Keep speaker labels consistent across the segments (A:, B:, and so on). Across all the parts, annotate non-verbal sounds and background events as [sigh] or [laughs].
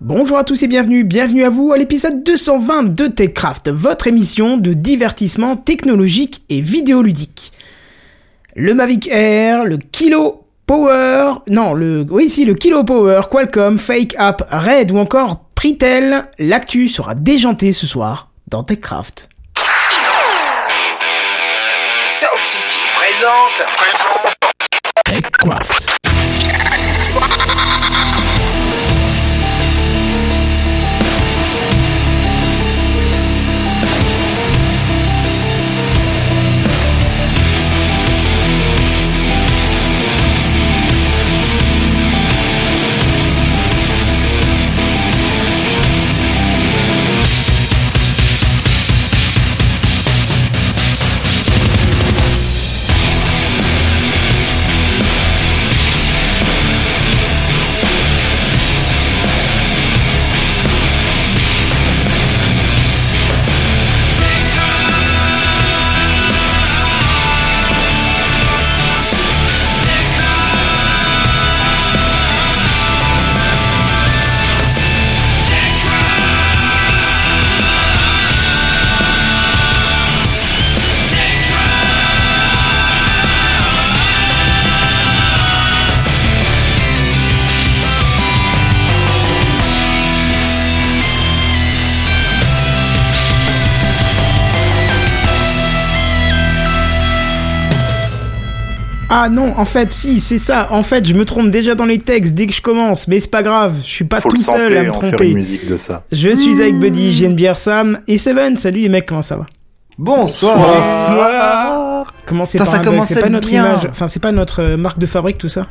A: Bonjour à tous et bienvenue, bienvenue à vous à l'épisode 220 de TechCraft, votre émission de divertissement technologique et vidéoludique. Le Mavic Air, le Kilo Power, non, le, oui, si, le Kilo Power, Qualcomm, Fake App, Red ou encore Pritel, l'actu sera déjantée ce soir dans TechCraft.
B: Sound City présente.
C: TechCraft.
A: Ah non, en fait, si, c'est ça. En fait, je me trompe déjà dans les textes dès que je commence, mais c'est pas grave, je suis pas
D: Faut
A: tout
D: le
A: seul
D: sampler
A: à me
D: et en faire une
A: tromper.
D: musique de ça.
A: Je suis avec
E: Mmh.
A: Buddy, JNBR Sam et Seven. Salut les mecs, comment ça va
E: Bonsoir.
A: Commencez
E: Putain,
A: par
E: ça
A: un bug,
E: commençait
A: c'est pas notre
E: bien.
A: image, enfin c'est pas notre euh, marque de fabrique tout ça.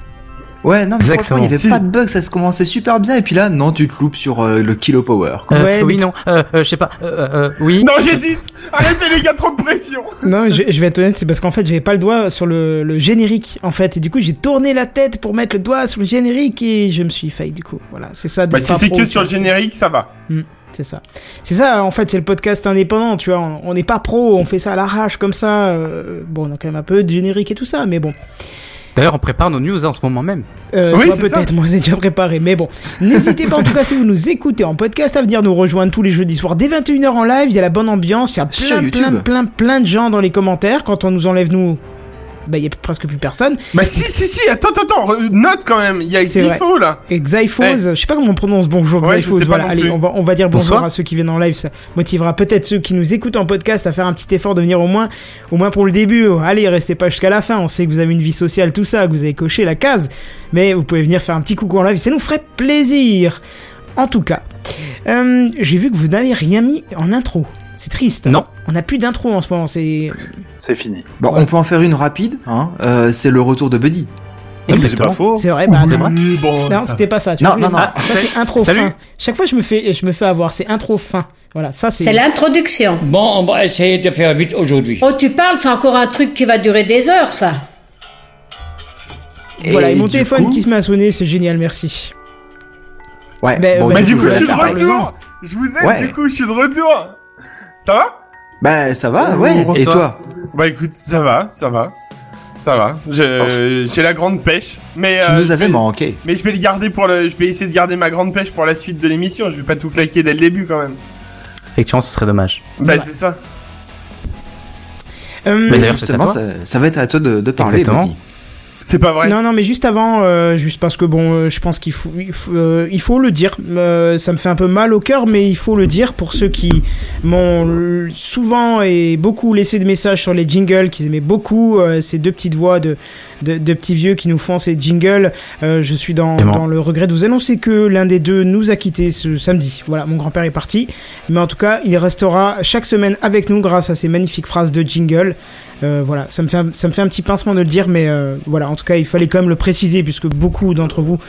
E: Ouais, non, mais franchement, il y avait
D: Si.
E: pas de bug, ça se commençait super bien, et puis là, non, tu te loupes sur euh, le Kilo Power. quoi.
A: Ouais, mais
F: oui,
A: tu-
F: non, euh, euh, je sais pas, euh, euh, oui.
B: Non, j'hésite. Arrêtez les gars, trop de pression.
A: Non, mais je, je vais être honnête, c'est parce qu'en fait j'avais pas le doigt sur le, le générique en fait, et du coup j'ai tourné la tête pour mettre le doigt sur le générique et je me suis failli du coup. Voilà, c'est ça.
B: Bah
A: d'être
B: si
A: pas
B: c'est
A: pro,
B: que
A: tu
B: sur le
A: vois.
B: générique, ça va.
A: C'est ça. C'est ça, en fait, c'est le podcast indépendant, tu vois. On on n'est pas pro, on fait ça à l'arrache comme ça. euh, bon, on a quand même un peu de générique et tout ça, mais bon.
F: D'ailleurs, on prépare nos news hein, en ce moment même.
A: Euh,
B: Oui,
A: toi,
B: c'est ça.
A: peut-être, moi j'ai déjà préparé, mais bon. N'hésitez pas en tout cas si vous nous écoutez en podcast à venir nous rejoindre tous les jeudis soirs dès 21h en live, il y a la bonne ambiance, il y a
E: Sur
A: plein,
E: YouTube.
A: plein, plein, plein de gens dans les commentaires. Quand on nous enlève nous, bah il y a presque plus personne.
B: Bah si, si, si. Attends, attends, attends. re- Note quand même. Il y a
A: C'est vrai.
B: Xifo là.
A: Et Xyphos,
B: Ouais.
A: je sais pas comment on prononce bonjour
B: Eh. Ouais, je
A: Xyphos,
B: sais pas
A: voilà,
B: non
A: allez,
B: plus.
A: on va, on va dire bonjour
F: Bonsoir.
A: à ceux qui viennent en live, ça motivera peut-être ceux qui nous écoutent en podcast à faire un petit effort de venir au moins, au moins pour le début. Allez, restez pas jusqu'à la fin, on sait que vous avez une vie sociale, tout ça, que vous avez coché la case, mais vous pouvez venir faire un petit coucou en live, ça nous ferait plaisir. En tout cas, euh, j'ai vu que vous n'avez rien mis en intro. C'est triste. hein.
F: Non.
A: On n'a plus d'intro en ce moment, c'est...
D: C'est fini.
E: Bon, on peut en faire une rapide, hein, euh, c'est le retour de Buddy.
D: Non, mais
F: Exactement.
D: C'est pas
B: Oh.
D: faux.
A: C'est vrai, bah...
F: C'est
A: non.
F: vrai.
B: Oui, bon.
A: Non,
B: ça-
A: c'était pas ça. tu
E: Non,
A: vois,
E: non,
A: mais-
E: non.
A: Ça, c'est intro
F: Salut.
A: fin. Chaque fois, je me fais, je me fais avoir. C'est intro fin. Voilà, ça, c'est.
G: C'est l'introduction.
H: Bon, on va essayer de faire vite aujourd'hui.
G: Oh, tu parles, c'est encore un truc qui va durer des heures, ça.
A: Voilà, et, mon
E: du
A: téléphone
E: coup-
A: qui se met à sonner, c'est génial, merci.
E: Ouais,
A: Ben,
E: bon,
A: ouais.
B: Bah du
E: coup,
B: coup, je
E: je
B: suis de
E: vais faire-
B: retour. Je vous aide.
E: Ouais.
B: Du coup, je suis de retour. Ça va
E: Bah, ça va,
F: Oh,
E: ouais,
F: pour
E: et
F: toi.
E: toi
B: Bah écoute, ça va, ça va, ça va. Je- J'ai la grande pêche, mais
E: Tu
B: euh,
E: nous
B: je
E: avais
B: vais-
E: manqué.
B: Mais je vais le garder pour le. Je vais essayer de garder ma grande pêche pour la suite de l'émission. Je vais pas tout claquer dès le début quand même.
F: Effectivement, ce serait dommage.
B: Bah
A: vrai.
B: c'est ça.
A: Euh,
F: Mais
E: Mais
F: d'ailleurs, c'est à
E: justement,
F: toi.
E: ça, ça va être à toi de, de parler,
F: Exactement.
E: Buddy.
B: C'est pas vrai.
A: non, non, mais juste avant, euh, juste parce que bon, euh, je pense qu'il faut, il faut, euh, il faut le dire. Euh, ça me fait un peu mal au cœur, mais il faut le dire pour ceux qui m'ont euh, souvent et beaucoup laissé des messages sur les jingles, qu'ils aimaient beaucoup euh, ces deux petites voix de, de, de petits vieux qui nous font ces jingles. Euh, je suis dans,
F: Vraiment.
A: dans le regret de vous annoncer que l'un des deux nous a quittés ce samedi. Voilà, mon grand-père est parti. Mais en tout cas, il restera chaque semaine avec nous grâce à ces magnifiques phrases de jingle. Euh, voilà, ça me, fait un, ça me fait un petit pincement de le dire, mais euh, voilà, en tout cas, il fallait quand même le préciser puisque beaucoup d'entre vous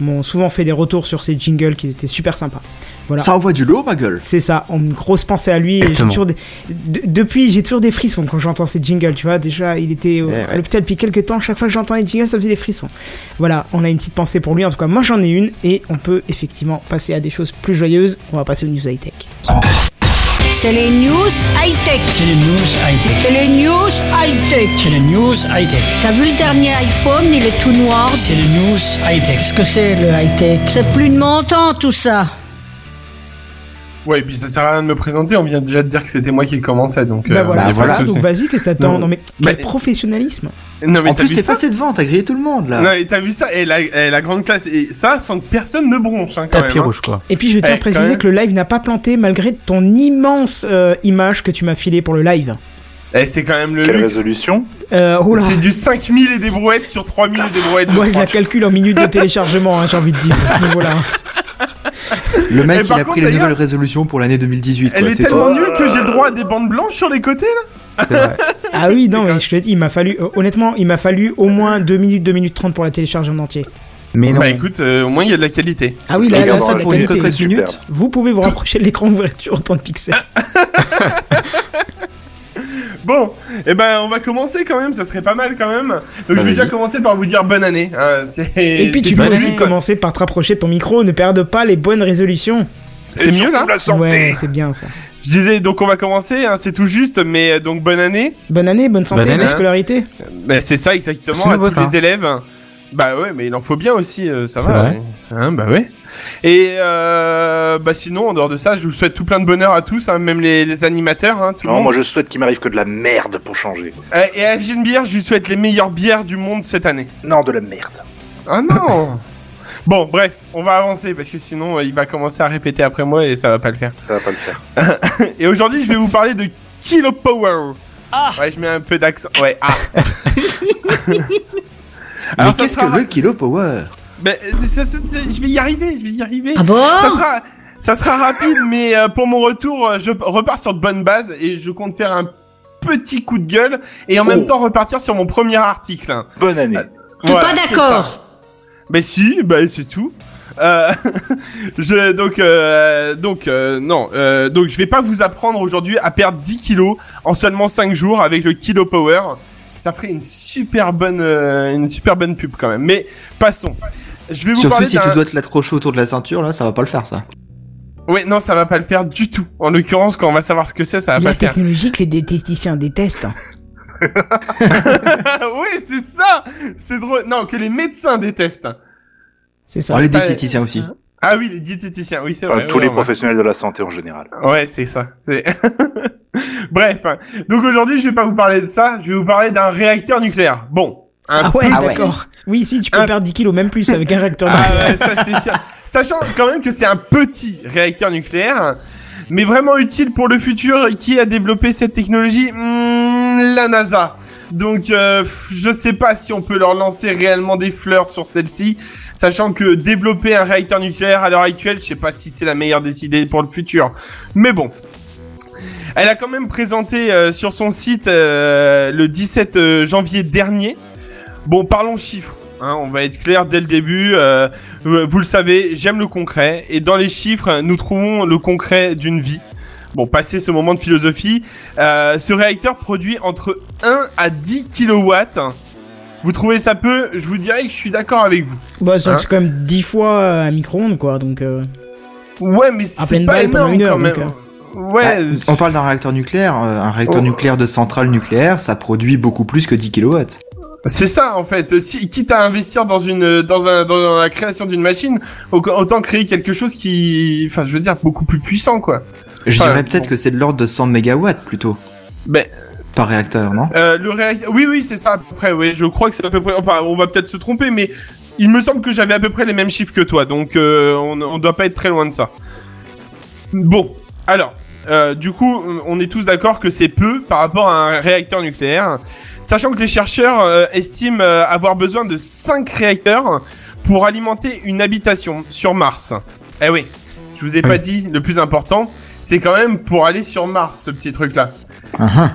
A: m'ont souvent fait des retours sur ces jingles qui étaient super sympas. Voilà.
E: Ça envoie du lourd, ma gueule.
A: C'est ça, on- une grosse pensée à lui. et j'ai
F: Exactement.
A: toujours des- de- depuis, j'ai toujours des frissons quand j'entends ces jingles, tu vois. Déjà, il était au-
E: Eh ouais.
A: à l'hôpital depuis quelques temps. Chaque fois que j'entends les jingles, ça me faisait des frissons. Voilà, on a une petite pensée pour lui. En tout cas, moi j'en ai une et on peut effectivement passer à des choses plus joyeuses. On va passer aux news high-tech.
B: Euh,
I: C'est les news high-tech.
H: C'est les news high-tech.
I: C'est les news high-tech.
H: C'est les news high-tech.
I: T'as vu le dernier iPhone, il est tout noir.
H: C'est les news high-tech.
I: Qu'est-ce que c'est le high-tech C'est plus de mon temps tout ça.
B: Ouais, et puis ça sert à rien de me présenter, on vient déjà de dire que c'était moi qui commençais, donc...
A: bah
B: euh,
A: voilà,
B: y a
A: c'est
E: bah
B: pas de
E: voilà,
A: ça,
B: souci.
A: donc vas-y, qu'est-ce que t'attends
B: Non.
A: Non mais
B: Bah,
A: quel professionnalisme
B: Non, mais
E: En
B: t'as
E: plus,
B: vu
E: t'es
B: ça
E: passé devant, t'as grillé tout le monde là.
B: Non, et t'as vu ça et la, et la grande classe, et ça sans que personne ne bronche, hein, quand
F: Tapis
B: même. hein.
F: rouge, quoi.
A: Et puis je tiens
B: Eh,
A: à
B: quand
A: préciser
B: même.
A: que le live n'a pas planté malgré ton immense euh, image que tu m'as filée pour le live.
B: Eh, c'est quand même le
C: Quelle
B: luxe.
C: résolution
A: Euh, oh là
B: C'est du 5000 et des brouettes sur 3000 et des brouettes. je
A: Moi je
B: crois.
A: la calcule en minutes de téléchargement, hein, j'ai envie de dire, à ce niveau-là. hein.
E: Le
B: Eh,
E: mec, il
B: par
E: a
B: contre,
E: pris les
B: d'ailleurs-
E: nouvelles résolutions pour l'année 2018.
B: Elle
E: quoi,
B: est
E: c'est
B: tellement
E: toi.
B: nulle que j'ai le droit à des bandes blanches sur les côtés là. [laughs]
F: C'est vrai.
A: Ah oui, non, mais je te l'ai dit, il m'a fallu, euh, honnêtement, il m'a fallu au moins 2 minutes, 2 minutes 30 pour la télécharger en entier.
F: Mais non.
B: Bah écoute, euh, au moins il y a de la qualité.
A: Ah oui, là, là,
C: Regarde dans
A: ça,
C: la
A: la
E: pour une
C: qualité,
A: qualité.
E: cocotte
C: superbe.
E: minute.
A: Vous pouvez vous rapprocher de l'écran, vous verrez toujours autant de pixels.
B: Bon, eh ben on va commencer quand même, ça serait pas mal quand même. Donc je
C: Bah,
B: vais déjà
C: vas-y.
B: commencer par vous dire bonne année. hein, [laughs] c'est-
A: Et puis
B: c'est
A: tu
B: tout
A: peux
B: juste.
A: aussi commencer par te rapprocher de ton micro, ne perde pas les bonnes résolutions.
B: C'est
C: Et
B: mieux
C: surtout
B: là
C: la santé.
A: Ouais, c'est bien ça.
B: Je disais donc on va commencer, hein, c'est tout juste, mais euh, donc bonne année.
A: Bonne année, bonne santé,
F: Bonne
A: bonne,
F: année.
A: scolarité.
B: Bah, c'est ça exactement
F: C'est
B: à
F: nouveau,
B: tous
F: ça. hein.
B: les élèves. Bah ouais, mais il en faut bien aussi, euh, ça
F: C'est
B: va.
F: vrai.
B: ouais. Hein, bah ouais. Et euh, bah sinon, en dehors de ça, je vous souhaite tout plein de bonheur à tous, hein, même les, les animateurs. Hein, tout le
C: Non,
B: monde.
C: moi je souhaite qu'il m'arrive que de la merde pour changer.
B: Euh, Et à Gin Beer, je lui souhaite les meilleures bières du monde cette année.
C: Non, de la merde.
B: Ah
F: [laughs]
B: non Bon, bref, on va avancer parce que sinon euh, il va commencer à répéter après moi et ça va pas le faire.
C: Ça va pas le faire.
B: Et aujourd'hui, je vais vous parler de Kilo Power.
H: Ah.
B: Ouais, je mets un peu d'accent. Ouais, ah.
E: Mais
B: ça
E: qu'est-ce que
B: sera-
E: le Kilo Power
B: Mais, euh, ça- ça- ça- je vais y arriver, je vais y arriver.
G: Ah bon
I: Oh
B: ça sera, ça sera rapide, [laughs] mais euh, pour mon retour, euh, je repars sur de bonnes bases et je compte faire un petit coup de gueule et en même temps repartir sur mon premier article. hein.
C: Bonne année.
G: T'es
B: Voilà,
G: pas
B: c'est ça.
G: d'accord
B: Mais si, bah c'est tout. Euh, [laughs] je, donc, euh, donc euh, non, euh, donc je vais pas vous apprendre aujourd'hui à perdre 10 kilos en seulement 5 jours avec le Kilo Power. Ça ferait une super bonne, euh, une super bonne pub quand même. Mais passons. Je vais vous
E: Surtout
B: parler
E: si
B: d'un-
E: tu dois te l'accrocher autour de la ceinture, là, ça va pas le faire ça.
B: Bah, Ouais, non, ça va pas le faire du tout. En l'occurrence, quand on va savoir ce que c'est, ça va pas
A: La
B: le faire.
A: technologie que les diététiciens détestent. hein.
B: [laughs] oui, c'est ça. C'est drôle. Non, que les médecins détestent.
A: C'est ça.
E: Oh, les
B: pas-
E: diététiciens aussi.
B: Ah oui, les diététiciens. Oui, c'est
C: Enfin,
B: vrai.
C: tous
B: ouais,
C: les
B: ouais.
C: professionnels de la santé en général.
B: Ouais, c'est ça. C'est. [laughs] Bref. Donc aujourd'hui, je vais pas vous parler de ça. Je vais vous parler d'un réacteur nucléaire. Bon. Un
A: Ah ouais,
E: Ah ouais.
A: d'accord. Oui, si, tu peux
B: Un-
A: perdre 10 kilos, même plus, avec un réacteur.
B: Ah ouais, ça c'est sûr. Sachant quand même que c'est un petit réacteur nucléaire, mais vraiment utile pour le futur. Qui a développé cette technologie Hmm, La NASA. Donc euh, pff, je sais pas si on peut leur lancer réellement des fleurs sur celle-ci, sachant que développer un réacteur nucléaire à l'heure actuelle, je sais pas si c'est la meilleure des idées pour le futur. Mais bon. Elle a quand même présenté euh, sur son site euh, le 17 janvier dernier. Bon, parlons chiffres. Hein, on va être clair dès le début. euh, euh, vous le savez, j'aime le concret. Et dans les chiffres, nous trouvons le concret d'une vie. Bon, passé ce moment de philosophie, euh, ce réacteur produit entre 1 à 10 kilowatts. Vous trouvez ça peu Je vous dirais que je suis d'accord avec vous.
A: Bah, c'est
B: Hein
A: c'est quand même 10 fois euh, un micro-ondes, quoi, donc... euh,
B: Ouais, mais c'est
A: pleine
B: pas
A: balle pendant
B: énorme
A: une heure,
B: quand même.
A: donc, hein.
B: Ouais,
E: Bah,
B: c'est-
E: on parle d'un réacteur nucléaire, euh, un réacteur
B: Oh.
E: nucléaire de centrale nucléaire, ça produit beaucoup plus que 10 kW.
B: c'est ça en fait. Si, quitte à investir dans une dans un dans la création d'une machine, au- autant créer quelque chose qui, enfin, je veux dire, beaucoup plus puissant quoi.
E: Je
B: Ouais,
E: dirais peut-être
B: bon.
E: que c'est de l'ordre de 100 MW plutôt,
B: Ben,
E: par réacteur, non
B: Euh, le réacteur. Oui, oui, c'est ça à peu près. Oui, je crois que c'est à peu près. Enfin, on va peut-être se tromper, mais il me semble que j'avais à peu près les mêmes chiffres que toi, donc euh, on, on doit pas être très loin de ça. Bon, alors, euh, du coup, on est tous d'accord que c'est peu par rapport à un réacteur nucléaire, sachant que les chercheurs euh, estiment euh, avoir besoin de 5 réacteurs pour alimenter une habitation sur Mars. Eh oui, je vous ai pas dit le plus important, c'est quand même pour aller sur Mars, ce petit truc-là.
E: Ah, ah.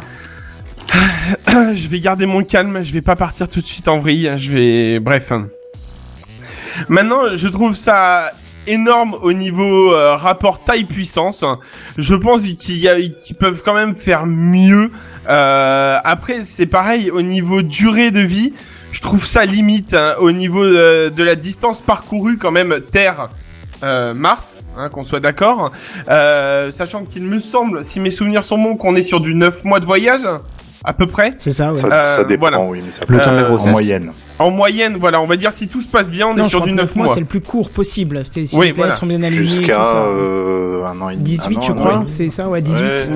B: [laughs] Je vais garder mon calme, je vais pas partir tout de suite en vrille, je vais... Bref. Maintenant, je trouve ça énorme au niveau euh, rapport taille-puissance. Je pense qu'il y a- qu'ils peuvent quand même faire mieux. Euh, après, c'est pareil, au niveau durée de vie, je trouve ça limite hein, au niveau euh, de la distance parcourue quand même Terre. euh, Mars, hein, qu'on soit d'accord, Euh, sachant qu'il me semble, si mes souvenirs sont bons, qu'on est sur du 9 mois de voyage, à peu près.
A: c'est ça, ouais.
C: Ça,
B: Euh,
C: ça dépend,
B: voilà.
C: oui, mais ça
E: Le temps de la
B: Euh,
C: en
E: grossesse.
C: moyenne.
B: En moyenne, voilà, on va dire si tout se passe bien, on
A: Non,
B: est sur
A: je
B: du
A: crois que
B: 9 mois.
A: c'est le plus court possible. C'était si
B: Oui,
A: les planètes
B: voilà.
A: sont bien alignées, tout
C: Jusqu'à
A: ça.
C: euh, un an et demi.
A: 18,
C: un an,
E: ah
A: je
C: un an
A: crois,
C: et demi.
A: c'est ça, ouais, 18.
B: Ouais,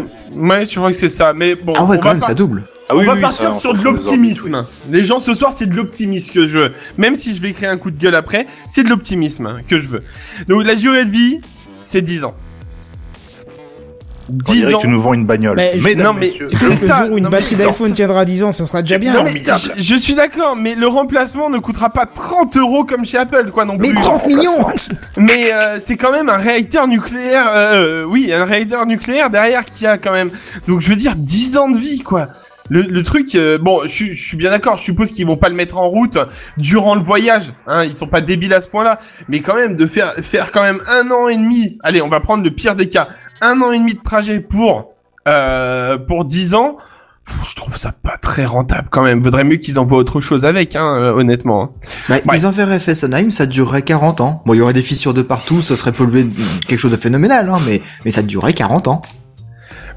B: ouais, je crois que c'est ça. Mais bon,
E: Ah ouais,
B: on
E: quand
B: va
E: même,
B: pas-
E: ça double.
C: Ah
B: on
C: oui,
B: va
C: oui,
B: partir
C: ça, on
B: sur de
C: s'en fout orbites, oui.
B: l'optimisme. Les gens ce soir, c'est de l'optimisme que je veux. Même si je vais créer un coup de gueule après, c'est de l'optimisme hein, que je veux. Donc la durée de vie, c'est 10 ans.
C: On
B: 10
C: dirait
B: ans.
C: que tu nous vends une bagnole.
A: Mais je-
C: Mesdames,
B: non, mais-
C: messieurs,
A: Le
B: C'est ça,
A: jour où une
B: non, mais
A: batterie
B: c'est
A: d'iPhone
C: ça.
A: tiendra 10 ans, ça sera déjà bien.
C: Non,
B: Mais je,
C: Formidable.
B: je suis d'accord, mais le remplacement ne coûtera pas 30 euros comme chez Apple, quoi, non
A: Mais
B: plus.
A: 30 millions
B: [laughs] Mais euh, c'est quand même un réacteur nucléaire, euh, oui, un réacteur nucléaire derrière qui a quand même. Donc je veux dire 10 ans de vie, quoi. Le, le truc, euh, bon, je, suis- je suis bien d'accord, je suppose qu'ils vont pas le mettre en route durant le voyage, hein, ils sont pas débiles à ce point-là, mais quand même de faire faire quand même un an et demi, allez, on va prendre le pire des cas, un an et demi de trajet pour euh, pour 10 ans, pff, je trouve ça pas très rentable quand même. Vaudrait mieux qu'ils envoient autre chose avec, hein, euh, honnêtement. hein.
E: Bah,
B: Ouais.
E: Ils en verraient Fessenheim, ça durerait 40 ans. Bon, il y aurait des fissures de partout, ça serait pollué de- quelque chose de phénoménal, hein, mais, mais ça durerait 40 ans.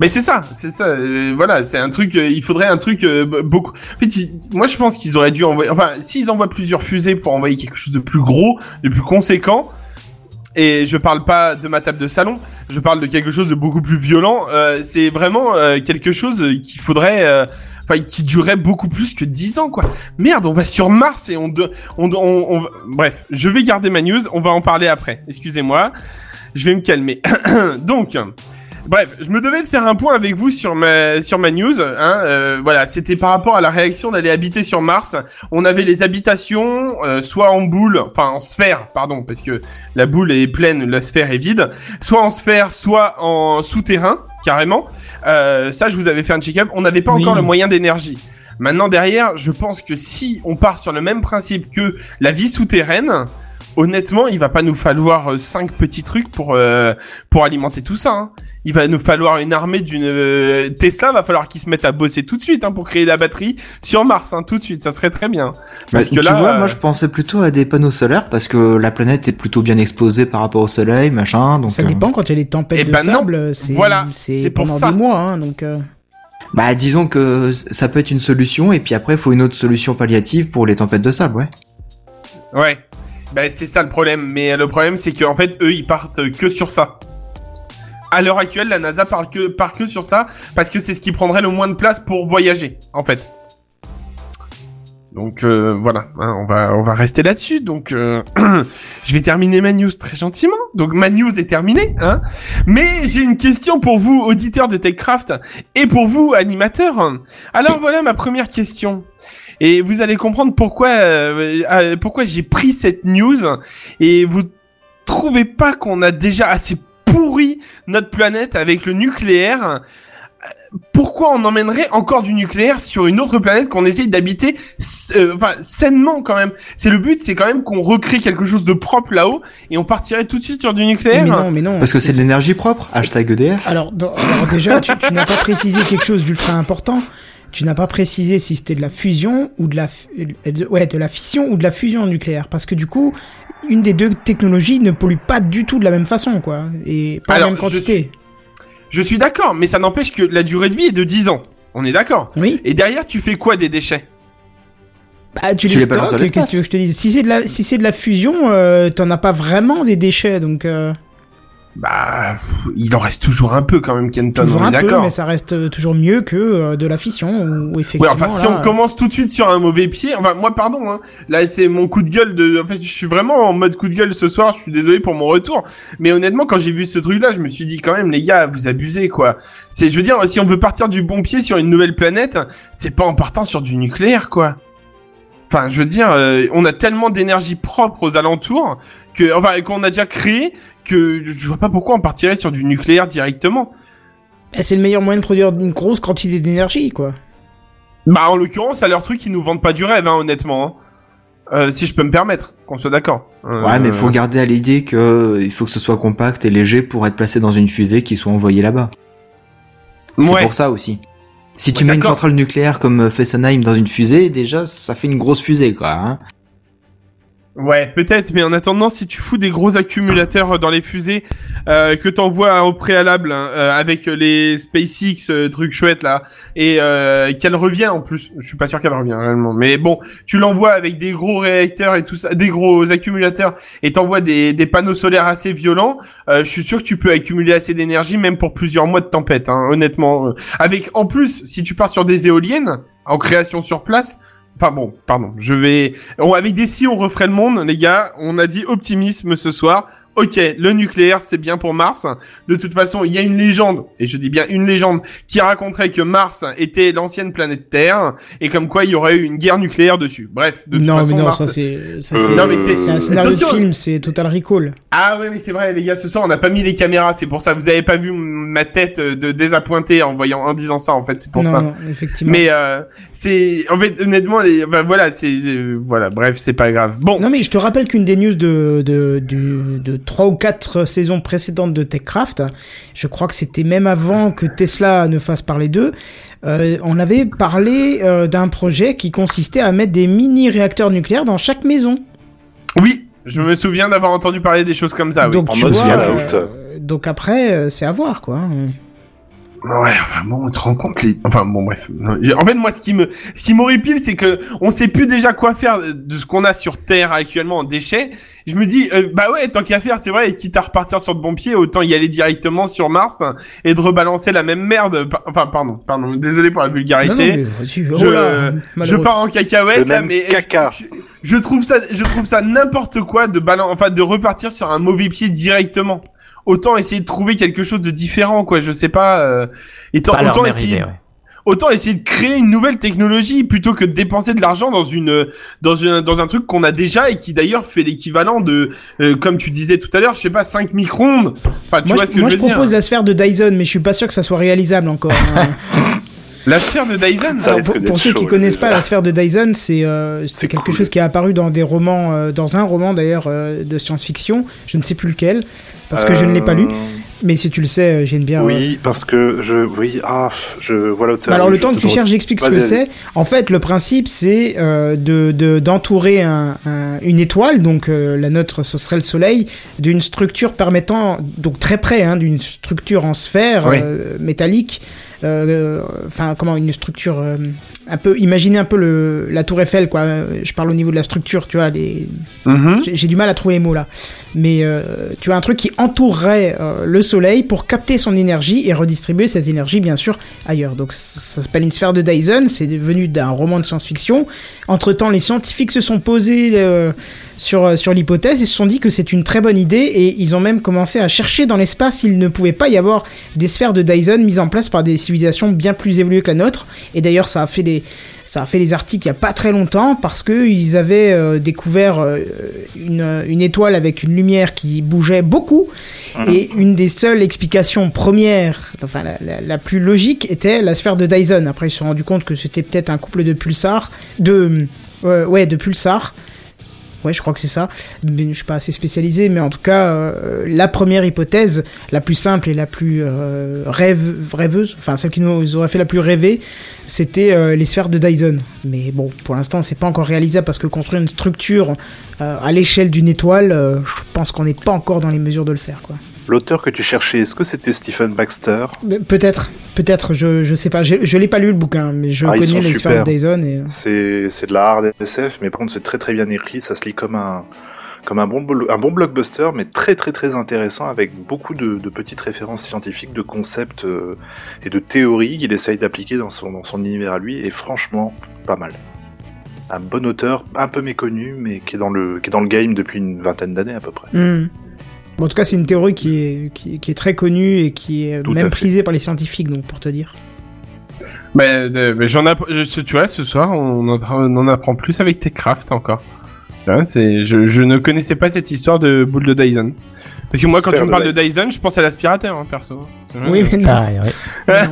B: Mais c'est ça, c'est ça. euh, voilà, c'est un truc. euh, il faudrait un truc euh, be- beaucoup. En fait, ils- moi, je pense qu'ils auraient dû envoyer. Enfin, s'ils envoient plusieurs fusées pour envoyer quelque chose de plus gros, de plus conséquent. Et je parle pas de ma table de salon. Je parle de quelque chose de beaucoup plus violent. euh, c'est vraiment euh, quelque chose euh, qu'il faudrait. euh, Enfin, qui durerait beaucoup plus que 10 ans, quoi. Merde, on va sur Mars et on, de- on, de- on, on va- Bref, je vais garder ma news. On va en parler après. Excusez-moi. Je vais me calmer. [coughs] Donc. Bref, je me devais de faire un point avec vous sur ma sur ma news. Hein, euh, voilà, c'était par rapport à la réaction d'aller habiter sur Mars. On avait les habitations, euh, soit en boule, enfin en sphère, pardon, parce que la boule est pleine, la sphère est vide, soit en sphère, soit en souterrain, carrément. Euh, ça, je vous avais fait un check-up. On n'avait pas
A: Oui.
B: encore le moyen d'énergie. Maintenant, derrière, je pense que si on part sur le même principe que la vie souterraine, honnêtement, il va pas nous falloir euh, cinq petits trucs pour euh, pour alimenter tout ça. hein il va nous falloir une armée d'une euh, Tesla va falloir qu'ils se mettent à bosser tout de suite hein, pour créer la batterie sur Mars hein, tout de suite ça serait très bien
E: Bah,
B: Parce que
E: tu
B: là,
E: vois,
B: euh,
E: moi je pensais plutôt à des panneaux solaires parce que la planète est plutôt bien exposée par rapport au soleil, machin. Donc,
A: Ça
E: euh,
A: dépend quand il y a les tempêtes
B: Eh
A: de
B: ben non.
A: sable, c'est
B: Voilà,
A: c'est
B: c'est pour
A: pendant
B: ça.
A: des mois, hein, donc. euh,
E: Bah, disons que c- ça peut être une solution, et puis après, il faut une autre solution palliative pour les tempêtes de sable, ouais.
A: Ah,
B: ouais bah, c'est ça le problème mais euh, le problème c'est qu'en fait eux ils partent euh, que sur ça à l'heure actuelle la NASA part que part que sur ça parce que c'est ce qui prendrait le moins de place pour voyager en fait donc euh, voilà, hein, on va on va rester là-dessus. Donc euh, [clears throat] je vais terminer ma news très gentiment. Donc ma news est terminée, hein. Mais j'ai une question pour vous auditeurs de Techcraft et pour vous animateurs. Alors voilà ma première question. Et vous allez comprendre pourquoi euh, euh, pourquoi j'ai pris cette news et vous trouvez pas qu'on a déjà assez pourri notre planète avec le nucléaire pourquoi on emmènerait encore du nucléaire sur une autre planète qu'on essaye d'habiter euh, enfin, sainement quand même C'est le but, c'est quand même qu'on recrée quelque chose de propre là-haut et on partirait tout de suite sur du nucléaire.
A: Mais non, mais non.
E: Parce que c'est de l'énergie propre, hashtag E EDF.
A: Alors, dans- alors déjà, tu, tu n'as pas précisé quelque chose d'ultra important. Tu n'as pas précisé si c'était de la fusion ou de la, f- euh, de- ouais, de la fission ou de la fusion nucléaire. Parce que du coup, une des deux technologies ne pollue pas du tout de la même façon, quoi. Et pas
B: Alors,
A: la même quantité.
B: Je suis d'accord, mais ça n'empêche que la durée de vie est de 10 ans. On est d'accord.
A: Oui.
B: Et derrière, tu fais quoi des déchets
A: Bah, tu,
E: Tu
A: les
E: les balances
A: stockes,
E: dans
A: qu'est-ce que
E: l'espace.
A: tu veux que je te dise? Si c'est de la, si c'est de la fusion, euh, t'en as pas vraiment des déchets, donc, euh,
B: Bah, pff, il en reste toujours un peu quand même, Kenton.
A: toujours
B: on est
A: un peu,
B: d'accord.
A: mais ça reste euh, toujours mieux que euh, de la fission, où, où
B: Ouais,
A: effectivement.
B: enfin, si
A: là, euh.
B: on commence tout de suite sur un mauvais pied, enfin, moi, pardon, hein, là, c'est mon coup de gueule de, en fait, je suis vraiment en mode coup de gueule ce soir, je suis désolé pour mon retour, mais honnêtement, quand j'ai vu ce truc-là, je me suis dit, quand même, les gars, vous abusez, quoi. C'est, je veux dire, si on veut partir du bon pied sur une nouvelle planète, c'est pas en partant sur du nucléaire, quoi. Enfin, je veux dire, euh, on a tellement d'énergie propre aux alentours, que, enfin, qu'on a déjà créé, que je vois pas pourquoi on partirait sur du nucléaire directement.
A: bah, c'est le meilleur moyen de produire une grosse quantité d'énergie, quoi.
B: Bah en l'occurrence, à leur truc, ils nous vendent pas du rêve, hein, honnêtement. hein. Euh, si je peux me permettre, qu'on soit d'accord. Euh,
E: Ouais, mais faut garder à l'idée que euh, il faut que ce soit compact et léger pour être placé dans une fusée qui soit envoyée là-bas. C'est
B: Ouais.
E: pour ça aussi. Si tu
B: Ouais,
E: mets une
B: d'accord.
E: centrale euh, nucléaire comme Fessenheim dans une fusée, déjà, ça fait une grosse fusée, quoi. hein.
B: Ouais, peut-être, mais en attendant, si tu fous des gros accumulateurs dans les fusées euh, que t'envoies au préalable hein, euh, avec les SpaceX, euh, truc chouette là, et euh, qu'elle revient en plus, je suis pas sûr qu'elle revient réellement, mais bon, tu l'envoies avec des gros réacteurs et tout ça, des gros accumulateurs, et t'envoies des, des panneaux solaires assez violents, euh, je suis sûr que tu peux accumuler assez d'énergie même pour plusieurs mois de tempête, hein, honnêtement. Euh, Avec, en plus, si tu pars sur des éoliennes, en création sur place, Enfin bon, pardon, je vais... On, avec des si, on referait le monde, les gars. On a dit optimisme ce soir. Ok, le nucléaire, c'est bien pour Mars. De toute façon, il y a une légende, et je dis bien une légende, qui raconterait que Mars était l'ancienne planète Terre, et comme quoi il y aurait eu une guerre nucléaire dessus. Bref, de toute
A: non,
B: façon,
A: mais non,
B: Mars...
A: ça c'est. ça,
C: Euh,
A: c'est-
B: Non, mais c'est-
A: C'est un scénario
B: Attention.
A: de film, c'est Total Recall.
B: Ah ouais, mais c'est vrai, les gars, ce soir, on n'a pas mis les caméras, c'est pour ça. Vous avez pas vu m- ma tête euh, de désappointé en voyant, en disant ça, en fait, c'est pour
A: non,
B: ça.
A: non, effectivement.
B: Mais euh, c'est en fait honnêtement les ben, voilà c'est euh, voilà bref c'est pas grave
A: [laughs]
B: bon
A: Non, mais je te rappelle qu'une des news de, de, du- de, 3 ou 4 saisons précédentes de TechCraft, je crois que c'était même avant que Tesla ne fasse parler d'eux, euh, on avait parlé euh, d'un projet qui consistait à mettre des mini-réacteurs nucléaires dans chaque maison.
B: Oui, je me souviens d'avoir entendu parler des choses comme ça. Ah Oui.
A: donc,
C: En
A: tu
C: mode
A: vois,
C: Fallout.
A: euh, donc après, euh, c'est à voir, quoi.
B: Ouais, enfin bon, on te rend compte les... Enfin bon, bref. En fait, moi, ce qui me, ce qui m'horripile, c'est que on sait plus déjà quoi faire de ce qu'on a sur Terre actuellement en déchets. Je me dis, euh, bah ouais, tant qu'à faire, c'est vrai, quitte à repartir sur de bons pieds, autant y aller directement sur Mars et de rebalancer la même merde. Par- Enfin, pardon, pardon, désolé pour la vulgarité.
A: Non, non, mais vas-y, oh
B: Ah, Je-
A: là,
B: Je
A: malheureux.
B: pars en cacahuète
C: Le
B: là,
C: même
B: mais
C: caca.
B: Je, je trouve ça, je trouve ça n'importe quoi de balan, enfin de repartir sur un mauvais pied directement. Autant essayer de trouver quelque chose de différent, quoi. Je sais pas. euh, étant-
F: Pas leur
B: autant
F: mère
B: essayer,
F: idée, ouais.
B: autant essayer de créer une nouvelle technologie plutôt que de dépenser de l'argent dans une, dans une, dans un truc qu'on a déjà et qui d'ailleurs fait l'équivalent de, euh, comme tu disais tout à l'heure, je sais pas, 5 micro-ondes. Enfin, tu
A: Moi,
B: vois
A: je,
B: ce que
A: moi,
B: je
A: je
B: veux dire.
A: propose la sphère de Dyson, mais je suis pas sûr que ça soit réalisable encore. hein.
B: La sphère de Dyson.
C: Ça
A: Alors,
C: risque
A: pour,
C: d'être
A: pour ceux qui
C: chaud,
A: connaissent
C: déjà.
A: pas la sphère de Dyson, c'est euh, c'est
C: C'est
A: quelque
C: cool.
A: chose qui est apparu dans des romans, euh, dans un roman d'ailleurs euh, de science-fiction. Je ne sais plus lequel parce que je ne l'ai pas lu. Mais si tu le sais, euh, j'aime bien. euh,
C: Euh, Oui, parce que je, oui, ah, pff, je vois l'auteur.
A: bah alors
C: oui,
A: le
C: je
A: temps
C: te
A: que tu
C: re-
A: cherches, j'explique ce
C: Vas-y,
A: que
C: vas-y.
A: c'est. En fait, le principe, c'est euh, de de- d'entourer un- un- une étoile, donc euh, la nôtre, ce serait le Soleil, d'une structure permettant, donc très près, hein, d'une structure en sphère
B: Oui.
A: euh, métallique. euh, Enfin, comment une structure euh, un peu, imaginez un peu le, la Tour Eiffel, quoi. Euh, Je parle au niveau de la structure, tu vois, des,
B: Mhm.
A: j'ai j'ai du mal à trouver les mots là. Mais euh, tu as un truc qui entourerait euh, le Soleil pour capter son énergie et redistribuer cette énergie bien sûr ailleurs. Donc ça, ça s'appelle une sphère de Dyson, c'est venu d'un roman de science-fiction. Entre-temps, les scientifiques se sont posés euh, sur, euh, sur l'hypothèse et se sont dit que c'est une très bonne idée et ils ont même commencé à chercher dans l'espace s'il ne pouvait pas y avoir des sphères de Dyson mises en place par des civilisations bien plus évoluées que la nôtre. Et d'ailleurs, ça a fait des, ça a fait les articles il y a pas très longtemps parce que ils avaient euh, découvert euh, une, une étoile avec une lumière qui bougeait beaucoup et une des seules explications premières, enfin la, la- la plus logique, était la sphère de Dyson. Après, ils se sont rendus compte que c'était peut-être un couple de pulsars, de euh, ouais, de pulsars. Ouais, je crois que c'est ça. Mais je suis pas assez spécialisé, mais en tout cas, euh, la première hypothèse, la plus simple et la plus euh, rêve, rêveuse, enfin celle qui nous aurait fait la plus rêver, c'était euh, les sphères de Dyson. Mais bon, pour l'instant, c'est pas encore réalisable parce que construire une structure euh, à l'échelle d'une étoile, euh, je pense qu'on n'est pas encore dans les mesures de le faire, quoi.
C: L'auteur que tu cherchais, est-ce que c'était Stephen Baxter
A: Mais Peut-être, peut-être, je, je sais pas, je, je l'ai pas lu le bouquin, mais je
C: Ah, ils
A: connais
C: sont
A: les sphères
C: super.
A: de Dyson et.
C: C'est c'est de la hard SF, mais par contre c'est très très bien écrit, ça se lit comme un comme un bon blo- un bon blockbuster, mais très très très intéressant avec beaucoup de, de petites références scientifiques, de concepts euh, et de théories qu'il essaye d'appliquer dans son dans son univers à lui, et franchement pas mal. Un bon auteur, un peu méconnu, mais qui est dans le qui est dans le game depuis une vingtaine d'années à peu près.
A: Hmm. Bon, en tout cas, c'est une théorie qui est, qui, qui est très connue et qui est
C: Tout à
A: même
C: fait.
A: prisée par les scientifiques, donc pour te dire.
B: Mais, de- mais j'en app- je- tu vois, ce soir, on en, appre- on en apprend plus avec Techcraft encore. Hein, c'est, je, je ne connaissais pas cette histoire de boule de Dyson. Parce que moi, quand
C: Sphère
B: tu me
C: de
B: parles de Dyson, je pense à l'aspirateur, hein, perso.
A: Oui, mais non.
F: Pareil, Ah,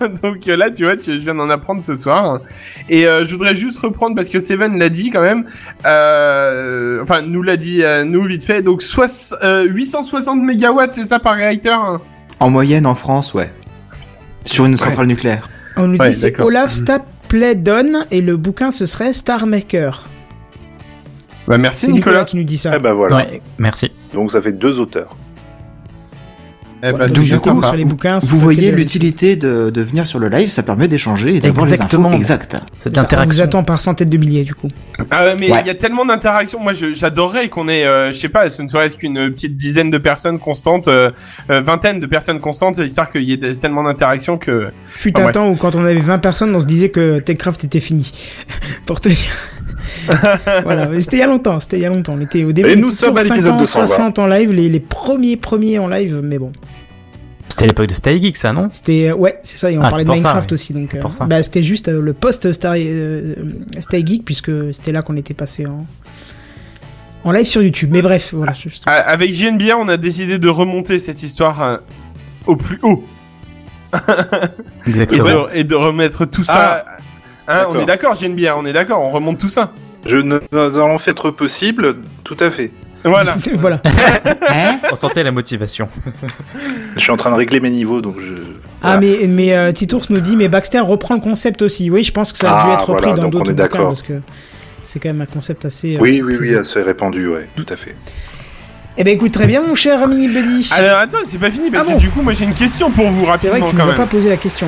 F: ouais.
B: [laughs] Donc euh, là, tu vois, tu- je viens d'en apprendre ce soir. Et euh, je voudrais juste reprendre parce que Seven l'a dit quand même. Euh, enfin, nous l'a dit, euh, nous vite fait. Donc, sois- euh, 860 mégawatts, c'est ça par réacteur. hein
E: En moyenne, en France, ouais. Sur une centrale nucléaire.
A: On nous
B: Ouais,
A: dit c'est
B: d'accord.
A: Olaf Stapledon et le bouquin ce serait Star Maker.
B: Bah, merci
A: C'est Nicolas
B: Nicolas.
A: qui nous dit ça.
C: Eh ben voilà.
F: Ouais, merci.
C: Donc ça fait deux auteurs.
B: Eh
A: Donc,
B: bah, c'est
E: ben, du
B: bien
E: coup,
B: sympa.
A: sur les bouquins, c'est
E: Vous
A: pas
E: voyez
A: que de-
E: l'utilité de, de venir sur le live, ça permet d'échanger et d'avoir les infos
F: Exactement.
E: exactes.
F: Cette
A: On vous
F: interaction.
A: attend par centaines de milliers du coup.
B: Ah ouais, mais il
E: Ouais.
B: y a tellement d'interactions. Moi, je- j'adorerais qu'on ait, euh, je sais pas, ce ne serait-ce qu'une euh, petite dizaine de personnes constantes, euh, euh, vingtaine de personnes constantes, histoire qu'il y ait de- tellement d'interactions que.
A: Fut
B: Ah,
A: un
B: ouais.
A: temps où quand on avait 20 personnes, on se disait que Techcraft était fini. [laughs] Pour te
E: [laughs]
A: dire. voilà, mais c'était il y a longtemps, c'était il y a longtemps. On était au début.
C: Et
A: on
C: nous
A: était
C: sommes
A: toujours
C: à l'épisode
A: 50,
C: 220.
A: 60 en live, les, les premiers premiers en live, mais bon.
F: C'était l'époque de Style Geek, ça, non
A: C'était euh, ouais, c'est ça. Et on
F: Ah,
A: parlait
F: c'est
A: de
F: pour ça,
A: Minecraft
F: oui.
A: aussi, donc
F: C'est pour ça.
A: bah c'était juste euh, le post Star euh, Stay Geek puisque c'était là qu'on était passé en en live sur YouTube. Mais bref, voilà. je- je-
B: Ah, Avec JNBR, on a décidé de remonter cette histoire euh, au plus haut et,
F: Exactement.
B: de, et de remettre tout ça. Hein, on
C: D'accord.
B: est d'accord, JNBR, on est d'accord, on remonte tout ça.
C: Je ne nous allons faire notre possible, tout à fait.
B: Voilà.
A: [laughs] voilà.
E: Hein
F: On sentait la motivation.
C: Je suis en train de régler mes niveaux, donc je.
A: Ah mais mais euh, Titours nous dit mais Baxter reprend le concept aussi. Oui, je pense que ça a dû
C: Ah,
A: être repris
C: voilà,
A: dans
C: donc on
A: d'autres
C: est
A: bouquins
C: d'accord.
A: parce que c'est quand même un concept assez. euh,
C: Oui, oui, oui,
A: prisé.
C: elle s'est répandue, ouais,
A: Mm.
C: tout à fait.
A: Eh ben écoute très bien mon cher ami Belly.
B: Alors attends, c'est pas fini parce
A: Ah bon
B: que du coup, moi j'ai une question pour vous
A: C'est vrai que
B: rapidement
A: tu nous
B: quand
A: as
B: même.
A: pas posé la question.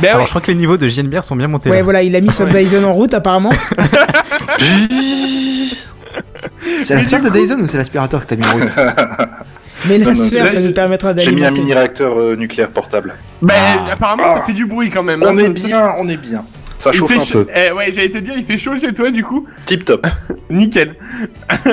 B: Ben
F: Alors,
B: ouais.
F: je crois que les niveaux de JNBR sont bien montés.
A: Ouais,
F: là.
A: voilà, il a mis sa Dyson en route apparemment.
E: C'est la sœur de Dyson ou c'est l'aspirateur que t'as mis
B: [laughs]
E: en route
A: Mais la
C: Non, non,
A: sphère,
B: là,
A: ça
B: j'ai-
A: nous permettra d'aller.
C: J'ai mis un mini réacteur euh, nucléaire portable.
B: Ben, apparemment, ça fait du bruit quand même. hein.
C: On est bien, on est bien. Ça
B: Il
C: chauffe
B: fait
C: un
B: chaud.
C: peu.
B: Eh ouais, j'allais te dire, il fait chaud chez toi du coup.
C: Tip top.
B: Nickel. [laughs]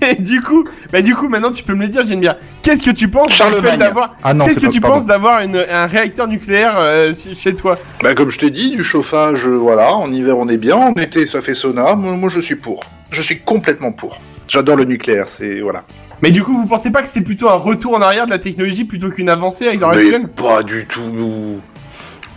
B: Mais du coup, bah du coup, maintenant tu peux me le dire, j'aime bien. Qu'est-ce que tu penses du
C: Charlemagne.
B: fait d'avoir
E: Ah non,
B: Qu'est-ce que
E: pas-
B: tu
E: pardon.
B: penses d'avoir une- un réacteur nucléaire euh, ch- chez toi
C: Bah, comme je t'ai dit, du chauffage, euh, voilà, en hiver on est bien, en été ça fait sauna. Moi, moi, je suis pour. Je suis complètement pour. J'adore le nucléaire, c'est. Voilà.
B: Mais du coup, vous pensez pas que c'est plutôt un retour en arrière de la technologie plutôt qu'une avancée avec leur
C: Mais
B: actuelle
C: pas du tout.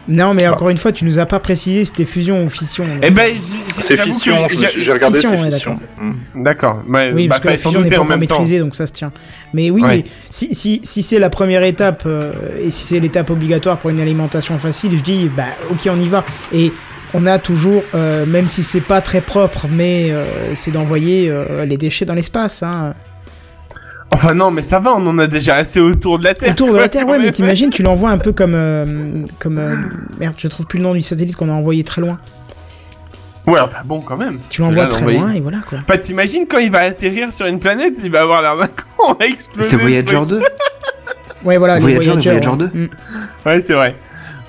A: Non, mais encore une fois, tu nous as pas précisé si c'était fusion ou fission. donc.
B: Eh ben, j- j-
C: C'est
B: j'avoue que
C: fission, je me
B: j'a-
C: suis- j'ai regardé,
A: Fission,
C: c'est
A: ouais,
C: fission. Mm.
B: D'accord. Ouais,
A: Oui,
B: bah,
A: parce que la
B: fallait s'en
A: fusion n'est
B: douter
A: pas
B: en
A: encore
B: même temps.
A: maîtrisée, donc ça se tient. Mais oui,
B: Ouais.
A: mais si, si, si c'est la première étape euh, et si c'est l'étape obligatoire pour une alimentation facile, je dis bah ok, on y va. Et on a toujours, euh, même si c'est pas très propre, mais euh, c'est d'envoyer euh, les déchets dans l'espace. Hein.
B: Enfin non, mais ça va, on en a déjà assez autour de la Terre.
A: Autour de la Terre,
B: quand
A: ouais, mais
B: même.
A: t'imagines, tu l'envoies un peu comme, euh, comme euh, merde, je trouve plus le nom du satellite qu'on a envoyé très loin.
B: Ouais, enfin bon, quand même.
A: Tu l'envoies
B: Là,
A: très
B: l'envoyer.
A: loin et voilà quoi.
B: Enfin, t'imagines quand il va atterrir sur une planète, il va avoir l'air d'un [laughs] con, on va exploser.
E: C'est Voyager 2
A: Ouais, voilà. les
E: Voyager, les
A: Voyageurs,
E: Voyager
A: ouais. Mm.
B: Ouais, c'est vrai.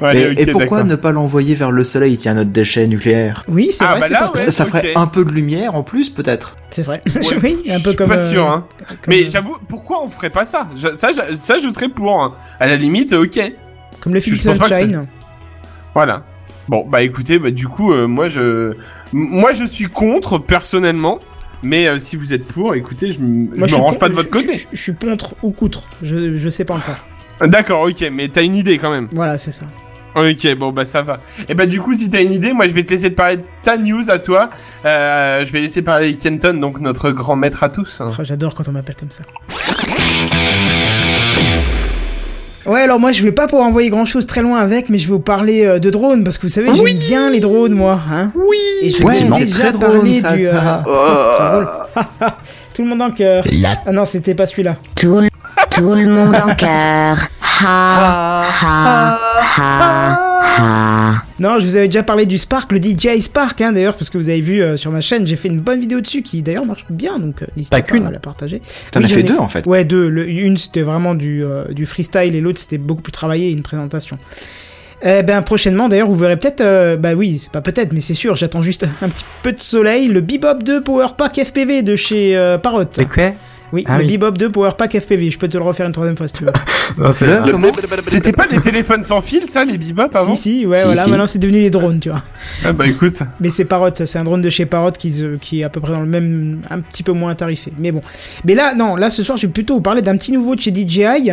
B: Ouais,
E: Mais-
B: allez, ok,
E: Et pourquoi
B: d'accord.
E: ne pas l'envoyer vers le soleil, tiens, notre déchet nucléaire
A: Oui, c'est
B: Ah,
A: vrai,
B: bah
A: c'est
B: là,
A: pas-
E: Ça- ça, ça
B: ok.
E: ferait un peu de lumière en plus, peut-être
A: c'est vrai.
B: Ouais,
A: [laughs] oui, un
B: je
A: peu
B: suis
A: comme.
B: pas
A: euh,
B: sûr, hein.
A: comme,
B: Mais
A: euh,
B: j'avoue, pourquoi on ferait pas ça Je- ça, je, ça, je serais pour. hein. À la limite, ok.
A: Comme le film
B: je pense pas que c'est-
A: Sunshine.
B: Voilà. Bon, bah écoutez, bah, du coup, euh, moi, je... m- moi, je suis contre, personnellement. Mais euh, si vous êtes pour, écoutez, je, m- je
A: je
B: me
A: suis
B: range
A: con-
B: pas de votre
A: je-
B: côté. Ah,
A: Je, je suis contre ou contre, je, je sais pas encore.
B: D'accord, ok, mais t'as une idée quand même.
A: Voilà, c'est ça.
B: Ok, bon, bah ça va. Et bah du coup, si t'as une idée, moi, je vais te laisser te parler de ta news à toi. Euh, je vais laisser parler Kenton, donc notre grand maître à tous. hein.
A: Oh, J'adore quand on m'appelle comme ça. Ouais, alors moi je vais pas pouvoir envoyer grand chose très loin avec, mais je vais vous parler euh, de drones parce que vous savez, j'aime bien les drones moi. Hein oui, et je vous ai
E: Effectivement.
A: déjà
E: C'est très drôle,
A: parlé
E: ça.
A: du, euh, [laughs]
E: Ah.
C: Oh.
E: [laughs]
A: très drôle. Tout le monde en cœur.
H: La
A: Ah non, c'était pas celui-là.
I: Tout, le- tout le monde en cœur. Ha, ha, ha, ha.
A: Non, je vous avais déjà parlé du Spark, le DJI Spark, hein, d'ailleurs, parce que vous avez vu euh, sur ma chaîne, j'ai fait une bonne vidéo dessus qui d'ailleurs marche bien, donc euh, n'hésitez
F: Pas
A: pas,
F: qu'une.
A: à la partager.
E: T'en
A: Oui,
E: as
A: j'en
E: fait
A: ai
E: deux, en fait.
A: Ouais, deux. Le- une, c'était vraiment du, euh, du freestyle et l'autre, c'était beaucoup plus travaillé, une présentation. Eh ben, prochainement, d'ailleurs, vous verrez peut-être, euh, bah oui, c'est pas peut-être, mais c'est sûr, j'attends juste [laughs] un petit peu de soleil, le Bebop 2 Power Pack FPV de chez euh, Parrot.
F: C'est quoi
A: Oui,
F: Ah
A: le
F: oui.
A: Bebop 2 Power Pack FPV, je peux te le refaire une troisième fois si
E: [laughs]
A: tu veux.
F: Non, c'est
E: Le-
F: vrai.
E: Comment
B: C'était pas des téléphones sans fil, ça, les bebop avant
A: si, si, ouais,
E: Si,
A: voilà,
E: si.
A: maintenant c'est devenu des drones, tu vois.
B: Ah bah écoute.
A: Mais c'est Parrot, c'est un drone de chez Parrot qui, se- qui est à peu près dans le même, un petit peu moins tarifé. Mais bon. Mais là, non, là ce soir, je vais plutôt vous parler d'un petit nouveau de chez DJI.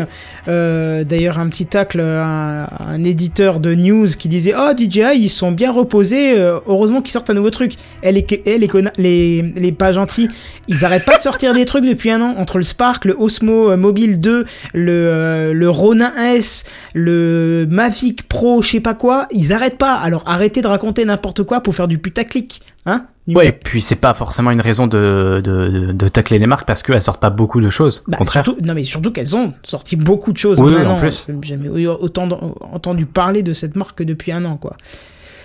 A: Euh, D'ailleurs, un petit tacle à à un éditeur de news qui disait Oh, DJI, ils sont bien reposés, euh, heureusement qu'ils sortent un nouveau truc. Eh, les, eh, les, conna- les, les pas gentils, ils arrêtent pas de sortir des trucs depuis un an maintenant entre le Spark, le Osmo euh, Mobile 2, le, euh, le Ronin S, le Mavic Pro, je sais pas quoi, ils arrêtent pas. Alors arrêtez de raconter n'importe quoi pour faire du putaclic, hein
F: Ouais, puis c'est pas forcément une raison de, de, de, de tacler les marques parce qu'elles sortent pas beaucoup de choses. Au
A: Bah,
F: contraire.
A: surtout- non mais surtout qu'elles ont sorti beaucoup de choses
F: Oui,
A: en un
F: oui, en
A: an.
F: plus.
A: J'ai jamais eu autant d- entendu parler de cette marque que depuis un an quoi.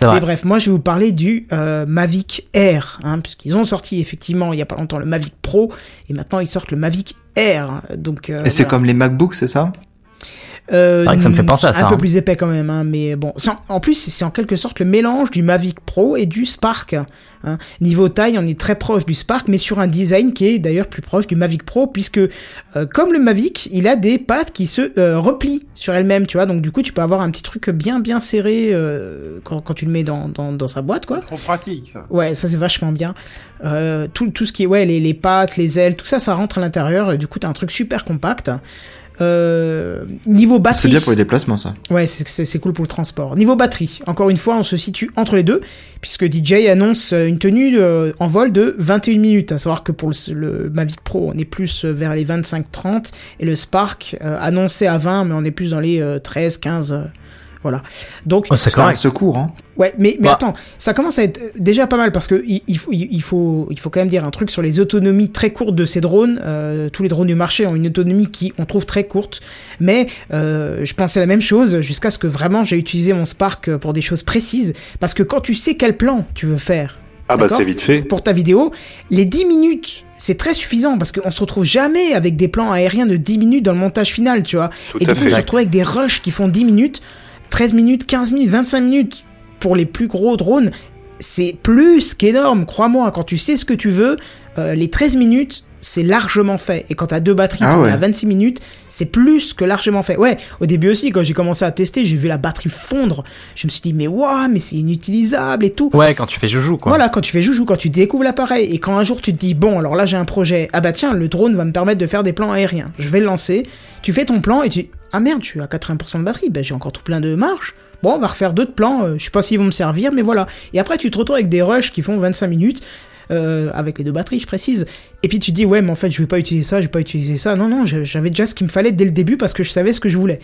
F: C'est vrai.
A: Mais bref, moi je vais vous parler du euh, Mavic Air, hein, puisqu'ils ont sorti effectivement il y a pas longtemps le Mavic Pro et maintenant ils sortent le Mavic Air. Donc euh,
B: Ah
E: Et c'est
A: voilà.
E: comme les MacBooks, c'est ça
A: Euh,
F: Pareil que ça me fait penser à
A: c'est
F: ça,
A: Un peu
F: hein.
A: plus épais quand même, hein, mais bon. C'est en- En plus, c'est c'est en quelque sorte le mélange du Mavic Pro et du Spark. hein. Niveau taille, on est très proche du Spark, mais sur un design qui est d'ailleurs plus proche du Mavic Pro, puisque euh, comme le Mavic, il a des pattes qui se euh, replient sur elles-mêmes, tu vois. Donc du coup, tu peux avoir un petit truc bien bien serré euh, quand, quand tu le mets dans, dans, dans sa boîte, quoi.
B: Trop pratique, ça.
A: Ouais, ça c'est vachement bien. Euh, tout, tout ce qui est ouais, les, les pattes, les ailes, tout ça, ça rentre à l'intérieur. et Du coup, t'as un truc super compact. Euh, niveau
B: Ah
A: batterie.
E: C'est bien pour les déplacements, ça.
A: Ouais, c'est- c'est c'est cool pour le transport. Niveau batterie, encore une fois, on se situe entre les deux, puisque DJ annonce euh, une tenue euh, en vol de 21 minutes, à savoir que pour le, le Mavic Pro, on est plus euh, vers les 25-30, et le Spark, euh, annoncé à 20, mais on est plus dans les euh, 13-15, voilà. Donc,
F: Oh, c'est
E: Ça
F: correct.
E: reste court, hein.
A: Ouais, mais, mais
F: Bah.
A: attends, ça commence à être euh, déjà pas mal parce que il, il faut, il, il faut, il faut quand même dire un truc sur les autonomies très courtes de ces drones. Euh, tous les drones du marché ont une autonomie qui on trouve très courte, mais euh, je pensais la même chose jusqu'à ce que vraiment j'ai utilisé mon Spark pour des choses précises parce que quand tu sais quel plan tu veux faire,
C: Ah bah
A: D'accord.
C: c'est vite fait.
A: pour ta vidéo, les 10 minutes, c'est très suffisant parce qu'on se retrouve jamais avec des plans aériens de 10 minutes dans le montage final, tu vois.
C: Tout
A: et
C: à
A: du coup, on se
C: fait.
A: retrouve avec des rushs qui font 10 minutes, 13 minutes, 15 minutes, 25 minutes pour les plus gros drones. C'est plus qu'énorme, crois-moi. hein. Quand tu sais ce que tu veux, euh, les 13 minutes, c'est largement fait. Et quand t'as deux batteries,
E: Ah
A: t'en es
E: ouais.
A: à 26 minutes, c'est plus que largement fait. Ouais, au début aussi, quand j'ai commencé à tester, j'ai vu la batterie fondre. Je me suis dit, mais waouh, mais c'est inutilisable et tout.
F: Ouais, quand tu fais joujou, quoi.
A: Voilà, quand tu fais joujou, quand tu découvres l'appareil, et quand un jour tu te dis, bon, alors là j'ai un projet, ah bah tiens, le drone va me permettre de faire des plans aériens, je vais le lancer, tu fais ton plan et tu dis, ah merde, je suis à 80% de batterie, bah j'ai encore tout plein de marge, bon, on va refaire d'autres plans, euh, je sais pas s'ils vont me servir, mais voilà. Et après tu te retrouves avec des rushs qui font 25 minutes, euh, avec les deux batteries, je précise, et puis tu te dis, ouais, mais en fait je vais pas utiliser ça, je vais pas utiliser ça, non, non, je- j'avais déjà ce qu'il me fallait dès le début parce que je savais ce que je voulais.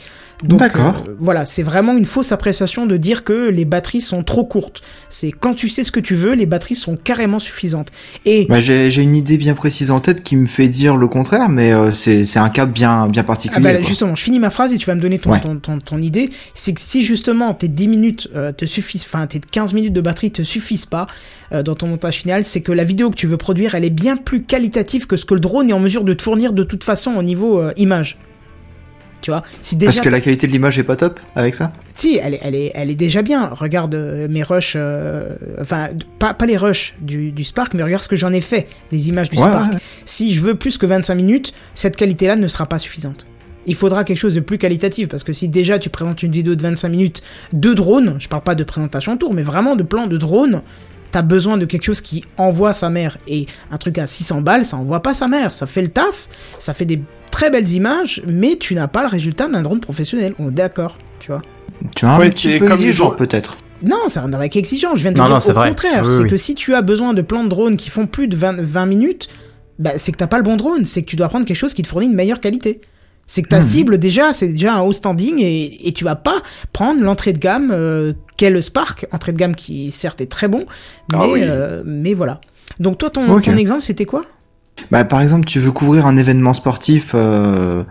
A: Donc,
E: D'accord.
A: euh, voilà, c'est vraiment une fausse appréciation de dire que les batteries sont trop courtes. C'est quand tu sais ce que tu veux, les batteries sont carrément suffisantes. Et
E: Bah, j'ai j'ai une idée bien précise en tête qui me fait dire le contraire, mais euh, c'est c'est un cas bien, bien particulier.
A: ah bah,
E: quoi.
A: justement, je finis ma phrase et tu vas me donner ton,
E: Ouais.
A: ton, ton, ton idée. C'est que si justement tes 10 minutes euh, te suffisent, enfin tes 15 minutes de batterie te suffisent pas euh, dans ton montage final, c'est que la vidéo que tu veux produire, elle est bien plus qualitative que ce que le drone est en mesure de te fournir de toute façon au niveau euh, image. Tu vois, si déjà
E: Parce que la qualité de l'image est pas top avec ça
A: Si, elle est, elle est, elle est déjà bien. Regarde euh, mes rushs, euh, enfin, d- pas, pas les rushs du, du Spark, mais regarde ce que j'en ai fait, des images du
E: Ouais,
A: Spark.
E: ouais, ouais.
A: Si je veux plus que 25 minutes, cette qualité-là ne sera pas suffisante. Il faudra quelque chose de plus qualitatif, parce que si déjà tu présentes une vidéo de 25 minutes de drone, je parle pas de présentation de tour, mais vraiment de plan de drone, t'as besoin de quelque chose qui envoie sa mère. Et un truc à 600 balles, ça envoie pas sa mère, ça fait le taf, ça fait des très belles images, mais tu n'as pas le résultat d'un drone professionnel. On est d'accord, tu vois.
E: Tu vois, un
B: Ouais, c'est
E: petit peu
B: comme les
E: exigeant
B: gens-
E: peut-être.
A: Non, ça n'a rien exigeant. Je viens de
F: Non,
A: te
F: non,
A: dire
F: c'est
A: au
F: vrai.
A: contraire.
F: Oui,
A: c'est
F: oui.
A: que si tu as besoin de plans de drones qui font plus de 20, 20 minutes, bah, c'est que t'as pas le bon drone. C'est que tu dois prendre quelque chose qui te fournit une meilleure qualité. C'est
F: Hmm.
A: que ta cible, déjà, c'est déjà un haut standing et, et tu vas pas prendre l'entrée de gamme euh, qu'est le Spark. Entrée de gamme qui, certes, est très bon, mais,
C: Ah oui.
A: euh, mais voilà. Donc, toi, ton,
E: Ok.
A: ton exemple, c'était quoi
E: Bah, par exemple, tu veux couvrir un événement sportif euh,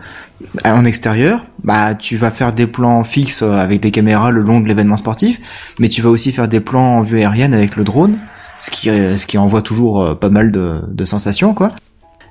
E: en extérieur, bah tu vas faire des plans fixes euh, avec des caméras le long de l'événement sportif, mais tu vas aussi faire des plans en vue aérienne avec le drone, ce qui euh, ce qui envoie toujours euh, pas mal de, de sensations quoi.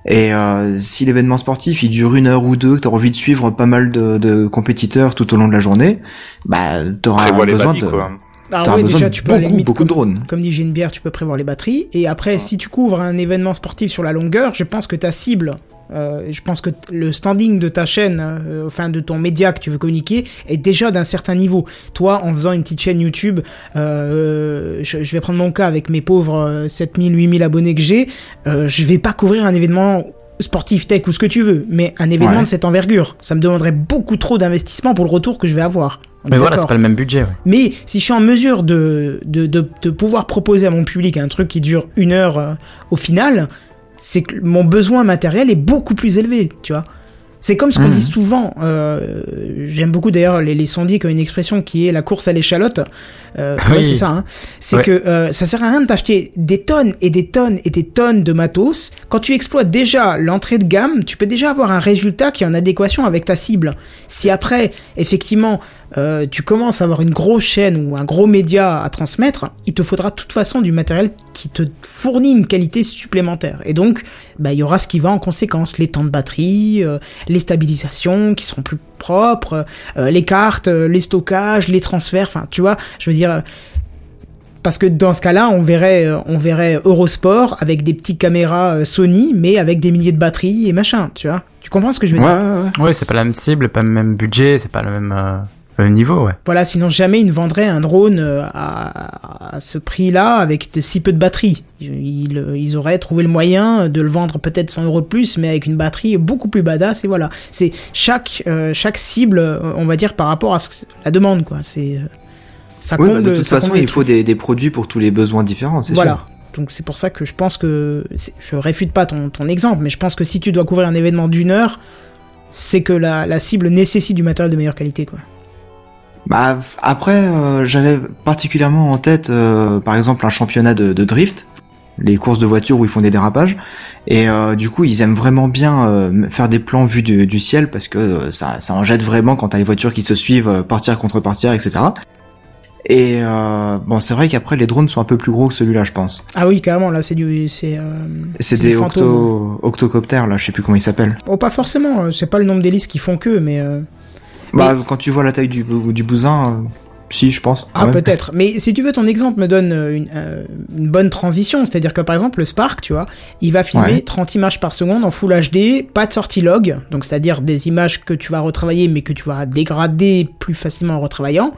E: Et euh, si l'événement sportif il dure une heure ou deux, que t'as envie de suivre pas mal de, de compétiteurs tout au long de la journée, bah t'auras
C: Prévoit les
E: besoin
C: batteries
E: de
C: quoi.
A: Alors
E: T'auras
A: oui,
E: besoin
A: Ah déjà,
E: de
A: tu peux à la
E: beaucoup,
A: limite,
E: beaucoup de
A: comme-
F: Hmm.
E: drones.
A: Comme dit Geneviève, tu peux prévoir les batteries. Et
F: Ah.
A: après, si tu couvres un événement sportif sur la longueur, je pense que ta cible, euh, je pense que t- le standing de ta chaîne, euh, enfin de ton média que tu veux communiquer, est déjà d'un certain niveau. Toi, en faisant une petite chaîne YouTube, euh, je, je vais prendre mon cas avec mes pauvres euh, 7000, 8000 abonnés que j'ai, euh, je vais pas couvrir un événement sportif tech ou ce que tu veux, mais un événement
E: Ouais.
A: de cette envergure, ça me demanderait beaucoup trop d'investissement pour le retour que je vais avoir. On est
F: Mais voilà,
A: d'accord
F: c'est pas le même budget. ouais.
A: mais si je suis en mesure de, de, de, de pouvoir proposer à mon public un truc qui dure une heure euh, au final, c'est que mon besoin matériel est beaucoup plus élevé, tu vois. C'est comme ce qu'on
F: Mmh.
E: Mhm.
A: dit souvent. euh, J'aime beaucoup d'ailleurs les, les sondiers qui ont une expression qui est la course à l'échalote.
F: [laughs]
A: Euh, ouais,
F: Oui.
A: c'est ça. hein. C'est
F: Ouais.
A: que euh, ça sert à rien de t'acheter des tonnes et des tonnes et des tonnes de matos. Quand tu exploites déjà l'entrée de gamme, tu peux déjà avoir un résultat qui est en adéquation avec ta cible. Si après, effectivement, euh, tu commences à avoir une grosse chaîne ou un gros média à transmettre, il te faudra de toute façon du matériel qui te fournit une qualité supplémentaire. Et donc, bah, il y aura ce qui va en conséquence. Les temps de batterie, euh, les stabilisations qui seront plus propres, euh, les cartes, euh, les stockages, les transferts, enfin, tu vois, je veux dire... euh, parce que dans ce cas-là, on verrait, euh, on verrait Eurosport avec des petites caméras euh, Sony, mais avec des milliers de batteries et machin, tu vois. Tu comprends ce que je veux
E: Ouais,
A: dire
E: ouais, ouais.
F: Ouais, c'est pas la même cible, pas le même budget, c'est pas le même, euh, le même niveau, ouais.
A: Voilà, sinon jamais ils ne vendraient un drone euh, à, à ce prix-là avec de- si peu de batterie. Ils, ils auraient trouvé le moyen de le vendre peut-être 100 euros de plus, mais avec une batterie beaucoup plus badass. Et voilà, c'est chaque euh, chaque cible, euh, on va dire par rapport à ce- la demande, quoi. C'est euh, ça
E: Oui, bah,
A: comble-
E: de toute
A: ça
E: façon,
A: comble
E: il
A: tout.
E: faut des, des produits pour tous les besoins différents, c'est
A: Voilà.
E: sûr.
A: Donc c'est pour ça que je pense que c'est- je réfute pas ton, ton exemple, mais je pense que si tu dois couvrir un événement d'une heure, c'est que la, la cible nécessite du matériel de meilleure qualité, quoi.
E: Bah, f- après, euh, j'avais particulièrement en tête, euh, par exemple, un championnat de, de drift, les courses de voitures où ils font des dérapages, et euh, du coup, ils aiment vraiment bien euh, faire des plans vus du, du ciel parce que euh, ça, ça en jette vraiment quand t'as les voitures qui se suivent, euh, partir contre partir, etc. Et euh, bon, c'est vrai qu'après, les drones sont un peu plus gros que celui-là, je pense.
A: Ah oui, carrément. Là, c'est du, c'est. euh,
E: C'est
A: du
E: des
A: fantôme.
E: octo, octocoptères, là, je sais plus comment ils s'appellent.
A: Oh, pas forcément. euh, C'est pas le nombre d'hélices qui font que, mais. euh,
E: Bah, quand tu vois la taille du, bou- du bousin, euh, si, je pense.
A: Ah,
E: Ouais.
A: peut-être. Mais si tu veux, ton exemple me donne euh, une, euh, une bonne transition. C'est-à-dire que par exemple, le Spark, tu vois, il va filmer
E: Ouais.
A: 30 images par seconde en Full HD, pas de sortie log. Donc, c'est-à-dire des images que tu vas retravailler, mais que tu vas dégrader plus facilement en retravaillant.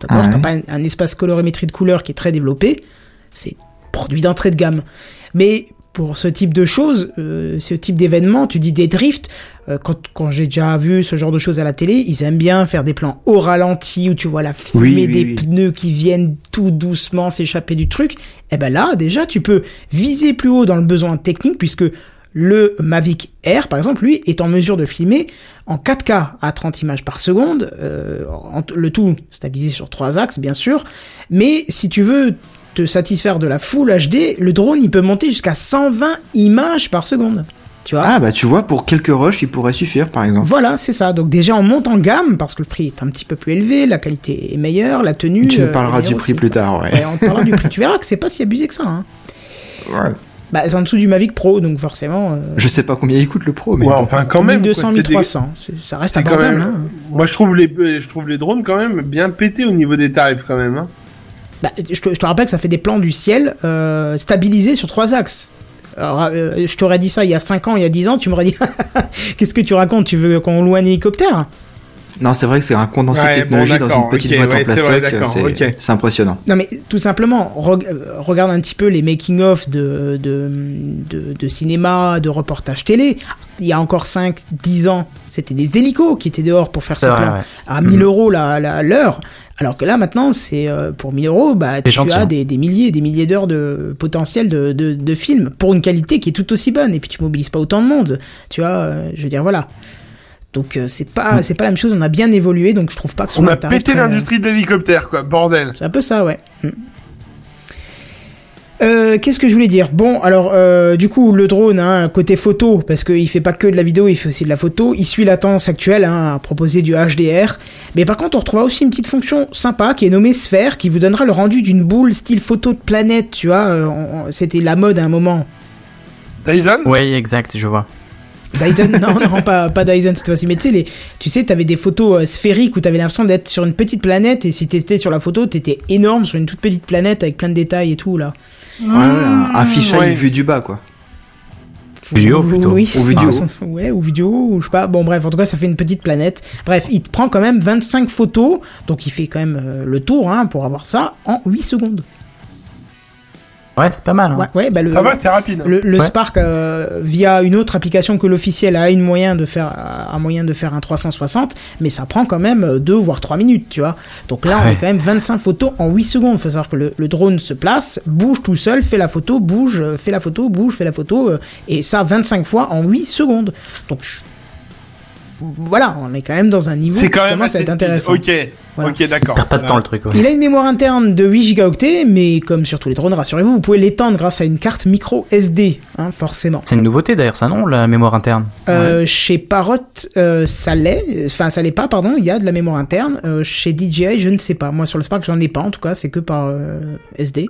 A: D'accord
E: Ouais.
A: T'as pas un, un espace colorimétrie de couleurs qui est très développé. C'est produit d'entrée de gamme. Mais pour ce type de choses, euh, ce type d'événement, tu dis des drifts, euh, quand, quand j'ai déjà vu ce genre de choses à la télé, ils aiment bien faire des plans au ralenti où tu vois la fumée
E: Oui, oui,
A: des
E: oui.
A: pneus qui viennent tout doucement s'échapper du truc. Et ben là, déjà, tu peux viser plus haut dans le besoin technique puisque le Mavic Air, par exemple, lui, est en mesure de filmer en 4K à 30 images par seconde, euh, en- le tout stabilisé sur trois axes, bien sûr. Mais si tu veux te satisfaire de la full HD, le drone, il peut monter jusqu'à 120 images par seconde. Tu vois
E: Ah bah tu vois, pour quelques rushs, il pourrait suffire par exemple.
A: Voilà, c'est ça. Donc déjà, on monte en gamme parce que le prix est un petit peu plus élevé, la qualité est meilleure, la tenue.
E: Tu
A: euh,
E: me parleras
A: est
E: du
A: meilleure
E: prix
A: aussi.
E: plus tard, ouais.
A: Ouais, on parlera du prix. Tu verras que c'est pas si abusé que ça. Hein.
E: Ouais.
A: Bah, c'est en dessous du Mavic Pro, donc forcément. Euh,
E: Je sais pas combien il coûte le pro, mais
B: Ouais,
E: bon.
B: enfin, quand même. quoi,
A: 1200,
B: c'est des-
A: 1300. c'est- Ça reste
B: C'est quand
A: abordable.
B: même-
A: hein.
B: Moi, je trouve les, euh, je trouve les drones quand même bien pétés au niveau des tarifs quand même. hein.
A: Bah, je, te, je te rappelle que ça fait des plans du ciel euh, stabilisés sur trois axes. Alors, euh, je t'aurais dit ça il y a 5 ans, il y a 10 ans, tu m'aurais dit [laughs] Qu'est-ce que tu racontes Tu veux qu'on loue un hélicoptère
E: Non, c'est vrai que c'est un condensé
B: Ouais,
E: technologie
B: bon,
E: dans
B: d'accord,
E: une petite
B: ok,
E: boîte
B: ouais,
E: en
B: c'est vrai,
E: plastoc,
B: d'accord,
E: c'est
B: ok.
E: c'est impressionnant.
A: Non mais tout simplement, reg- euh, regarde un petit peu les making-of de, de, de, de cinéma, de reportages télé. Il y a encore 5-10 ans, c'était des hélicos qui étaient dehors pour faire
F: C'est
A: ces
F: vrai,
A: plans
F: ouais.
A: à 1000
E: Mhm.
A: euros la- la- l'heure. Alors que là maintenant, c'est euh, pour 1000 euros, bah, tu
F: gentil,
A: as
F: hein.
A: des, des milliers et des milliers d'heures de potentiel de, de, de films pour une qualité qui est tout aussi bonne. Et puis tu mobilises pas autant de monde. Tu vois, euh, je veux dire, voilà. Donc euh, c'est pas, c'est pas la même chose, on a bien évolué, donc je trouve pas que ce
B: Mhm. On
A: soit
B: a
A: un tarif
B: pété
A: très-
B: l'industrie de l'hélicoptère, quoi, bordel.
A: c'est un peu ça, ouais. Mm. Euh, Qu'est-ce que je voulais dire Bon, alors euh, du coup le drone, hein, côté photo, parce qu'il fait pas que de la vidéo, il fait aussi de la photo. Il suit la tendance actuelle hein, à proposer du HDR, mais par contre on retrouvera aussi une petite fonction sympa qui est nommée sphère, qui vous donnera le rendu d'une boule style photo de planète. Tu vois, euh, on- on- c'était la mode à un moment.
B: Dyson
F: Ouais, exact, je vois.
A: Dyson, [laughs] non, non, pas, pas Dyson cette fois-ci, mais tu sais, les- tu sais, t'avais des photos euh, sphériques où t'avais l'impression d'être sur une petite planète, et si t'étais sur la photo, t'étais énorme sur une toute petite planète avec plein de détails et tout, là.
E: Ouais, ouais, un, un fisheye
B: ouais.
E: vu du bas, quoi.
F: Vidéo,
A: Ou-
F: plutôt.
A: Oui,
F: Ou
A: c'est une
E: vidéo.
A: façon- Ouais, ou vidéo, ou je sais pas. Bon, bref, en tout cas, ça fait une petite planète. Bref, il te prend quand même 25 photos, donc il fait quand même euh, le tour hein, pour avoir ça en 8 secondes.
F: Ouais, c'est pas mal. hein.
A: Ouais, ouais, bah le,
B: Ça va, c'est rapide.
A: le, le
F: Ouais.
A: Spark euh, via une autre application que l'officiel a une moyen de faire un moyen de faire un 360, mais ça prend quand même euh, deux voire trois minutes, tu vois. Donc là,
F: Ah
A: on
F: ouais.
A: est quand même 25 photos en 8 secondes. Faut savoir que le, le drone se place, bouge tout seul, fait la photo, bouge, euh, fait la photo, bouge, fait la photo, euh, et ça 25 fois en 8 secondes. Donc je- voilà, on est quand même dans un niveau
B: C'est
A: qui
B: quand même
A: commence à
B: assez
A: être
B: speed.
A: intéressant.
B: Ok,
A: Voilà.
B: ok, d'accord.
F: Perd pas de temps le truc. ouais.
A: Il a une mémoire interne de 8 gigaoctets, mais comme sur tous les drones, rassurez-vous, vous pouvez l'étendre grâce à une carte micro SD, hein, forcément.
F: C'est une nouveauté d'ailleurs, ça non, la mémoire interne.
A: Euh, Chez Parrot, euh, ça l'est, euh, enfin ça l'est pas, pardon, il y a de la mémoire interne. Euh, chez DJI, je ne sais pas. Moi sur le Spark, j'en ai pas, en tout cas, c'est que par euh, SD.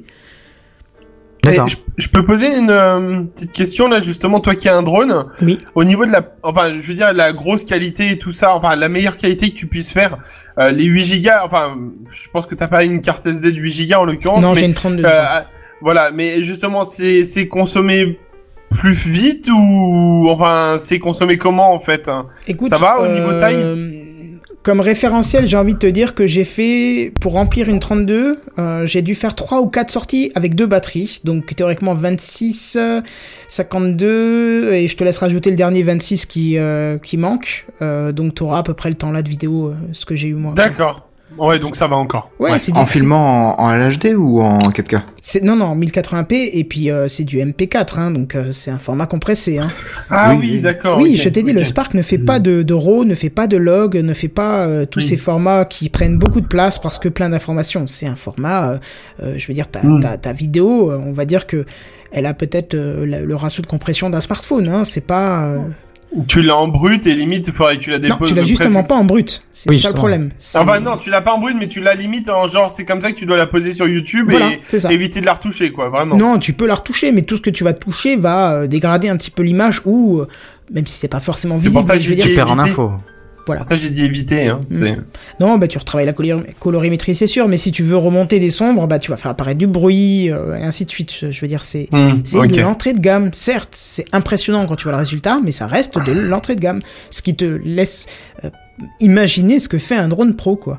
B: Et
F: D'accord.
B: Eh, je, je peux poser une euh, petite question là justement toi qui as un drone
A: Oui.
B: au niveau de la enfin je veux dire la grosse qualité et tout ça enfin la meilleure qualité que tu puisses faire euh, les 8 gigas enfin je pense que t'as pas une carte SD de 8 gigas en l'occurrence
A: Non, j'ai
B: mais
A: une 32.
B: euh, ah, voilà mais justement c'est c'est consommé plus vite ou enfin c'est consommé comment en fait hein
A: Écoute, euh,
B: ça va au niveau
A: Comme référentiel, j'ai envie de te dire que j'ai fait, pour remplir une 32, euh, j'ai dû faire 3 ou 4 sorties avec deux batteries. Donc théoriquement 26, euh, 52, et je te laisse rajouter le dernier 26 qui, euh, qui manque. Euh, donc tu auras à peu près le temps là de vidéo, euh, ce que j'ai eu moi.
B: D'accord ouais donc ça va encore
A: Ouais, c'est du-
E: En filmant en, en LHD ou en 4K
A: c'est- Non, non, 1080p, et puis euh, c'est du MP4, hein, donc euh, c'est un format compressé. Hein.
B: ah oui,
E: Oui, oui.
B: d'accord
A: Oui,
B: ok,
A: je t'ai dit, le
B: ok. Hmm.
A: Spark ne fait pas de, de RAW, ne fait pas de log, ne fait pas euh, tous
B: Oui.
A: ces formats qui prennent beaucoup de place parce que plein d'informations. C'est un format, euh, euh, je veux dire, ta,
B: Mm.
A: ta, ta vidéo, euh, on va dire que elle a peut-être euh, la- le ratio de compression d'un smartphone. Hein, c'est pas, euh,
B: tu l'as en brut et limite il faudrait que tu la
A: non,
B: déposes
A: tu l'as
B: presque
A: justement pas en brut. C'est
F: Oui,
A: ça le
F: justement.
A: problème. C'est-
B: Enfin Ah bah non, tu l'as pas en brune, mais tu la limites en genre, c'est comme ça que tu dois la poser sur YouTube
A: Voilà,
B: et
A: c'est ça.
B: éviter de la retoucher, quoi, vraiment.
A: Non, tu peux la retoucher, mais tout ce que tu vas toucher va euh, dégrader un petit peu l'image ou, euh, même si c'est pas forcément
B: C'est
A: visible,
B: pour ça que
A: je veux
B: j'ai
A: dire,
F: Tu perds en
B: éviter.
F: info.
B: Pour ça j'ai dit éviter, hein.
A: Mm.
B: c'est-
A: Non, bah tu retravailles la colori- colorimétrie, c'est sûr, mais si tu veux remonter des sombres, bah tu vas faire apparaître du bruit, euh, et ainsi de suite. Je veux dire, c'est c'est
B: ok.
A: de l'entrée de gamme. Certes, c'est impressionnant quand tu vois le résultat, mais ça reste de l'entrée de gamme. Ce qui te laisse euh, imaginer ce que fait un drone pro, quoi.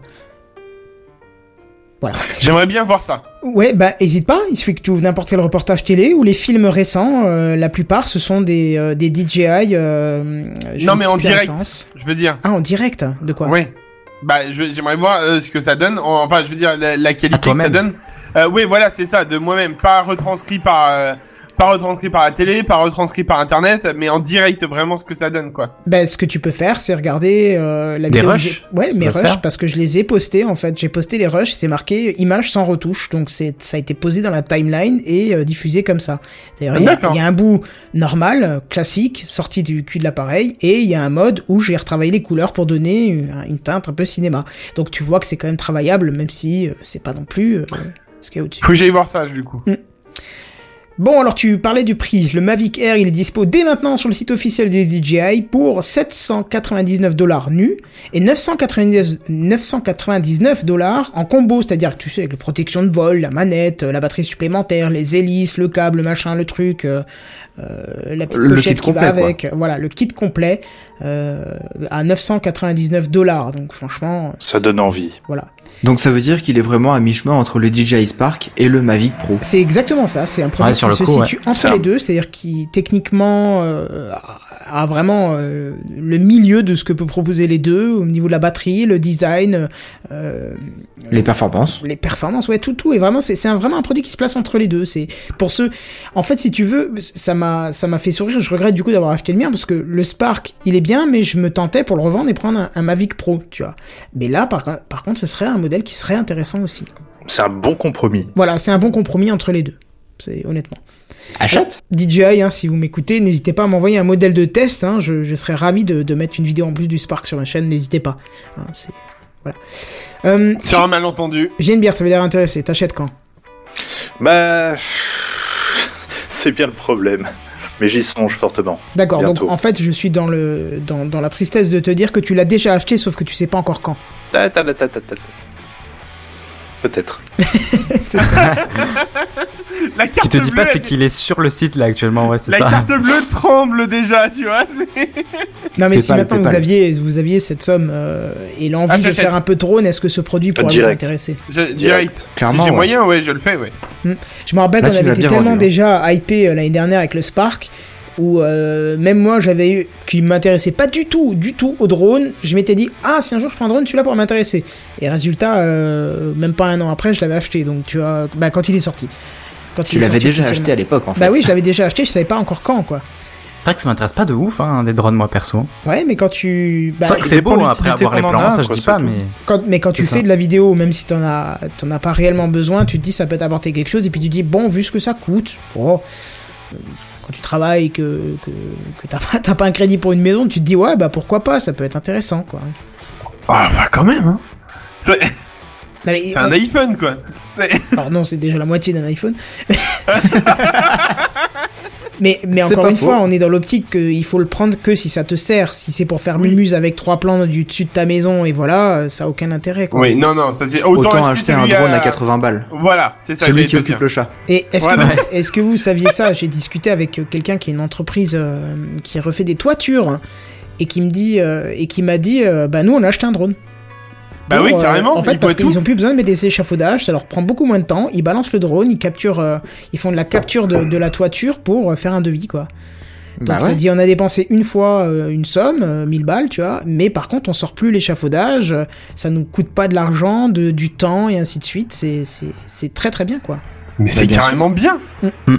B: J'aimerais bien voir ça.
A: Ouais, bah hésite pas, il suffit que tu ouvres n'importe quel reportage télé ou les films récents, euh, la plupart ce sont des, euh, des DJI. euh, je
B: Non,
A: ne
B: mais
A: sais
B: en
A: plus la
B: direct.
A: référence.
B: Je veux dire.
A: Ah, en direct De quoi
B: Oui. Bah, je- j'aimerais voir euh, ce que ça donne. Enfin, je veux dire la, la
F: À
B: qualité que ça
F: toi-même.
B: donne. Euh, oui, voilà, c'est ça, de moi-même, pas retranscrit par, euh, pas retranscrit par la télé, pas retranscrit par Internet, mais en direct, vraiment ce que ça donne, quoi.
A: Ben, ce que tu peux faire, c'est regarder euh, la
F: Des
A: vidéo.
F: rushs
A: Ouais,
F: Ça
A: mes
F: doit se
A: rushs,
F: faire.
A: parce que je les ai postés en fait. J'ai posté les rushs, c'est marqué image sans retouche. Donc c'est ça a été posé dans la timeline et euh, diffusé comme ça. D'ailleurs, il y a-
B: D'accord.
A: il y, a un bout normal, euh, classique, sorti du cul de l'appareil, et il y a un mode où j'ai retravaillé les couleurs pour donner une, une teinte un peu cinéma. Donc tu vois que c'est quand même travaillable, même si euh, c'est pas non plus euh, ce qu'il y a au-dessus.
B: Faut que j'aille voir ça, du coup.
E: Mm.
A: Bon, alors tu parlais du prix. Le Mavic Air, il est dispo dès maintenant sur le site officiel des DJI pour 799 dollars nus et 999 999 dollars en combo, c'est-à-dire que tu sais, avec la protection de vol, la manette, euh, la batterie supplémentaire, les hélices, le câble, le machin, le truc, euh, euh, la petite
E: Le
A: pochette
E: kit
A: qui va
E: complet, quoi.
A: avec. Voilà, le kit complet euh, à 999 dollars. Donc franchement,
C: Ça donne envie.
A: voilà.
E: Donc ça veut dire qu'il est vraiment à mi-chemin entre le DJI Spark et le Mavic Pro.
A: C'est exactement ça. C'est un produit
F: Ouais, sur
A: qui
F: le
A: se
F: coup, ouais.
A: situe entre
C: C'est
A: les
C: un-
A: deux, c'est-à-dire qui techniquement euh, a- a vraiment euh, le milieu de ce que peut proposer les deux au niveau de la batterie, le design, euh,
E: Les performances
A: les performances, ouais, tout, tout. Et vraiment, c'est c'est un, vraiment un produit qui se place entre les deux. C'est pour ceux, en fait, si tu veux, ça m'a, ça m'a fait sourire. Je regrette du coup d'avoir acheté le mien parce que le Spark, il est bien, mais je me tentais pour le revendre et prendre un, un Mavic Pro, tu vois. Mais là, par, par contre, ce serait un modèle qui serait intéressant aussi.
C: C'est un bon compromis.
A: Voilà, c'est un bon compromis entre les deux. C'est honnêtement.
E: Achète
A: DJI, hein, si vous m'écoutez, n'hésitez pas à m'envoyer un modèle de test. hein, je, je serais ravi de, de mettre une vidéo en plus du Spark sur ma chaîne. N'hésitez pas. Hein, c'est- voilà. Euh,
B: Sur un malentendu.
A: Genebière, ça veut dire intéressé. T'achètes quand
C: Bah. [laughs] C'est bien le problème. Mais j'y songe fortement.
A: D'accord. Donc
C: Bientôt.
A: en fait, je suis dans le dans, dans la tristesse de te dire que tu l'as déjà acheté, sauf que tu sais pas encore quand.
C: Ta, ta, ta, ta, ta, ta. Peut-être.
B: La
F: Ce qui
B: carte
F: te dit
B: bleue,
F: pas, c'est
B: elle-
F: qu'il est sur le site là actuellement, ouais, c'est
B: La
F: ça.
B: carte bleue tremble déjà, tu vois.
E: [laughs]
B: c'est-
A: Non mais
E: T'es
A: si
E: pas-
A: maintenant
E: t'es
A: vous
E: pas le-
A: aviez, vous aviez cette somme euh, et l'envie
B: Ah,
A: de
B: j'achète.
A: faire un peu de drone, est-ce que ce produit pourrait vous
C: direct.
A: intéresser
B: Je- Direct.
E: Clairement,
B: si j'ai
E: ouais.
B: moyen, ouais, je le fais, ouais.
A: Je me rappelle
E: Là,
A: qu'on
E: tu
A: avait
E: l'as
A: été
E: bien
A: tellement
E: vendu, hein.
A: déjà hypé euh, l'année dernière avec le Spark, où euh, même moi j'avais eu, qui m'intéressait pas du tout, du tout au drone, je m'étais dit, ah si un jour je prends un drone, celui-là pourrait m'intéresser. Et résultat, euh, même pas un an après, je l'avais acheté, donc tu vois, bah quand il est sorti. Quand
E: Tu
A: il est
E: l'avais
A: sorti
E: déjà
A: officiellement.
E: acheté à l'époque, en fait.
A: Bah oui, je l'avais déjà acheté, je savais pas encore quand quoi.
F: C'est vrai que ça m'intéresse pas de ouf, hein, des drones, moi perso.
A: Ouais, mais quand tu. bah,
F: c'est vrai que
C: ça
F: c'est
C: dépend
F: beau
C: de
F: hein, après
C: l'utilité
F: avoir les
C: qu'on en
F: plans,
C: a,
F: ça je
C: quoi,
F: dis pas,
C: surtout.
F: mais.
A: Quand- mais quand tu
F: C'est
A: fais
F: ça.
A: de la vidéo, même si t'en as, t'en as pas réellement besoin, tu te dis ça peut t'apporter quelque chose, et puis tu dis bon, vu ce que ça coûte, oh, euh, quand tu travailles et que, que, que t'as pas, [laughs] t'as pas un crédit pour une maison, tu te dis ouais, bah pourquoi pas, ça peut être intéressant quoi.
B: Ah, enfin, quand même, hein. C'est
A: Non, mais-
B: c'est un iPhone, quoi.
A: alors non, oh, c'est déjà la moitié d'un iPhone. mais, mais
E: C'est
A: encore
E: pas
A: une
E: faux.
A: fois, on est dans l'optique qu'il faut le prendre que si ça te sert, si c'est pour faire
B: Oui.
A: mumuse avec trois plans du dessus de ta maison, et voilà, euh, ça a aucun intérêt quoi.
B: Oui, non, non, ça c'est autant,
E: Autant
B: acheter
E: acheter un
B: celui
E: drone à 80 balles.
B: Voilà, c'est ça. j'allais
E: Celui qui
B: te
E: occupe
B: dire.
E: le chat.
A: Et est-ce
B: Voilà.
A: que, est que vous saviez ça J'ai discuté avec euh, quelqu'un qui est une entreprise euh, qui refait des toitures hein, et qui me dit euh, et qui m'a dit euh, bah nous on a acheté un drone.
B: Bah
A: Pour,
B: oui,
A: euh,
B: carrément.
A: en fait,
B: il
A: parce
B: voit tout.
A: qu'ils ont plus besoin de mettre des échafaudages, ça leur prend beaucoup moins de temps. Ils balancent le drone, ils capturent, euh, ils font de la capture de, de la toiture pour euh, faire un devis quoi. Donc
E: Bah
A: ça
E: ouais.
A: dit on a dépensé une fois euh, une somme, euh, 1000 balles, tu vois, mais par contre on sort plus l'échafaudage, euh, ça nous coûte pas de l'argent, de du temps et ainsi de suite. C'est c'est- c'est très très bien quoi.
B: Mais c'est
E: Bah, bien sûr.
B: carrément bien.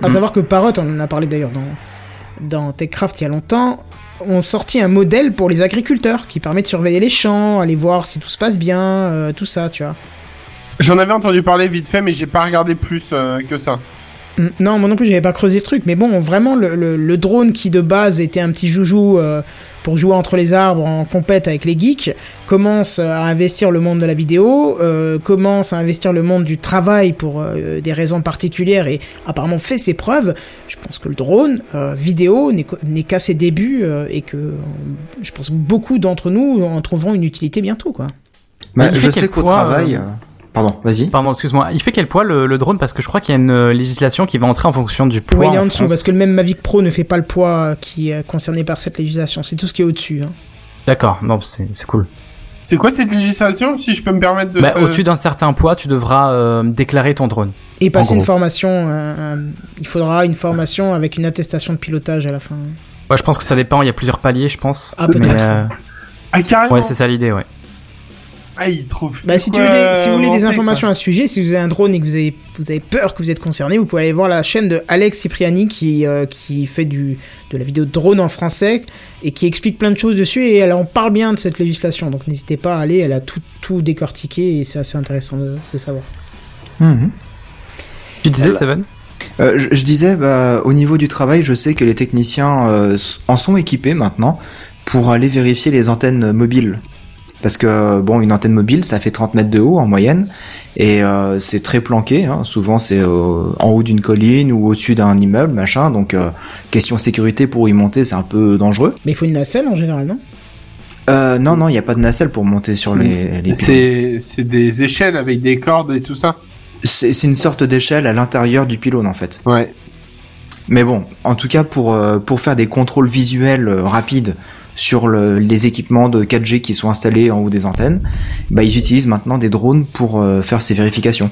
A: À savoir que Parrot, on en a parlé d'ailleurs dans, dans TechCraft il y a longtemps, ont sorti un modèle pour les agriculteurs qui permet de surveiller les champs, aller voir si tout se passe bien, euh, tout ça, tu vois.
B: J'en avais entendu parler vite fait, mais j'ai pas regardé plus euh, que ça.
A: Mm. Non, moi non plus, j'avais pas creusé le truc, mais bon, vraiment, le, le- le drone qui de base était un petit joujou euh, pour jouer entre les arbres en compète avec les geeks, commence à investir le monde de la vidéo, euh, commence à investir le monde du travail pour euh, des raisons particulières et apparemment fait ses preuves. Je pense que le drone euh, vidéo n'est qu'au- n'est qu'à ses débuts euh, et que euh, je pense que beaucoup d'entre nous en trouveront une utilité bientôt, quoi.
E: Bah,
F: il
E: je
F: fait
E: sais
F: quel
E: qu'au
F: poids,
E: travail.
F: euh,
E: euh, Pardon, vas-y.
F: Pardon, excuse-moi. Il fait quel poids le, le drone Parce que je crois qu'il y a une euh, législation qui va entrer en fonction du poids.
A: Ouais, il est
F: en
A: en dessous
F: France.
A: parce que le même Mavic Pro ne fait pas le poids euh, qui est concerné par cette législation. C'est tout ce qui est au-dessus. hein.
F: D'accord, non, c'est c'est cool.
B: C'est quoi cette législation, si je peux me permettre de.
F: Bah,
B: te-
F: Au-dessus d'un certain poids, tu devras euh, déclarer ton drone.
A: Et passer
F: En
A: une
F: gros.
A: formation, euh, euh, il faudra une formation avec une attestation de pilotage à la fin.
F: Ouais, je pense que ça dépend. Il y a plusieurs paliers, je pense.
A: Ah, peut-être.
F: Mais, euh,
B: Ah, carrément.
F: ouais, c'est ça l'idée, ouais.
B: Ah, il trouve.
A: Bah, si, tu
B: quoi,
A: veux des, si vous voulez des
B: inventer,
A: informations à ce sujet, si vous avez un drone et que vous avez, vous avez peur que vous êtes concerné, vous pouvez aller voir la chaîne de Alex Cipriani qui, euh, qui fait du, de la vidéo drone en français et qui explique plein de choses dessus et elle en parle bien de cette législation. Donc n'hésitez pas à aller, elle a tout, tout décortiqué et c'est assez intéressant de, de savoir.
E: Mhm.
F: Tu disais, [laughs] Seven
E: Euh, je, je disais, bah, au niveau du travail, je sais que les techniciens euh, s- en sont équipés maintenant pour aller vérifier les antennes mobiles. Parce que, bon, une antenne mobile, ça fait 30 mètres de haut en moyenne, et euh, c'est très planqué. hein. Souvent, c'est euh, en haut d'une colline ou au-dessus d'un immeuble, machin. Donc, euh, question sécurité pour y monter, c'est un peu dangereux.
A: Mais il faut une nacelle en général, non
E: Euh, non, non, il n'y a pas de nacelle pour monter sur les... les
B: C'est c'est des échelles avec des cordes et tout ça.
E: C'est c'est une sorte d'échelle à l'intérieur du pylône, en fait.
B: Ouais.
E: Mais bon, en tout cas pour euh, pour faire des contrôles visuels euh, rapides sur le- les équipements de 4G qui sont installés en haut des antennes, bah ils utilisent maintenant des drones pour euh, faire ces vérifications.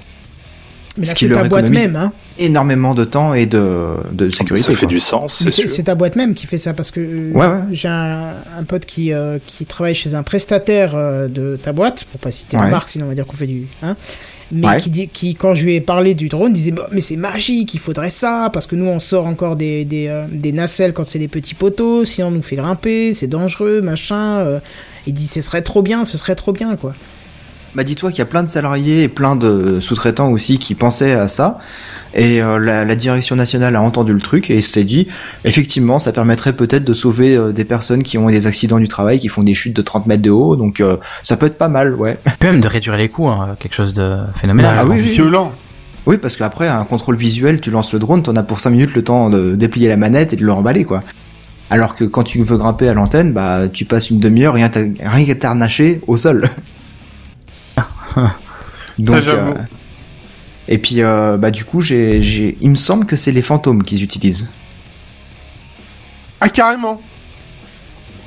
A: Mais là,
E: Ce qui
A: c'est
E: leur
A: ta boîte
E: économise-
A: même, hein.
E: Énormément de temps et de de sécurité.
C: ça fait
E: quoi.
C: du sens, c'est
A: Mais
C: sûr.
A: C'est c'est ta boîte même qui fait ça parce que euh,
E: Ouais, ouais.
A: j'ai un, un pote qui, euh, qui travaille chez un prestataire euh, de ta boîte, pour pas citer la
E: Ouais.
A: marque, sinon on va dire qu'on fait du. Hein, mais
E: Ouais.
A: qui, dit, qui, quand je lui ai parlé du drone, disait Bah, Mais c'est magique, il faudrait ça, parce que nous on sort encore des, des, euh, des nacelles quand c'est des petits poteaux, sinon on nous fait grimper, c'est dangereux, machin. euh. Il dit Ce serait trop bien, ce serait trop bien, quoi.
E: Bah dis-toi qu'il y a plein de salariés et plein de sous-traitants aussi qui pensaient à ça. Et euh, la, la direction nationale a entendu le truc et s'est dit, effectivement, ça permettrait peut-être de sauver euh, des personnes qui ont des accidents du travail, qui font des chutes de 30 mètres de haut. Donc euh, ça peut être pas mal, ouais.
F: Puis même de réduire les coûts, hein, quelque chose de phénoménal.
E: Bah, Ah oui, oui.
B: Violent.
E: Oui, parce qu'après, un contrôle visuel, tu lances le drone, t'en as pour 5 minutes le temps de déplier la manette et de le remballer, quoi. Alors que quand tu veux grimper à l'antenne, bah, tu passes une demi-heure rien [laughs] qu'à- rien qu'à t'arnacher au sol.
B: Ça, j'avoue.
E: euh, Et puis, euh, bah, du coup, j'ai, j'ai- il me semble que c'est les fantômes qu'ils utilisent.
B: Ah, carrément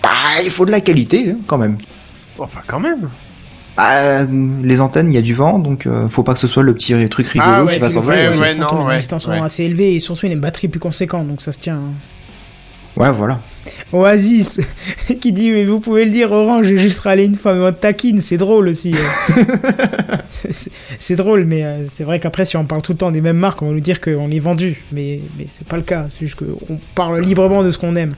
E: Bah, il faut de la qualité, hein, quand même.
B: Enfin, quand même
E: Ah, les antennes, il y a du vent, donc euh, faut pas que ce soit le petit truc rigolo
B: Ah ouais,
E: qui va
B: tout
E: s'envoler.
B: à
E: Ouais,
B: fait,
E: ouais.
B: ouais.
A: Les fantômes,
B: non,
A: les
B: ouais,
A: distances sont
B: ouais.
A: assez élevées et surtout une batterie plus conséquente, donc ça se tient. hein.
E: voilà.
A: Oasis, [laughs] qui dit Mais vous pouvez le dire, Orange, j'ai juste râlé une fois, mais on te taquine, c'est drôle aussi. euh. C'est- c'est drôle, mais euh, c'est vrai qu'après, si on parle tout le temps des mêmes marques, on va nous dire qu'on est vendu. Mais, mais c'est pas le cas, c'est juste qu'on parle librement de ce qu'on aime.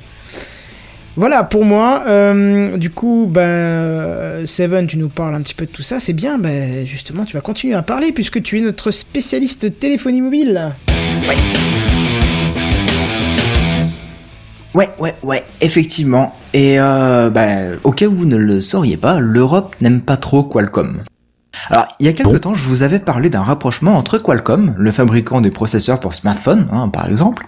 A: Voilà pour moi. euh, du coup, ben, euh, Seven, tu nous parles un petit peu de tout ça. C'est bien, ben, justement, tu vas continuer à parler puisque tu es notre spécialiste de téléphonie mobile.
E: Ouais, ouais, ouais, effectivement. Et euh, bah, au cas où vous ne le sauriez pas, l'Europe n'aime pas trop Qualcomm. Alors, il y a quelque temps, je vous avais parlé d'un rapprochement entre Qualcomm, le fabricant des processeurs pour smartphones, hein, par exemple,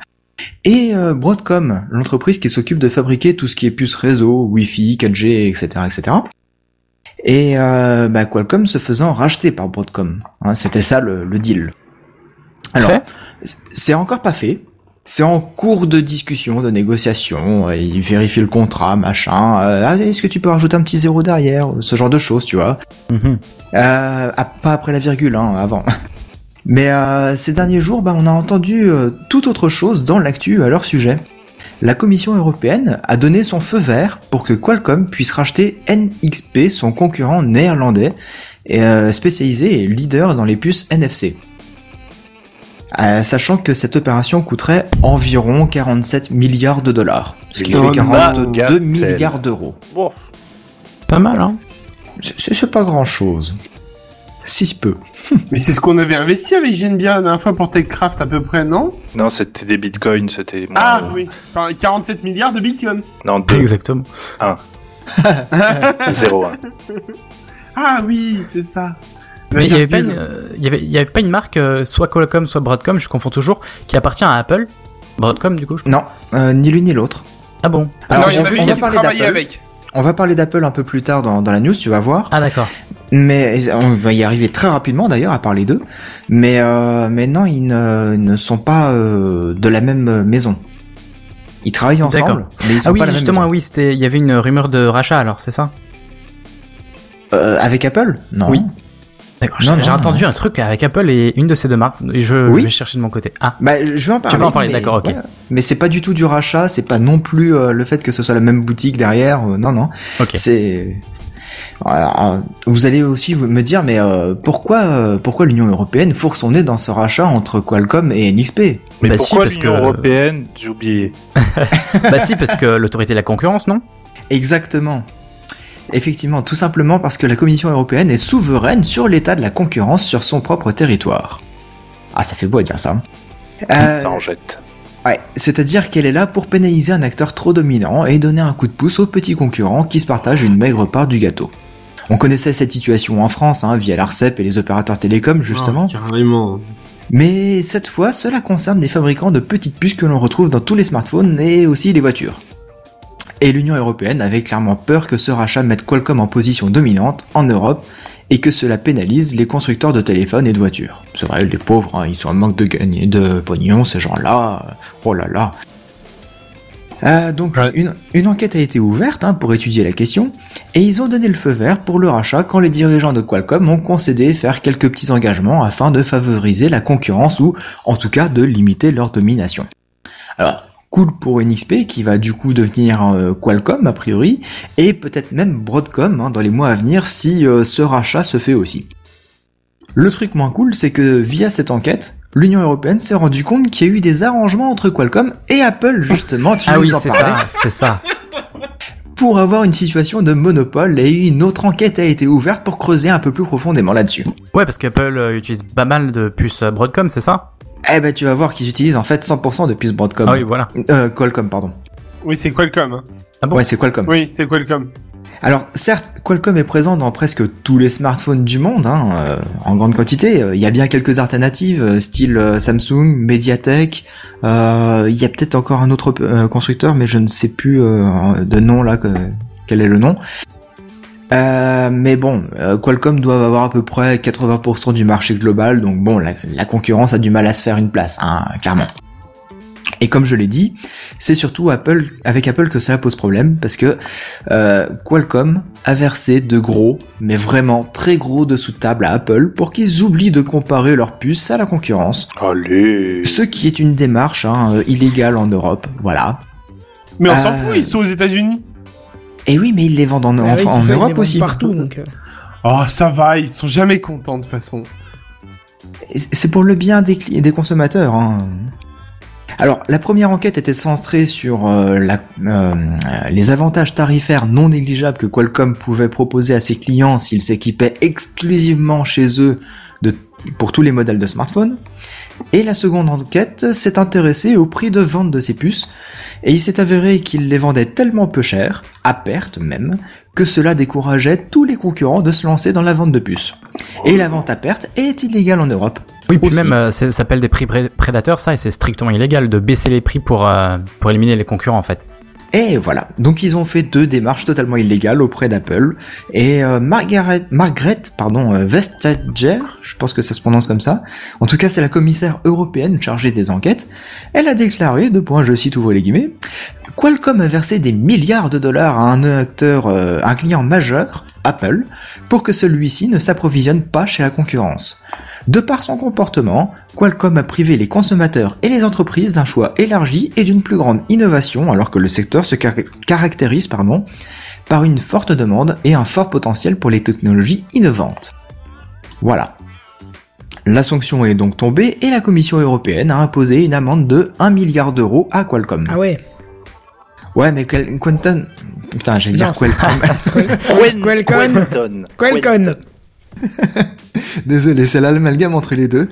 E: et euh, Broadcom, l'entreprise qui s'occupe de fabriquer tout ce qui est puce réseau, Wi-Fi, 4G, etc., etc. Et euh, bah, Qualcomm se faisant racheter par Broadcom. Hein, C'était ça le, le deal. Alors,
F: Fait
E: c- c'est encore pas fait. C'est en cours de discussion, de négociation. euh, Ils vérifient le contrat, machin. euh, ah, Est-ce que tu peux rajouter un petit zéro derrière Ce genre de choses, tu vois.
F: Mhm.
E: Euh, ah, pas après la virgule, hein, avant. [laughs] Mais euh, ces derniers jours, bah, on a entendu euh, tout autre chose dans l'actu à leur sujet. La Commission européenne a donné son feu vert pour que Qualcomm puisse racheter NXP, son concurrent néerlandais, et, euh, spécialisé et leader dans les puces NFC. Euh, sachant que cette opération coûterait environ 47 milliards de dollars, ce qui
C: Oh,
E: fait
C: bah,
E: 42
C: gatelle.
E: milliards d'euros.
C: Bon,
F: Pas mal,
E: [laughs]
F: hein
E: C'est- C'est c'est pas grand-chose. Si peu.
B: Mais c'est ce qu'on avait investi avec Genbia la dernière fois pour TechCraft à peu près, non
C: non, c'était des bitcoins, c'était. moins,
B: Ah
C: euh,
B: oui Enfin, 47 milliards de bitcoin
C: Non,
F: [laughs] Exactement.
C: 0,1.
B: Ah oui, c'est ça
F: Mais il y avait pas une,
B: virgule.
F: euh, il y avait, il y avait pas une marque, euh, soit Qualcomm, soit Broadcom, je confonds toujours, qui appartient à Apple. Broadcom, du coup. Je...
E: Non, euh, ni l'une ni l'autre.
F: Ah bon.
E: Alors,
B: non, il y en avait
E: on, on
B: une
E: va
B: qui
E: parler
B: travaillait
E: d'Apple.
B: avec.
E: On va parler d'Apple un peu plus tard dans, dans la news, tu vas voir.
F: Ah d'accord.
E: Mais on va y arriver très rapidement d'ailleurs à parler d'eux. Mais, euh, mais non, ils ne, ils ne sont pas euh, de la même maison. Ils travaillent ensemble,
F: D'accord.
E: mais ils sont
F: Ah oui,
E: pas la même
F: justement, ah
E: maison.
F: oui, c'était, il y avait une rumeur de rachat alors, c'est ça
E: Euh, avec Apple Non.
F: Oui. D'accord.
E: Non,
F: J'ai,
E: non,
F: j'ai
E: non,
F: entendu un truc avec Apple et une de ces deux marques, et je,
E: Oui.
F: je vais chercher de mon côté. Ah.
E: Bah, je vais en parler.
F: vas en parler,
E: mais-
F: d'accord, ok.
E: ouais. Mais c'est pas du tout du rachat, c'est pas non plus euh, le fait que ce soit la même boutique derrière, euh, non, non.
F: Ok.
E: C'est voilà, euh, vous allez aussi vous- me dire mais euh, pourquoi euh, pourquoi l'Union européenne fourre son nez dans ce rachat entre Qualcomm et NXP
F: Bah
C: Mais
F: si,
C: pourquoi
F: parce
C: l'Union
F: que-
C: européenne J'ai oublié.
F: bah si, parce que l'autorité de la concurrence, non
E: Exactement. Effectivement, tout simplement parce que la Commission européenne est souveraine sur l'état de la concurrence sur son propre territoire. Ah, ça fait beau à dire ça. Euh,
C: Ah. Ça en jette.
E: ouais, c'est-à-dire qu'elle est là pour pénaliser un acteur trop dominant et donner un coup de pouce aux petits concurrents qui se partagent une maigre part du gâteau. On connaissait cette situation en France, hein, via l'ARCEP et les opérateurs télécoms, justement.
B: carrément.
E: Mais cette fois, cela concerne les fabricants de petites puces que l'on retrouve dans tous les smartphones et aussi les voitures. Et l'Union Européenne avait clairement peur que ce rachat mette Qualcomm en position dominante en Europe et que cela pénalise les constructeurs de téléphones et de voitures. C'est vrai, les pauvres, hein, ils sont en manque de, gagne- de pognon, ces gens-là. Oh là là. Euh, donc,
F: Ouais.
E: une, une enquête a été ouverte hein, pour étudier la question, et ils ont donné le feu vert pour le rachat quand les dirigeants de Qualcomm ont concédé faire quelques petits engagements afin de favoriser la concurrence ou en tout cas de limiter leur domination. Alors, cool pour NXP qui va du coup devenir euh, Qualcomm a priori, et peut-être même Broadcom hein, dans les mois à venir si euh, ce rachat se fait aussi. Le truc moins cool, c'est que via cette enquête, l'Union Européenne s'est rendu compte qu'il y a eu des arrangements entre Qualcomm et Apple justement, tu
F: Ah
E: nous
F: oui,
E: en
F: c'est
E: parlais
F: ça, c'est ça.
E: pour avoir une situation de monopole et une autre enquête a été ouverte pour creuser un peu plus profondément là-dessus.
F: Ouais, parce qu'Apple euh, utilise pas mal de puces euh, Broadcom, c'est ça
E: Eh ben tu vas voir qu'ils utilisent en fait 100% de puces Broadcom.
F: Ah oui, voilà.
E: Euh, Qualcomm, pardon.
B: Oui, c'est Qualcomm. hein.
F: Bon.
E: Ouais, c'est Qualcomm.
B: Oui, c'est Qualcomm.
E: Alors certes, Qualcomm est présent dans presque tous les smartphones du monde, hein, euh, en grande quantité. Euh, Il y a bien quelques alternatives, euh, style euh, Samsung, Mediatek. euh, Il y a peut-être encore un autre euh, constructeur, mais je ne sais plus euh, de nom là que- quel est le nom. Euh, mais bon, euh, Qualcomm doivent avoir à peu près 80% du marché global, donc bon, la, la concurrence a du mal à se faire une place, hein, clairement. Et comme je l'ai dit, c'est surtout Apple, avec Apple que cela pose problème, parce que euh, Qualcomm a versé de gros, mais vraiment très gros dessous de table à Apple pour qu'ils oublient de comparer leurs puces à la concurrence,
C: Allez.
E: ce qui est une démarche hein, euh, illégale en Europe, voilà.
B: Mais on s'en
E: Euh.
B: fout, ils sont aux États-Unis.
E: Et Eh oui, mais ils les vendent en,
A: Bah
E: en-
A: oui, c'est
E: en
A: ça, ils les
E: Europe
A: vendent
E: aussi. [laughs]
A: Partout, donc. euh.
B: Oh, ça va, ils sont jamais contents de toute façon.
E: C'est pour le bien des, cli- des consommateurs. hein. Alors, la première enquête était centrée sur euh, la- euh, euh, les avantages tarifaires non négligeables que Qualcomm pouvait proposer à ses clients s'ils s'équipaient exclusivement chez eux de- pour tous les modèles de smartphones. Et la seconde enquête s'est intéressée au prix de vente de ces puces, et il s'est avéré qu'ils les vendaient tellement peu cher, à perte même, que cela décourageait tous les concurrents de se lancer dans la vente de puces. Et la vente à perte est illégale en Europe.
F: Oui, puis
E: Aussi.
F: même, euh, c'est- ça s'appelle des prix pré- prédateurs, ça, et c'est strictement illégal de baisser les prix pour, euh, pour éliminer les concurrents, en fait.
E: Et voilà, donc ils ont fait deux démarches totalement illégales auprès d'Apple. Et euh, Margaret, Margaret pardon, euh, Vestager, je pense que ça se prononce comme ça, en tout cas c'est la commissaire européenne chargée des enquêtes, elle a déclaré, de point je cite ouvre les guillemets, Qualcomm a versé des milliards de dollars à un acteur, euh, un client majeur, Apple, pour que celui-ci ne s'approvisionne pas chez la concurrence. De par son comportement, Qualcomm a privé les consommateurs et les entreprises d'un choix élargi et d'une plus grande innovation alors que le secteur se car- caractérise pardon, par une forte demande et un fort potentiel pour les technologies innovantes. Voilà. La sanction est donc tombée et la Commission européenne a imposé une amende de 1 milliard d'euros à Qualcomm.
A: Ah ouais.
E: Ouais, mais quel... Quentin... Putain, j'allais dire Ah,
A: Non, c'est-
E: Qualcomm.
A: Qualcomm. Qualcomm.
E: Désolé, c'est l'amalgame entre les deux.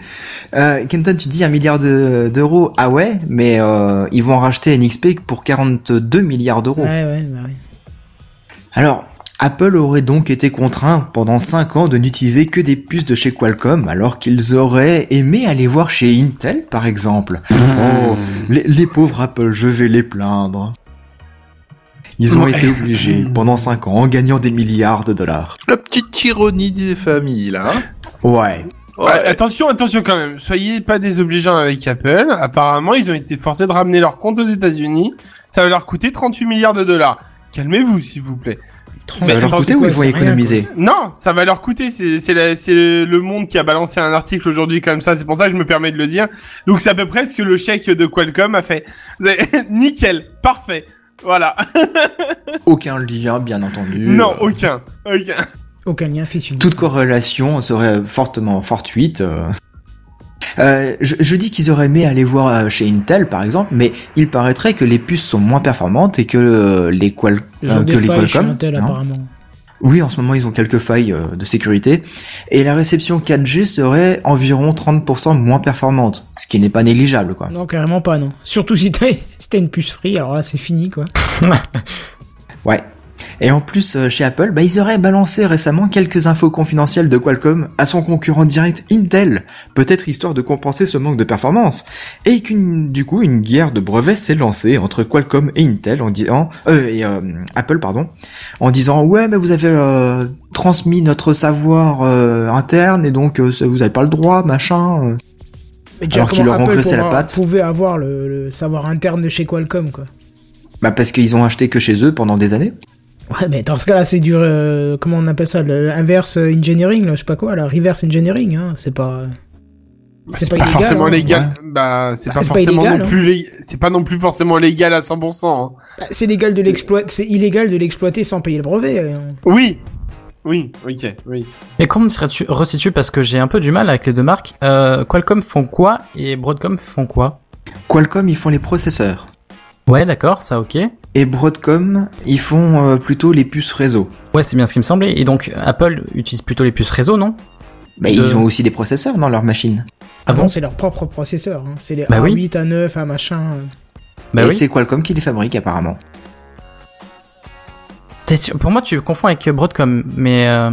E: Euh, Kenton, tu dis un milliard de- d'euros. ah ouais, mais euh, ils vont en racheter NXP pour 42 milliards d'euros.
A: Ouais, ouais, bah ouais.
E: Alors, Apple aurait donc été contraint pendant 5 ans de n'utiliser que des puces de chez Qualcomm, alors qu'ils auraient aimé aller voir chez Intel, par exemple. Oh, les, les pauvres Apple, je vais les plaindre. Ils ont
B: Ouais.
E: été obligés pendant 5 ans en gagnant des milliards de dollars.
C: La petite ironie des familles, là. hein.
E: Ouais.
C: Ouais.
B: Ah, attention, attention quand même. Soyez pas désobligeants avec Apple. Apparemment, ils ont été forcés de ramener leur compte aux États-Unis. Ça va leur coûter 38 milliards de dollars. Calmez-vous, s'il vous plaît.
E: Ça va
B: Mais
E: leur
B: attends,
E: coûter
B: c'est
E: ou
B: quoi,
E: ils vont
A: c'est rien,
E: économiser
B: Non, ça va leur coûter. C'est c'est la- c'est le monde qui a balancé un article aujourd'hui comme ça. C'est pour ça que je me permets de le dire. Donc c'est à peu près ce que le chèque de Qualcomm a fait. Vous avez- [laughs] Nickel, parfait. Voilà.
E: Aucun lien, bien entendu.
B: Non,
E: Euh,
B: aucun, aucun.
A: Aucun lien fait une.
E: toute corrélation serait fortement fortuite. euh. Euh, je, je dis qu'ils auraient aimé aller voir euh, chez Intel par exemple, mais il paraîtrait que les puces sont moins performantes et que euh, les, qual-
A: Ils
E: euh,
A: ont
E: que
A: des
E: les
A: failles chez
E: Qualcomm.
A: Intel,
E: non
A: apparemment.
E: oui, en ce moment ils ont quelques failles euh, de sécurité et la réception 4G serait environ 30% moins performante, ce qui n'est pas négligeable quoi.
A: Non, carrément pas, non. Surtout si t'as si t'as une puce free, alors là, c'est fini, quoi.
E: Ouais. Et en plus, euh, chez Apple, bah, ils auraient balancé récemment quelques infos confidentielles de Qualcomm à son concurrent direct Intel, peut-être histoire de compenser ce manque de performance, et qu'une, du coup, une guerre de brevets s'est lancée entre Qualcomm et Intel en disant, euh, et, euh, Apple, pardon, en disant, ouais, mais vous avez euh, transmis notre savoir euh, interne et donc euh, ça, vous n'avez pas le droit, machin. euh.
A: Mais
E: Alors qu'ils
A: comment
E: leur ont
A: Apple
E: graissé la
A: pourra-
E: patte.
A: pouvait avoir le, le savoir interne de chez Qualcomm, quoi.
E: Bah parce qu'ils ont acheté que chez eux pendant des années.
A: Ouais, mais dans ce cas-là, c'est du. euh, comment on appelle ça Le inverse euh, engineering, là, je sais pas quoi, là. Reverse engineering, hein. C'est pas.
B: Bah, C'est pas, forcément
A: hein.
B: légal. Bah, c'est
A: Bah,
B: pas
A: c'est pas
B: forcément
A: illégal,
B: non
A: hein.
B: plus. lég- C'est pas non plus forcément légal à 100%. hein.
A: Bah, C'est légal de l'exploiter. C'est illégal de l'exploiter sans payer le brevet. euh.
B: Oui, oui, ok, oui.
F: Et comment me serais-tu resitué Parce que j'ai un peu du mal avec les deux marques. Euh, Qualcomm font quoi et Broadcom font quoi
E: Qualcomm, ils font les processeurs.
F: Ouais, d'accord, ça ok.
E: et Broadcom, ils font euh, plutôt les puces réseau.
F: Ouais, c'est bien ce qui me semblait. Et donc, Apple utilise plutôt les puces réseau, non
E: Mais
F: Euh.
E: ils ont aussi des processeurs dans leur machine.
F: Ah bon
A: Non, c'est leur propre processeur. hein. C'est les
F: Bah oui.
A: A8, A9, A machin. euh.
F: Bah
E: et
F: oui.
E: c'est Qualcomm qui les fabrique apparemment.
F: T'es sûr- Pour moi, tu confonds avec Broadcom, mais euh,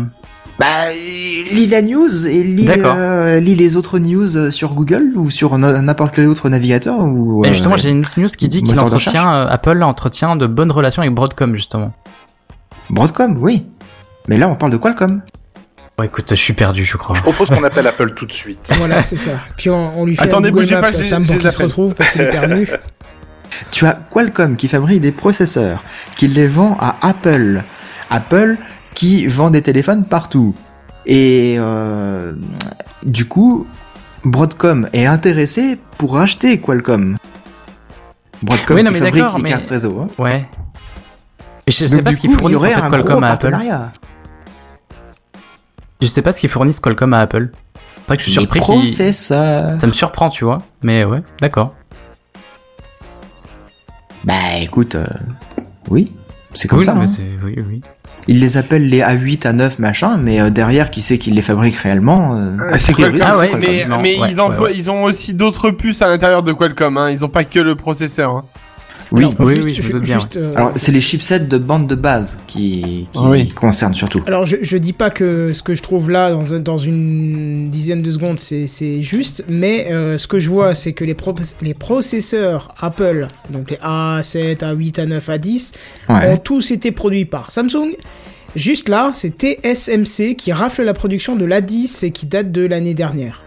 E: Bah, lis la news et lis,
F: D'accord.
E: euh, lis les autres news euh, sur Google ou sur no- n'importe quel autre navigateur ou.
F: mais
E: euh,
F: justement, j'ai une autre news qui dit qu'il
E: moteur de
F: entretient euh, Apple entretient de bonnes relations avec Broadcom justement.
E: Broadcom, oui. Mais là, on parle de Qualcomm.
F: Bon, écoute, je suis perdu, je crois.
C: Je propose qu'on appelle Apple tout de suite.
A: Voilà, c'est ça. Puis on, on lui fait
B: Attendez,
A: un Google
B: bougez
A: Maps
B: pas,
A: à
B: j'ai-
A: Sam
B: j'ai
A: pour
B: les
A: qu'il se
B: appels.
A: retrouve, parce qu'il est
B: [laughs]
A: perdu.
E: Tu as Qualcomm qui fabrique des processeurs, qui les vend à Apple. Apple qui vend des téléphones partout. Et euh, du coup, Broadcom est intéressé pour acheter Qualcomm. Broadcom
F: Oui, non,
E: qui
F: mais
E: fabrique
F: d'accord,
E: les
F: mais-
E: cartes réseau. Hein.
F: Ouais. Et je sais
E: Donc,
F: pas
E: du
F: ce qu'ils
E: coup, il y
F: fournissent en
E: aurait
F: fait
E: un
F: Qualcomm
E: gros
F: à Apple.
E: partenariat.
F: Je sais pas ce qu'ils fournissent Qualcomm à Apple. C'est vrai que je suis
E: Les
F: surpris qu'ils-
E: processeurs.
F: Ça me surprend, tu vois. Mais ouais, d'accord.
E: Bah écoute, euh, oui, c'est comme
F: Cool,
E: ça.
F: mais
E: hein.
F: c'est- oui, oui.
E: Ils les appellent les A8, A9, machin, mais euh, derrière, qui sait qui les fabrique réellement euh,
B: Ah,
E: a
B: c'est
E: priori,
B: Qualcomm.
E: c'est
F: Ah ouais,
E: Qualcomm.
B: Mais,
F: Quasiment,
B: mais
F: ouais,
B: ils, en-
F: ouais, ouais.
B: ils ont aussi d'autres puces à l'intérieur de Qualcomm. Hein. Ils ont pas que le processeur. hein.
E: Oui.
A: Alors,
F: Oui,
A: juste-
F: oui, je me doute bien,
A: juste, euh,
E: Alors, c'est les chipsets de bande de base qui, qui
F: Oui.
E: concernent surtout.
A: Alors je, je dis pas que ce que je trouve là dans, un- dans une dizaine de secondes c'est- c'est juste, mais euh, ce que je vois c'est que les, pro- les processeurs Apple, donc les A7, A8, A9, A10, ont
E: Ouais.
A: tous été produits par Samsung. Juste là, c'est TSMC qui rafle la production de l'A10 et qui date de l'année dernière.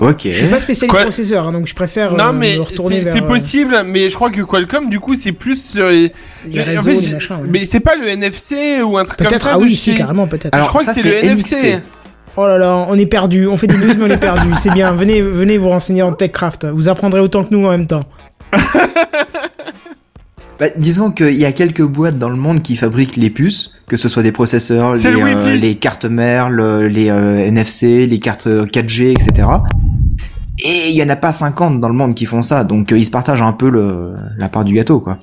E: Ok.
A: Je suis pas spécialiste
B: Quoi
A: processeur, hein, donc je préfère euh,
B: non, mais
A: me retourner
B: c'est
A: vers
B: c'est
A: euh,
B: possible. Mais je crois que Qualcomm, du coup, c'est plus sur les,
A: les
B: en
A: réseaux,
B: fait,
A: les
B: j'ai-
A: machins. ouais.
B: Mais c'est pas le NFC ou un truc comme ça.
A: Peut-être, ah
B: de
A: oui,
B: chez-
A: si, carrément, peut-être.
E: Alors,
B: Je crois
E: ça,
B: que c'est
E: c'est
B: le NFC.
E: NXP.
A: Oh là là, on est perdu, on fait des news mais on est perdu, c'est bien, venez, venez vous renseigner en TechCraft, vous apprendrez autant que nous en même temps.
E: Bah, disons qu'il y a quelques boîtes dans le monde qui fabriquent les puces, que ce soit des processeurs, les,
B: C'est le
E: euh,
B: Wi-Fi.
E: les cartes mères, le- les euh, NFC, les cartes euh, 4G, etc. Et il y en a pas 50 dans le monde qui font ça, donc euh, ils se partagent un peu le, la part du gâteau, quoi.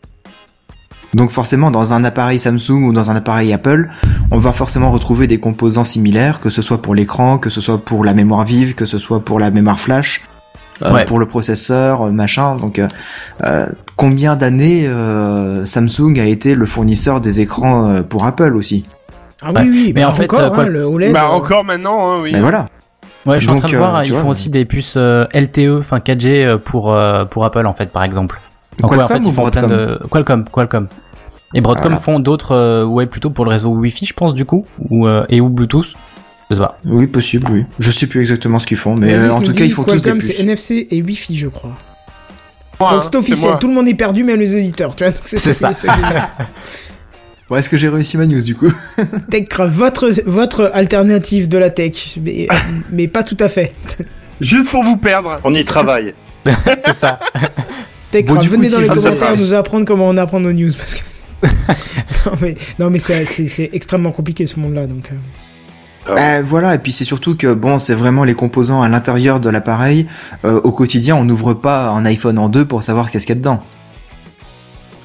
E: Donc forcément, dans un appareil Samsung ou dans un appareil Apple, on va forcément retrouver des composants similaires, que ce soit pour l'écran, que ce soit pour la mémoire vive, que ce soit pour la mémoire flash, euh,
F: Ouais.
E: pour le processeur, euh, machin. Donc euh, euh, combien d'années euh, Samsung a été le fournisseur des écrans euh, pour Apple aussi
A: Ah
F: Ouais,
A: oui, oui,
F: mais
A: bah
F: en fait,
A: encore,
F: euh, quoi-
A: hein, le OLED,
B: Bah
A: euh,
B: encore maintenant, hein, oui.
E: Mais Ben voilà.
F: Ouais, je suis en train
E: Donc,
F: de voir, hein,
E: euh, tu
F: ils
E: vois,
F: font
E: ouais.
F: aussi des puces euh, LTE, enfin 4G euh, pour, euh, pour Apple en fait, par exemple. Donc, ouais, en
E: Qualcomm
F: fait,
E: ou
F: ils font plein
E: Broadcom
F: de. Qualcomm, Qualcomm. Et Broadcom
E: Voilà.
F: font d'autres, euh, ouais, plutôt pour le réseau Wi-Fi, je pense, du coup, ou, euh, et ou Bluetooth. Je sais pas.
E: Oui, possible, oui. Je sais plus exactement ce qu'ils font, mais
A: Oasis
E: euh, en
A: nous
E: tout cas,
A: dit
E: ils font tous des
A: Qualcomm,
E: puces.
A: c'est NFC et Wi-Fi, je crois.
B: Moi, hein,
A: donc c'est officiel,
B: moi.
A: tout le monde est perdu, même les auditeurs, tu vois. donc
F: C'est ça.
A: génial.
E: Bon, est-ce que j'ai réussi ma news du coup
A: TechCraft, votre, votre alternative de la tech, mais, euh, mais pas tout à fait.
B: Juste pour vous perdre.
C: On y travaille.
F: C'est ça.
A: TechCraft,
E: Bon, du coup,
A: venez dans
E: si
A: les
E: je-
A: commentaires
C: Ah, ça
A: nous apprendre comment on apprend nos news,
E: [laughs]
A: parce que... [laughs] non mais, non, mais c'est c'est- c'est extrêmement compliqué ce monde-là, donc... euh.
C: Ah
E: Bah, voilà, et puis c'est surtout que bon, c'est vraiment les composants à l'intérieur de l'appareil. Euh, au quotidien, on n'ouvre pas un iPhone en deux pour savoir qu'est-ce qu'il y a dedans.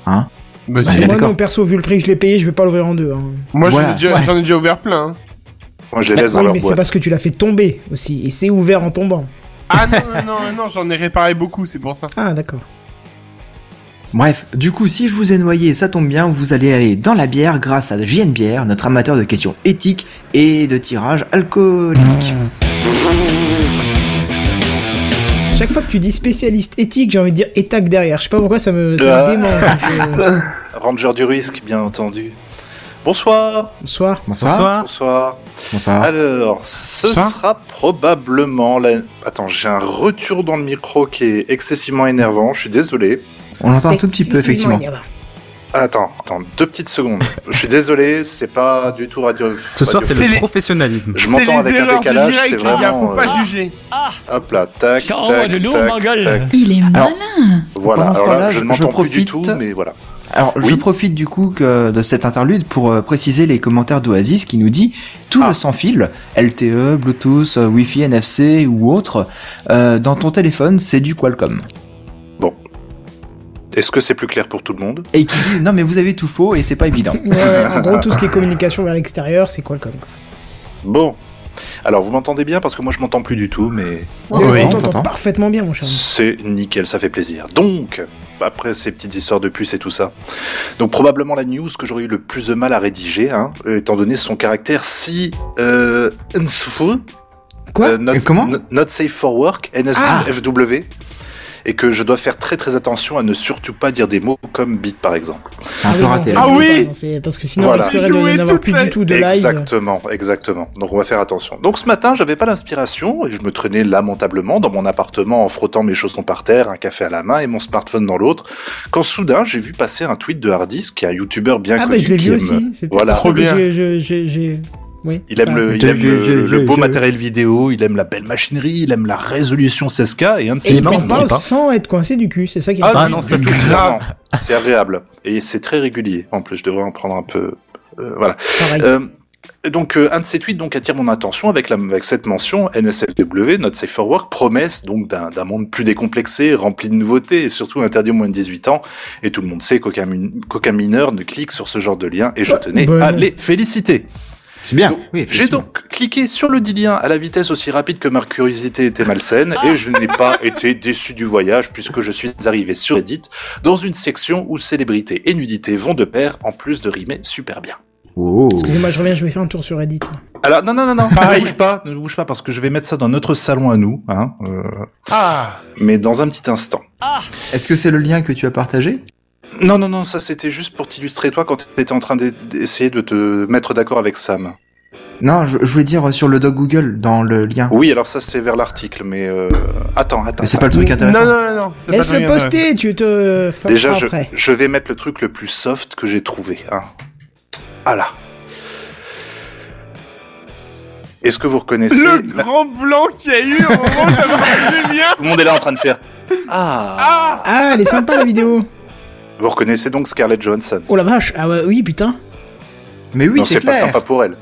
B: Bah,
E: Bah,
B: si.
E: Ouais,
A: Moi,
E: d'accord.
A: non, perso, vu le prix que je l'ai payé, je vais pas l'ouvrir en deux. Hein.
B: Moi, j'en ai
E: Voilà.
B: déjà- j'en ai déjà ouvert plein. hein.
C: Moi, je les
F: Mais-
C: laisse
A: Bah,
C: dans
A: Ah Oui,
C: leur
A: mais c'est
C: boîte.
A: parce que tu l'as fait tomber aussi, et c'est ouvert en tombant.
B: Ah non, non, non, non, j'en ai réparé beaucoup, c'est pour ça.
A: Ah, d'accord.
E: Bref, du coup, si je vous ai noyé, ça tombe bien, vous allez aller dans la bière grâce à JN Bière, notre amateur de questions éthiques et de tirage alcoolique.
A: Chaque fois que tu dis spécialiste éthique, j'ai envie de dire étaque derrière. Je sais pas pourquoi ça me, ça
C: Ah.
A: me
C: [laughs]
A: démange. euh, Je-
C: Ranger du risque, bien entendu. Bonsoir.
A: Bonsoir.
E: Bonsoir.
C: Bonsoir.
E: Bonsoir.
C: Alors, ce
E: Ah. Bonsoir.
C: sera probablement la... Attends, j'ai un retour dans le micro qui est excessivement énervant, je suis désolé. Ah,
E: On l'entend un tout petit peu, effectivement.
C: Attends, attends, deux petites secondes. je suis désolé, c'est pas du tout radio...
F: Ce soir,
C: radio-
F: c'est le
B: C'est les-
F: professionnalisme.
C: Je
B: C'est les
C: m'entends avec un
B: erreurs du
C: décalage,
B: direct,
C: c'est
B: les gars,
C: vraiment...
B: faut pas
C: euh,
B: juger.
C: Hop là, tac,
H: Ça envoie
C: tac,
H: de lourd, ma
C: tac,
H: gueule.
C: tac.
D: Il est
E: Alors-
D: malin.
C: Voilà,
E: Pendant ce
C: alors là,
E: temps-là,
C: je
E: je
C: ne m'entends plus du
E: profite-
C: tout, mais voilà.
E: Alors, je
C: Oui.
E: profite du coup que, de cette interlude pour euh, préciser les commentaires d'Oasis qui nous dit tout
C: Ah.
E: le sans fil, LTE, Bluetooth, euh, Wi-Fi, NFC ou autre, euh, dans ton téléphone, c'est du Qualcomm.
C: Est-ce que c'est plus clair pour tout le monde
E: Et qui dit non mais vous avez tout faux et c'est pas évident.
A: Ouais, en gros, tout ce qui est communication vers l'extérieur, c'est Qualcomm. quoi.
C: Bon. Alors, vous m'entendez bien parce que moi, je m'entends plus du tout, mais
E: Oui,
A: Donc,
E: oui,
A: on
E: on
A: t'entend
E: t'entend.
A: parfaitement bien, mon cher.
C: c'est nickel, ça fait plaisir. Donc, après ces petites histoires de puces et tout ça, donc probablement la news que j'aurais eu le plus de mal à rédiger, hein, euh, étant donné son caractère si euh, NSFW,
A: Quoi
C: euh, not,
E: Et comment Ah
C: n- Not safe for work, NSFW. et que je dois faire très très attention à ne surtout pas dire des mots comme bit par exemple.
E: C'est un peu raté là.
B: Ah oui
A: C'est parce que sinon
C: Voilà.
A: on risquerait de
B: Jouer
A: n'avoir
B: toute
A: plus
B: la-
A: du tout de live.
C: Exactement, exactement. Donc on va faire attention. Donc ce matin, j'avais pas l'inspiration et je me traînais lamentablement dans mon appartement en frottant mes chaussons par terre, un café à la main et mon smartphone dans l'autre, quand soudain j'ai vu passer un tweet de Hardis, qui est un youtubeur bien
A: Ah bah
C: connu.
A: je l'ai
C: qui
A: vu
C: aime-
A: aussi. C'est
C: Voilà.
A: peut-être
B: Trop
A: que
B: bien.
A: j'ai- je- j'ai- j'ai- oui.
C: Il aime
A: Enfin,
C: le, il
E: J'ai
C: aime
E: vu,
C: le-
E: j'ai vu,
C: le beau
E: j'ai vu.
C: matériel vidéo, il aime la belle machinerie, il aime la résolution 16K et un de
A: Et
C: ses
A: il
C: mains,
A: t'en
E: on
C: c'est-
E: dit
A: parle
E: pas.
A: sans être coincé du cul, c'est ça qui est
B: Ah,
F: Ah
C: oui,
F: non,
C: oui,
F: ça,
C: oui,
B: c'est
C: clairement. C'est agréable et c'est très régulier. En plus, je devrais en prendre un peu. euh, voilà.
A: pareil.
C: Euh, donc euh, un de ces tweets donc attire mon attention avec, la, avec cette mention NSFW, notre Safe for Work, promesse donc d'un d'un monde plus décomplexé, rempli de nouveautés et surtout interdit aux moins de 18 ans. Et tout le monde sait qu'aucun min- qu'aucun mineur ne clique sur ce genre de lien et je tenais
A: bah
C: à
A: non.
C: les féliciter.
E: C'est bien.
C: Donc,
E: Oui,
C: J'ai
E: effectivement.
C: donc cliqué sur le dit lien à la vitesse aussi rapide que ma curiosité était malsaine et je n'ai pas été déçu du voyage puisque je suis arrivé sur Reddit dans une section où célébrité et nudité vont de pair en plus de rimer super bien.
E: Wow.
A: Excusez-moi, je reviens, je vais faire un tour sur Reddit.
C: Alors non non non non, ne bouge pas, ne bouge pas parce que je vais mettre ça dans notre salon à nous, hein, euh,
B: Ah
C: mais dans un petit instant.
E: Est-ce que c'est le lien que tu as partagé
C: Non non non, ça c'était juste pour t'illustrer toi quand t'étais en train d'e- d'essayer de te mettre d'accord avec Sam.
E: Non, je, je voulais dire euh, sur le doc Google dans le lien.
C: Oui alors ça c'était vers l'article, mais euh... attends attends.
E: Mais c'est pas le truc
B: Non,
E: intéressant.
B: non, non, non. c'est pas euh,
A: Laisse le
B: très bien,
A: poster, tu te feras
C: Déjà je,
A: après.
C: je vais mettre le truc le plus soft que j'ai trouvé, hein. Ah là. Est-ce que vous reconnaissez
B: ouais.
C: la-
B: Le grand blanc qu'il y a eu au moment d'avoir le lien
C: Tout le monde est là en train de faire. Ah.
B: Ah
A: Ah, elle est sympa la vidéo.
C: Vous reconnaissez donc Scarlett Johansson
A: Oh la vache, ah ouais, oui putain.
E: Mais oui,
C: Non
E: c'est
C: c'est pas
E: clair.
C: sympa pour elle.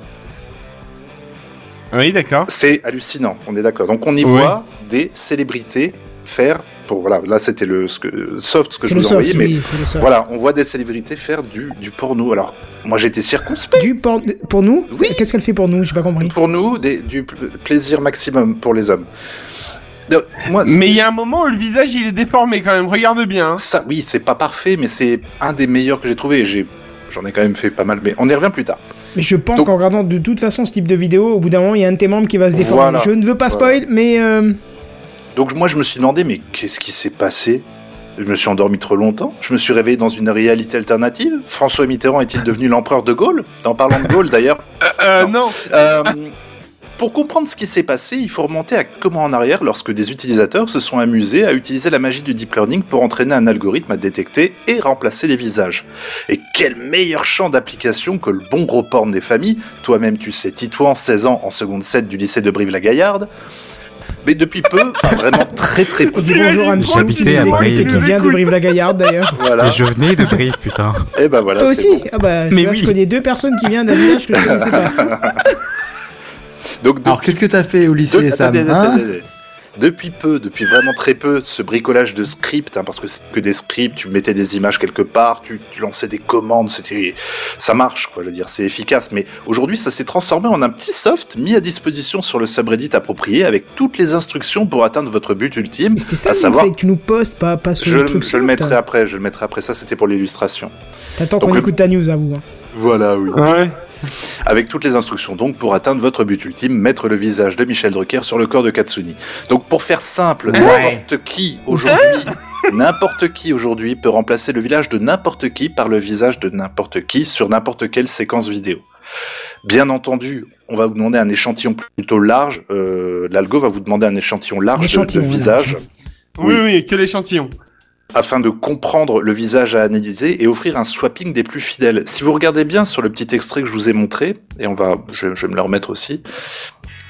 B: Oui, d'accord.
C: C'est hallucinant, on est d'accord. Donc on y
B: Oui.
C: voit des célébrités faire pour voilà, là c'était le ce que- soft ce que
A: C'est
C: je
A: le
C: vous ai
A: soft,
C: envoyé, mais
A: oui, c'est le soft.
C: voilà, on voit des célébrités faire du, du porno. Alors moi j'étais circonspect.
A: Du por- pour nous Qu'est-ce qu'elle fait pour nous J'ai pas compris.
C: Pour nous, des- du pl- plaisir maximum pour les hommes. Non, moi,
B: Mais il y a un moment où le visage il est déformé quand même, regarde bien. hein.
C: ça, oui, c'est pas parfait, mais c'est un des meilleurs que j'ai trouvé. J'ai J'en ai quand même fait pas mal, mais on y revient plus tard.
A: Mais je pense
C: Donc-
A: qu'en regardant de toute façon ce type de vidéo, au bout d'un moment, il y a un de tes membres qui va se déformer.
C: Voilà.
A: Je ne veux pas spoil, mais euh,
C: Donc moi je me suis demandé, mais qu'est-ce qui s'est passé Je me suis endormi trop longtemps Je me suis réveillé dans une réalité alternative François Mitterrand est-il devenu l'empereur de Gaulle En parlant de Gaulle d'ailleurs.
B: Euh, non.
C: Euh, pour comprendre ce qui s'est passé, il faut remonter à comment en arrière lorsque des utilisateurs se sont amusés à utiliser la magie du deep learning pour entraîner un algorithme à détecter et remplacer les visages. Et quel meilleur champ d'application que le bon gros porn des familles, toi-même tu sais, Titouan, 16 ans, en seconde 7 du lycée de Brive-la-Gaillarde. Mais depuis peu, enfin, vraiment très très peu,
A: on dit bonjour à
B: J'imagine
A: Michel
F: trop
A: qui
F: qu'il
A: nous
F: nous
A: écoute
F: écoute,
A: et qui
F: qu'il
A: vient de
B: écoute.
A: Brive-la-Gaillarde
C: [laughs]
A: d'ailleurs.
C: voilà,
F: Et je venais de Brive, putain.
C: et ben voilà.
A: Toi
C: c'est
A: aussi
C: bon.
A: Ah bah, tu
F: Mais
A: vois,
F: oui.
A: je connais deux personnes qui viennent d'un village que je connaissais pas.
C: [laughs] Donc,
E: Alors qu'est-ce que t'as fait au lycée,
C: De-
E: Sam
C: attendez,
E: hein
C: attendez, attendez. Depuis peu, depuis vraiment très peu, ce bricolage de script, hein, parce que c'est que des scripts, tu mettais des images quelque part, tu, tu lançais des commandes, c'était, ça marche, quoi, je veux dire, c'est efficace. Mais aujourd'hui, ça s'est transformé en un petit soft mis à disposition sur le subreddit approprié avec toutes les instructions pour atteindre votre but ultime,
A: Mais c'était ça
C: à
A: le
C: savoir.
A: fait que tu nous postes, pas, pas ce
C: Je,
A: truc.
C: je
A: soft. hein.
C: le mettrai après, je le mettrai après, ça c'était pour l'illustration.
A: T'attends
C: Donc
A: qu'on
C: le-
A: écoute ta news, avoue. hein.
C: Voilà, oui.
B: Ouais.
C: avec toutes les instructions donc pour atteindre votre but ultime, mettre le visage de Michel Drucker sur le corps de Katsuni. Donc pour faire simple, n'importe qui aujourd'hui, n'importe qui aujourd'hui peut remplacer le village de n'importe qui par le visage de n'importe qui sur n'importe quelle séquence vidéo. Bien entendu, on va vous demander un échantillon plutôt large. euh, L'algo va vous demander un échantillon large de- de,
A: Échantillon, oui,
C: visage
B: Oui, oui, que l'échantillon.
C: afin de comprendre le visage à analyser et offrir un swapping des plus fidèles. Si vous regardez bien sur le petit extrait que je vous ai montré, et on va, je, je vais me le remettre aussi.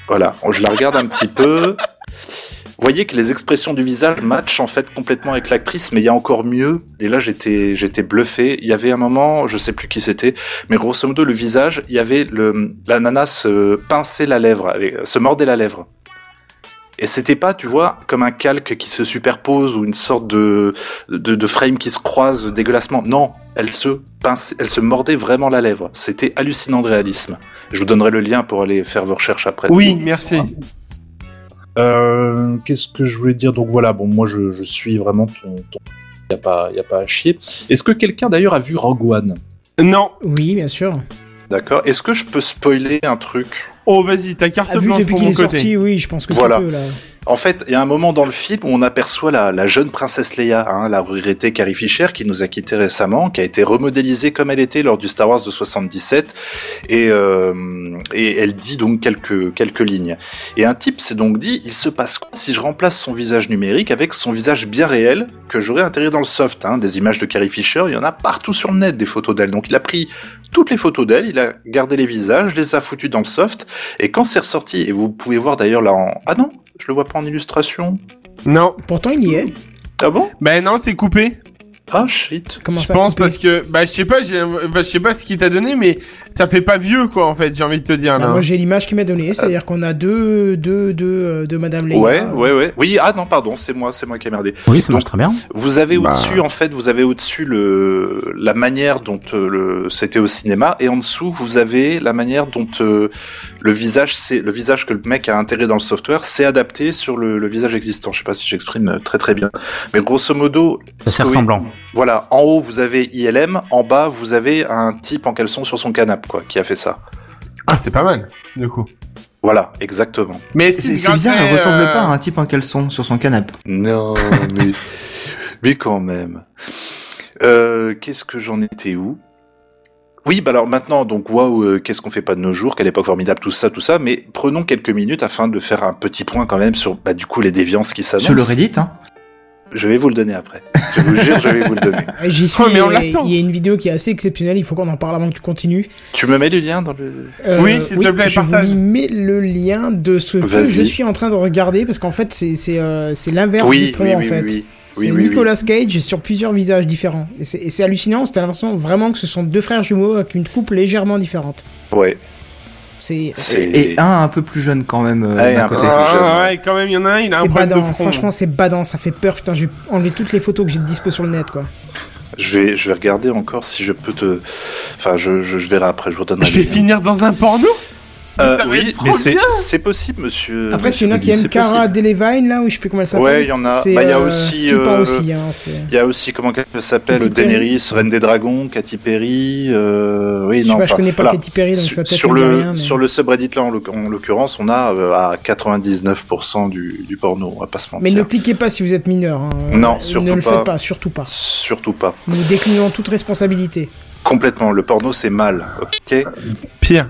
C: Voilà, je la regarde un petit peu. Vous voyez que les expressions du visage matchent en fait complètement avec l'actrice, mais il y a encore mieux. Et là, j'étais, j'étais bluffé. Il y avait un moment, je sais plus qui c'était, mais grosso modo, le visage, il y avait le, la nana se pincer la lèvre, avec, euh, se mordait la lèvre. Et c'était pas, tu vois, comme un calque qui se superpose ou une sorte de, de, de frames qui se croisent dégueulassement. Non, elle se pince, elle se mordait vraiment la lèvre. C'était hallucinant de réalisme. Je vous donnerai le lien pour aller faire vos recherches après.
B: Oui, merci.
C: Euh, Qu'est-ce que je voulais dire Donc voilà, bon, moi je, je suis vraiment ton. ton... Y a pas, y a pas à chier. Est-ce que quelqu'un d'ailleurs a vu Rogue One
B: Non.
A: Oui, bien sûr.
C: D'accord. Est-ce que je peux spoiler un truc
B: Oh, vas-y, ta carte
A: Ah, vu
B: blanche
A: depuis
B: pour
A: qu'il
B: mon
A: est
B: côté.
A: sorti, oui, je pense que
C: Voilà.
A: tu peux, là.
C: En fait, il y a un moment dans le film où on aperçoit la, la jeune princesse Leia, hein, la regrettée Carrie Fisher, qui nous a quittés récemment, qui a été remodélisée comme elle était lors du Star Wars de 77, et, euh, et elle dit donc quelques, quelques lignes. Et un type s'est donc dit, il se passe quoi si je remplace son visage numérique avec son visage bien réel que j'aurais intégré dans le soft hein, Des images de Carrie Fisher, il y en a partout sur le net des photos d'elle. Donc il a pris toutes les photos d'elle, il a gardé les visages, les a foutus dans le soft, et quand c'est ressorti, et vous pouvez voir d'ailleurs là en... Ah non je le vois pas en illustration.
B: Non.
A: Pourtant, il y est.
C: Ah bon
B: Ben non, c'est coupé.
C: Ah shit.
A: Comment
B: je
A: ça
B: pense
A: coupé
B: parce que bah je sais pas, j'ai- bah, je sais pas ce qu'il t'a donné, mais ça fait pas vieux quoi en fait. J'ai envie de te dire
A: Bah,
B: là.
A: moi, j'ai l'image qu'il m'a donnée, c'est-à-dire qu'on a deux, deux, deux, euh, de Madame Leia.
C: Ouais, ouais, ouais. Oui, ah non, pardon, c'est moi, c'est moi qui ai merdé.
F: Oui, ça marche très bien.
C: Vous avez
B: Bah.
C: au-dessus, en fait, vous avez au-dessus le la manière dont euh, le c'était au cinéma, et en dessous, vous avez la manière dont euh, le visage, c'est le visage que le mec a intégré dans le software, s'est adapté sur le, le visage existant. Je sais pas si j'exprime euh, très très bien, mais grosso modo,
F: Ça, C'est
C: oui.
F: ressemblant.
C: Voilà, en haut vous avez ILM, en bas vous avez un type en caleçon sur son canapé, quoi, qui a fait ça.
B: Ah, c'est pas mal du coup.
C: Voilà, exactement.
B: Mais est-ce
E: C'est
B: qu'il
E: c'est bizarre, elle
B: gratterait,
E: ressemble
B: euh,
E: pas
C: hein,
E: à un type en caleçon sur son canapé.
C: Non, [laughs] mais, mais quand même. Euh, qu'est-ce que j'en étais où Oui, bah alors maintenant, donc waouh, euh, qu'est-ce qu'on fait pas de nos jours Quelle époque formidable, tout ça, tout ça. Mais prenons quelques minutes afin de faire un petit point quand même sur, bah, du coup, les déviances qui s'annoncent.
E: Sur le Reddit, hein.
C: Je vais vous le donner après. Je vous jure, je vais vous le donner.
A: Ouais,
B: [laughs]
A: J'y suis,
B: Oh, mais on
A: et-
B: l'attend.
A: il y a une vidéo qui est assez exceptionnelle, il faut qu'on en parle avant que tu continues.
C: [laughs] Tu me mets le lien dans le.
A: Euh,
B: Oui, s'il te plaît,
A: je
B: partage.
A: vous mets le lien de ce que
C: Vas-y.
A: je suis en train de regarder, parce qu'en fait, c'est c'est euh, c'est l'inverse du
C: Oui,
A: plan,
C: oui,
A: en
C: oui,
A: fait.
C: oui,
A: C'est
C: oui, oui, oui.
A: Nicolas Cage sur plusieurs visages différents. Et c'est et c'est hallucinant, t'as l'impression vraiment que ce sont deux frères jumeaux avec une coupe légèrement différente.
C: Ouais,
A: C'est
C: c'est.
E: Et un un peu plus jeune quand même euh,
C: Ouais,
E: d'un
C: un peu
E: côté.
C: plus jeune.
B: Ah, ouais, quand même, il y en a un, il a un
A: c'est
B: problème
A: badant,
B: de front. hein.
A: franchement c'est badant, ça fait peur, putain, je vais enlever toutes les photos que j'ai de dispo sur le net, quoi.
C: Je vais, je vais regarder encore si je peux te. Enfin, je, je, je verrai après, je vous donnerai.
B: Je vais
C: le lien.
B: finir dans un porno
C: Euh,
B: Ça va
C: oui,
B: être
C: mais
B: trop
C: c'est
B: bien.
C: c'est possible, monsieur.
A: Après,
C: monsieur
A: s'il y en a qui
C: Denis,
A: aiment
C: c'est
A: Cara
C: possible.
A: Delevingne, là, ou je sais plus comment elle s'appelle.
C: Ouais, il y en a.
A: C'est,
C: Bah, il y a aussi,
A: flippant
C: euh,
A: aussi, hein, c'est-
C: Il y a aussi, comment elle s'appelle
A: Katy Perry.
C: Daenerys, Reine des Dragons, Katy Perry. Euh... Oui,
A: Je, sais
C: non,
A: pas, je
C: enfin,
A: connais pas
C: voilà.
A: Katy Perry, donc
C: Sur-
A: ça peut-être
C: sur,
A: me dit
C: le,
A: rien, mais-
C: sur le subreddit là, en l'oc- en l'occurrence, on a euh, à 99% du, du porno, on va pas se
A: Mais
C: mentir.
A: ne cliquez pas si vous êtes mineur. hein.
C: Non,
A: Euh,
C: surtout
A: Ne le
C: pas.
A: faites pas, surtout pas.
C: Surtout pas.
A: Nous déclinons toute responsabilité.
C: Complètement, le porno c'est mal, ok
B: Pire.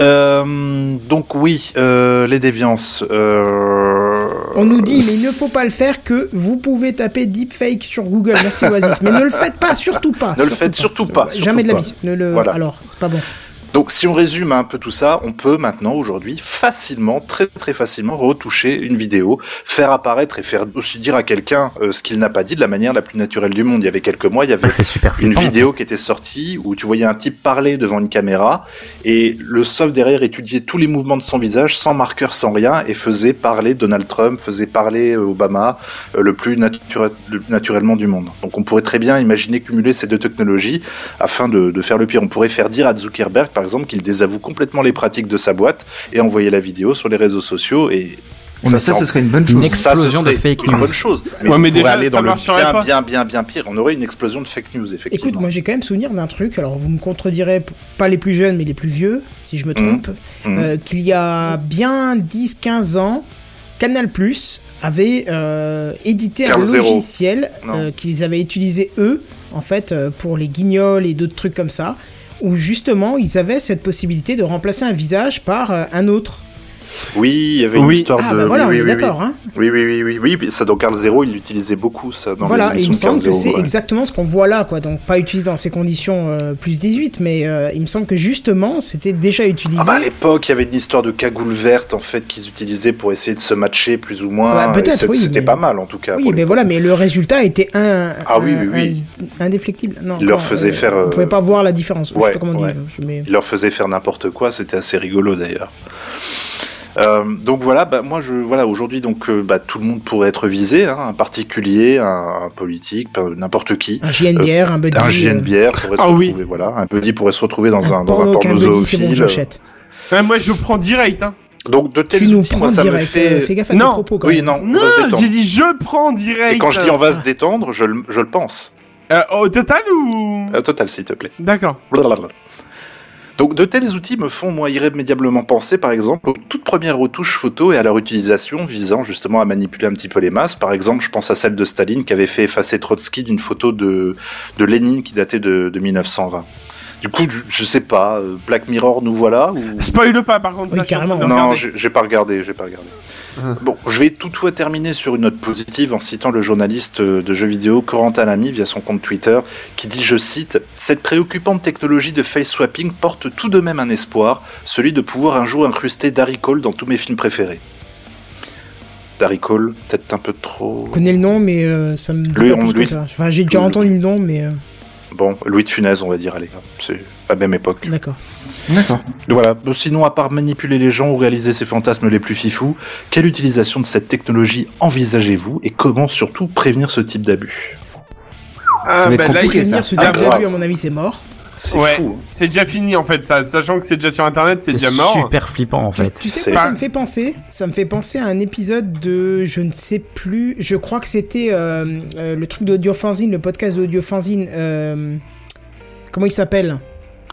C: Euh, Donc oui, euh, les déviances. euh,
A: On nous dit, mais il ne faut pas le faire, que vous pouvez taper deepfake sur Google. Merci Oasis. mais ne le faites pas, surtout pas.
C: Ne le faites surtout pas, surtout
A: Oh, Jamais de la
C: pas.
A: vie. Ne le...
C: Voilà.
A: Alors, c'est pas bon.
C: Donc si on résume un peu tout ça, on peut maintenant aujourd'hui facilement, très très facilement retoucher une vidéo, faire apparaître et faire aussi dire à quelqu'un euh, ce qu'il n'a pas dit de la manière la plus naturelle du monde. Il y avait quelques mois, il y avait
F: Ah, C'est super
C: une
F: flippant.
C: vidéo qui était sortie où tu voyais un type parler devant une caméra et le soft derrière étudiait tous les mouvements de son visage sans marqueur, sans rien et faisait parler Donald Trump, faisait parler euh, Obama euh, le plus nature- le plus naturellement du monde. Donc on pourrait très bien imaginer cumuler ces deux technologies afin de, de faire le pire. On pourrait faire dire à Zuckerberg par exemple qu'il désavoue complètement les pratiques de sa boîte et envoyer la vidéo sur les réseaux sociaux et
E: Mais ça,
C: c'est
E: ce serait une bonne
C: donc
E: chose.
F: Next.
C: ça, ce
F: explosion de
C: serait
F: fake
C: une
F: news.
C: bonne chose. Mais
B: Ouais,
C: on
B: mais
C: pourrait
B: déjà,
C: aller
B: ça
C: dans le
B: marcherait
C: bien,
B: pas.
C: bien, bien, bien pire. On aurait une explosion de fake news, effectivement.
A: Écoute, moi j'ai quand même souvenir d'un truc, alors vous me contredirais p- pas les plus jeunes mais les plus vieux, si je me trompe,
C: Mhm.
A: euh, qu'il y a bien 10-15 ans, Canal Plus avait euh, édité un
C: 15-0.
A: logiciel
C: Non.
A: euh, qu'ils avaient utilisé eux, en fait, euh, pour les guignols et d'autres trucs comme ça, où justement ils avaient cette possibilité de remplacer un visage par euh, un autre.
C: Oui, il y avait une
B: Oui.
C: histoire
A: Ah
C: de.
A: bah voilà,
C: oui,
A: on
C: oui,
A: est
C: oui,
A: d'accord, hein
C: Oui, oui, oui, oui, oui. oui, Ça, dans Carl Zero, il l'utilisait beaucoup, ça, dans
A: voilà, et il
C: les
A: me
C: émissions de
A: semble que
C: Carl
A: c'est
C: Zero. ouais.
A: exactement ce qu'on voit là, quoi. Donc, pas utilisé dans ces conditions euh, plus 18, mais euh, il me semble que justement, c'était déjà utilisé.
C: Ah bah à l'époque, il y avait une histoire de cagoule verte, en fait, qu'ils utilisaient pour essayer de se matcher plus ou moins.
A: Ouais, peut-être,
C: Et c'est-
A: oui,
C: C'était
A: mais-
C: pas mal, en tout cas.
A: oui,
C: pour
A: mais
C: l'époque.
A: voilà, mais le résultat était un,
C: Ah
A: un-
C: oui, oui, oui.
A: un- indéfectible. Non,
C: Il leur
A: comment,
C: faisait faire,
A: On
C: euh,
A: pouvait pas voir la différence. je
C: ouais,
A: sais pas comment on dit,
C: ouais.
A: je- mais-
C: Il leur faisait faire n'importe quoi, c'était assez rigolo d'ailleurs. Euh, donc voilà, bah, moi je voilà aujourd'hui donc euh, bah, tout le monde pourrait être visé, hein, un particulier, un, un politique, peu- n'importe qui,
A: Un JNBR, un buddy.
C: un
A: euh,
C: JNBR pourrait se
B: Ah oui.
C: retrouver voilà, un buddy pourrait se retrouver dans un, dans un
A: porno
C: porno
A: qu'un buddy, c'est bon,
C: zoophile.
A: j'achète.
B: Ouais, moi, je prends direct. Hein.
C: donc de
A: Tu
C: tels
A: nous
C: outils,
A: prends
C: moi ça me
A: direct. euh,
C: fait
A: Fais gaffe à tes
B: Non,
A: propos, quand
C: oui
A: même.
C: non, on
B: Non,
C: va se détendre.
B: j'ai dit je prends direct.
C: Et quand je dis on va se détendre, je, le- je le pense.
B: Euh, au total ou
C: Euh, total s'il te plaît.
B: D'accord.
C: Blablabla. Donc de tels outils me font moi irrémédiablement penser par exemple aux toutes premières retouches photo et à leur utilisation visant justement à manipuler un petit peu les masses. Par exemple, je pense à celle de Staline qui avait fait effacer Trotsky d'une photo de, de Lénine qui datait de, de 1920. Du coup, je, je sais pas, euh, Black Mirror, nous voilà ou...
B: Spoil pas par contre,
A: Oui,
B: ça, je suis en train de
A: carrément.
C: Non,
B: regarder.
C: j'ai j'ai pas regardé, j'ai pas regardé.
B: Ah.
C: Bon, je vais toutefois terminer sur une note positive en citant le journaliste euh, de jeux vidéo Corentin Lamy via son compte Twitter qui dit, je cite, Cette préoccupante technologie de face swapping porte tout de même un espoir, celui de pouvoir un jour incruster Darry Cole dans tous mes films préférés. Darry Cole, peut-être un peu trop.
A: Je connais le nom, mais euh, ça me dit
C: Lui,
A: pas
C: on-
A: plus que
C: lui-
A: ça. Enfin, j'ai déjà
C: Lui-
A: entendu le nom, mais euh,
C: Bon, Louis de Funès, on va dire, allez, c'est la même époque.
A: d'accord.
E: D'accord.
C: Voilà. Bon, Sinon, à part manipuler les gens ou réaliser ses fantasmes les plus fifous, quelle utilisation de cette technologie envisagez-vous et comment surtout prévenir ce type d'abus
B: Ah,
E: Ça va être
B: bah, là,
E: compliqué,
B: il-
E: ça.
A: Prévenir ce
C: Ah,
A: type
C: grave.
A: d'abus, à mon avis, c'est mort.
C: C'est
B: Ouais.
C: fou. hein.
B: C'est déjà fini en fait, ça. Sachant que c'est déjà sur internet, c'est
F: C'est
B: déjà mort.
F: super flippant en
A: Tu-
F: fait.
A: Tu, sais
C: C'est-
A: quoi ça
B: Bah-
A: me fait penser Ça me fait penser à un épisode de je ne sais plus. Je crois que c'était euh, euh, le truc d'Audiofanzine, le podcast d'Audiofanzine. euh, comment il s'appelle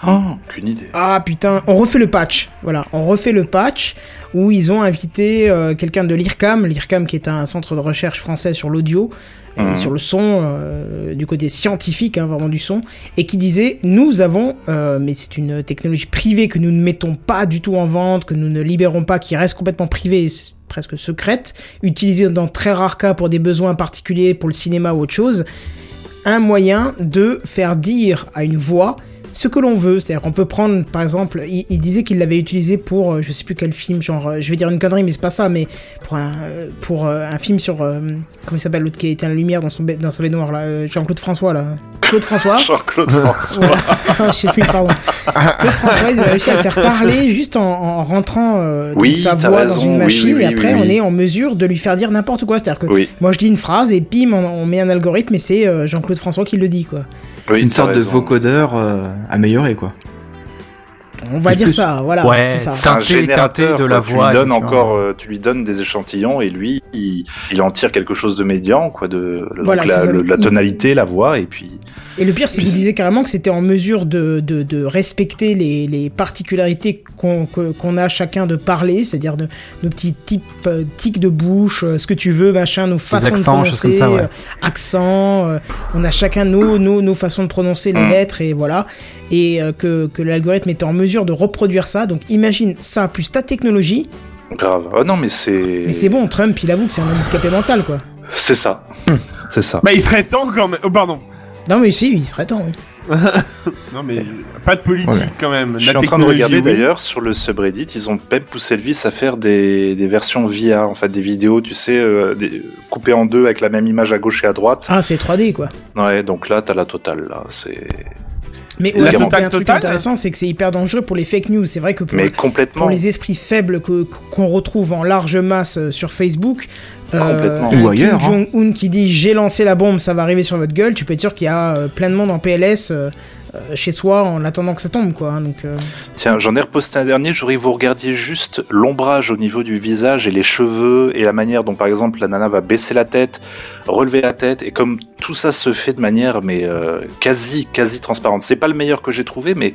C: Oh, aucune idée.
A: Ah putain, on refait le patch. Voilà, on refait le patch où ils ont invité euh, quelqu'un de l'IRCAM, l'IRCAM qui est un centre de recherche français sur l'audio, et
C: Mhm.
A: sur le son, euh, du côté scientifique, hein, vraiment du son, et qui disait nous avons, euh, mais c'est une technologie privée que nous ne mettons pas du tout en vente, que nous ne libérons pas, qui reste complètement privée. et s- presque secrète, utilisée dans très rares cas pour des besoins particuliers, pour le cinéma ou autre chose, un moyen de faire dire à une voix ce que l'on veut. C'est-à-dire qu'on peut prendre, par exemple, il, il disait qu'il l'avait utilisé pour, euh, je sais plus quel film, genre, euh, je vais dire une connerie, mais c'est pas ça, mais pour un, euh, pour, euh, un film sur, euh, comment il s'appelle, l'autre qui a éteint la lumière dans, son, ba- dans sa baignoire, là, euh, Jean-Claude François, là. Claude François
C: Jean-Claude François.
A: voilà. Ah, je sais plus,
C: [laughs]
A: pardon. Claude François, il a réussi à le faire parler juste en, en rentrant euh, donc
C: Oui,
A: sa
C: t'as
A: voix
C: raison,
A: dans une
C: oui,
A: machine
C: oui, oui,
A: et après
C: oui,
A: on
C: oui.
A: est en mesure de lui faire dire n'importe quoi. C'est-à-dire que
C: Oui,
A: moi je dis une phrase et pim, on, on met un algorithme et c'est euh, Jean-Claude François qui le dit quoi.
C: oui,
E: c'est une
C: t'as
E: sorte
C: raison.
E: de vocodeur euh, amélioré, quoi.
A: On va
E: Parce
A: dire
E: que
A: ça, voilà.
F: Ouais,
A: c'est
C: C'est
A: ça.
C: un
F: Teinté,
C: générateur,
F: teinté de la
C: quoi.
F: voix,
C: Tu lui donnes
F: effectivement.
C: encore, euh, tu lui donnes des échantillons et lui, il, il en tire quelque chose de médian, quoi, de donc
A: Voilà, c'est
C: la,
A: ça.
C: le- la
A: Il-
C: tonalité, la voix, et puis.
A: Et le pire, c'est qu'il disait carrément que c'était en mesure de, de, de respecter les, les particularités qu'on que- qu'on a chacun de parler, c'est-à-dire de, nos petits types, euh, tics de bouche, euh, ce que tu veux, machin, nos façons
F: accents,
A: de
F: choses
A: prononcer,
F: comme ça, ouais.
A: euh, accents, euh, on a chacun nos, nos, nos façons de prononcer les
C: Mm.
A: lettres et voilà, et euh, que, que l'algorithme était en mesure de reproduire ça. Donc imagine ça plus ta technologie,
C: Grave. Oh non, mais c'est.
A: mais c'est bon, Trump, il avoue que c'est un handicapé mental, quoi.
C: C'est ça. C'est ça.
B: Bah, il serait temps quand même. Oh, pardon.
A: Non mais si, il serait temps. oui.
B: Non, mais pas de politique
E: Ouais.
B: quand même.
C: Je
B: La
C: suis en train de
B: technologie,
C: regarder
B: oui.
C: d'ailleurs sur le subreddit, ils ont même poussé le vice à faire des, des versions VR, en fait des vidéos, tu sais, euh, des- coupées en deux avec la même image à gauche et à droite.
A: Ah, c'est 3D, quoi.
C: Ouais, donc là t'as la totale là, c'est
A: Mais
B: La
A: ouais,
B: totale
A: donc, il y a un truc
B: totale, hein.
A: intéressant, c'est que c'est hyper dangereux pour les fake news. C'est vrai que pour,
C: mais
A: pour
C: complètement.
A: les esprits faibles que- qu'on retrouve en large masse euh, sur Facebook,
C: Complètement.
A: un
E: Ou ailleurs, hein.
A: Kim Jong-un qui dit j'ai lancé la bombe, ça va arriver sur votre gueule, tu peux être sûr qu'il y a euh, plein de monde en PLS euh, euh, chez soi en attendant que ça tombe, quoi. hein, donc, euh,
C: Tiens, j'en ai reposté un dernier, j'aurais vous regardiez juste l'ombrage au niveau du visage et les cheveux et la manière dont par exemple la nana va baisser la tête, relever la tête et comme tout ça se fait de manière mais euh, quasi quasi transparente. C'est pas le meilleur que j'ai trouvé mais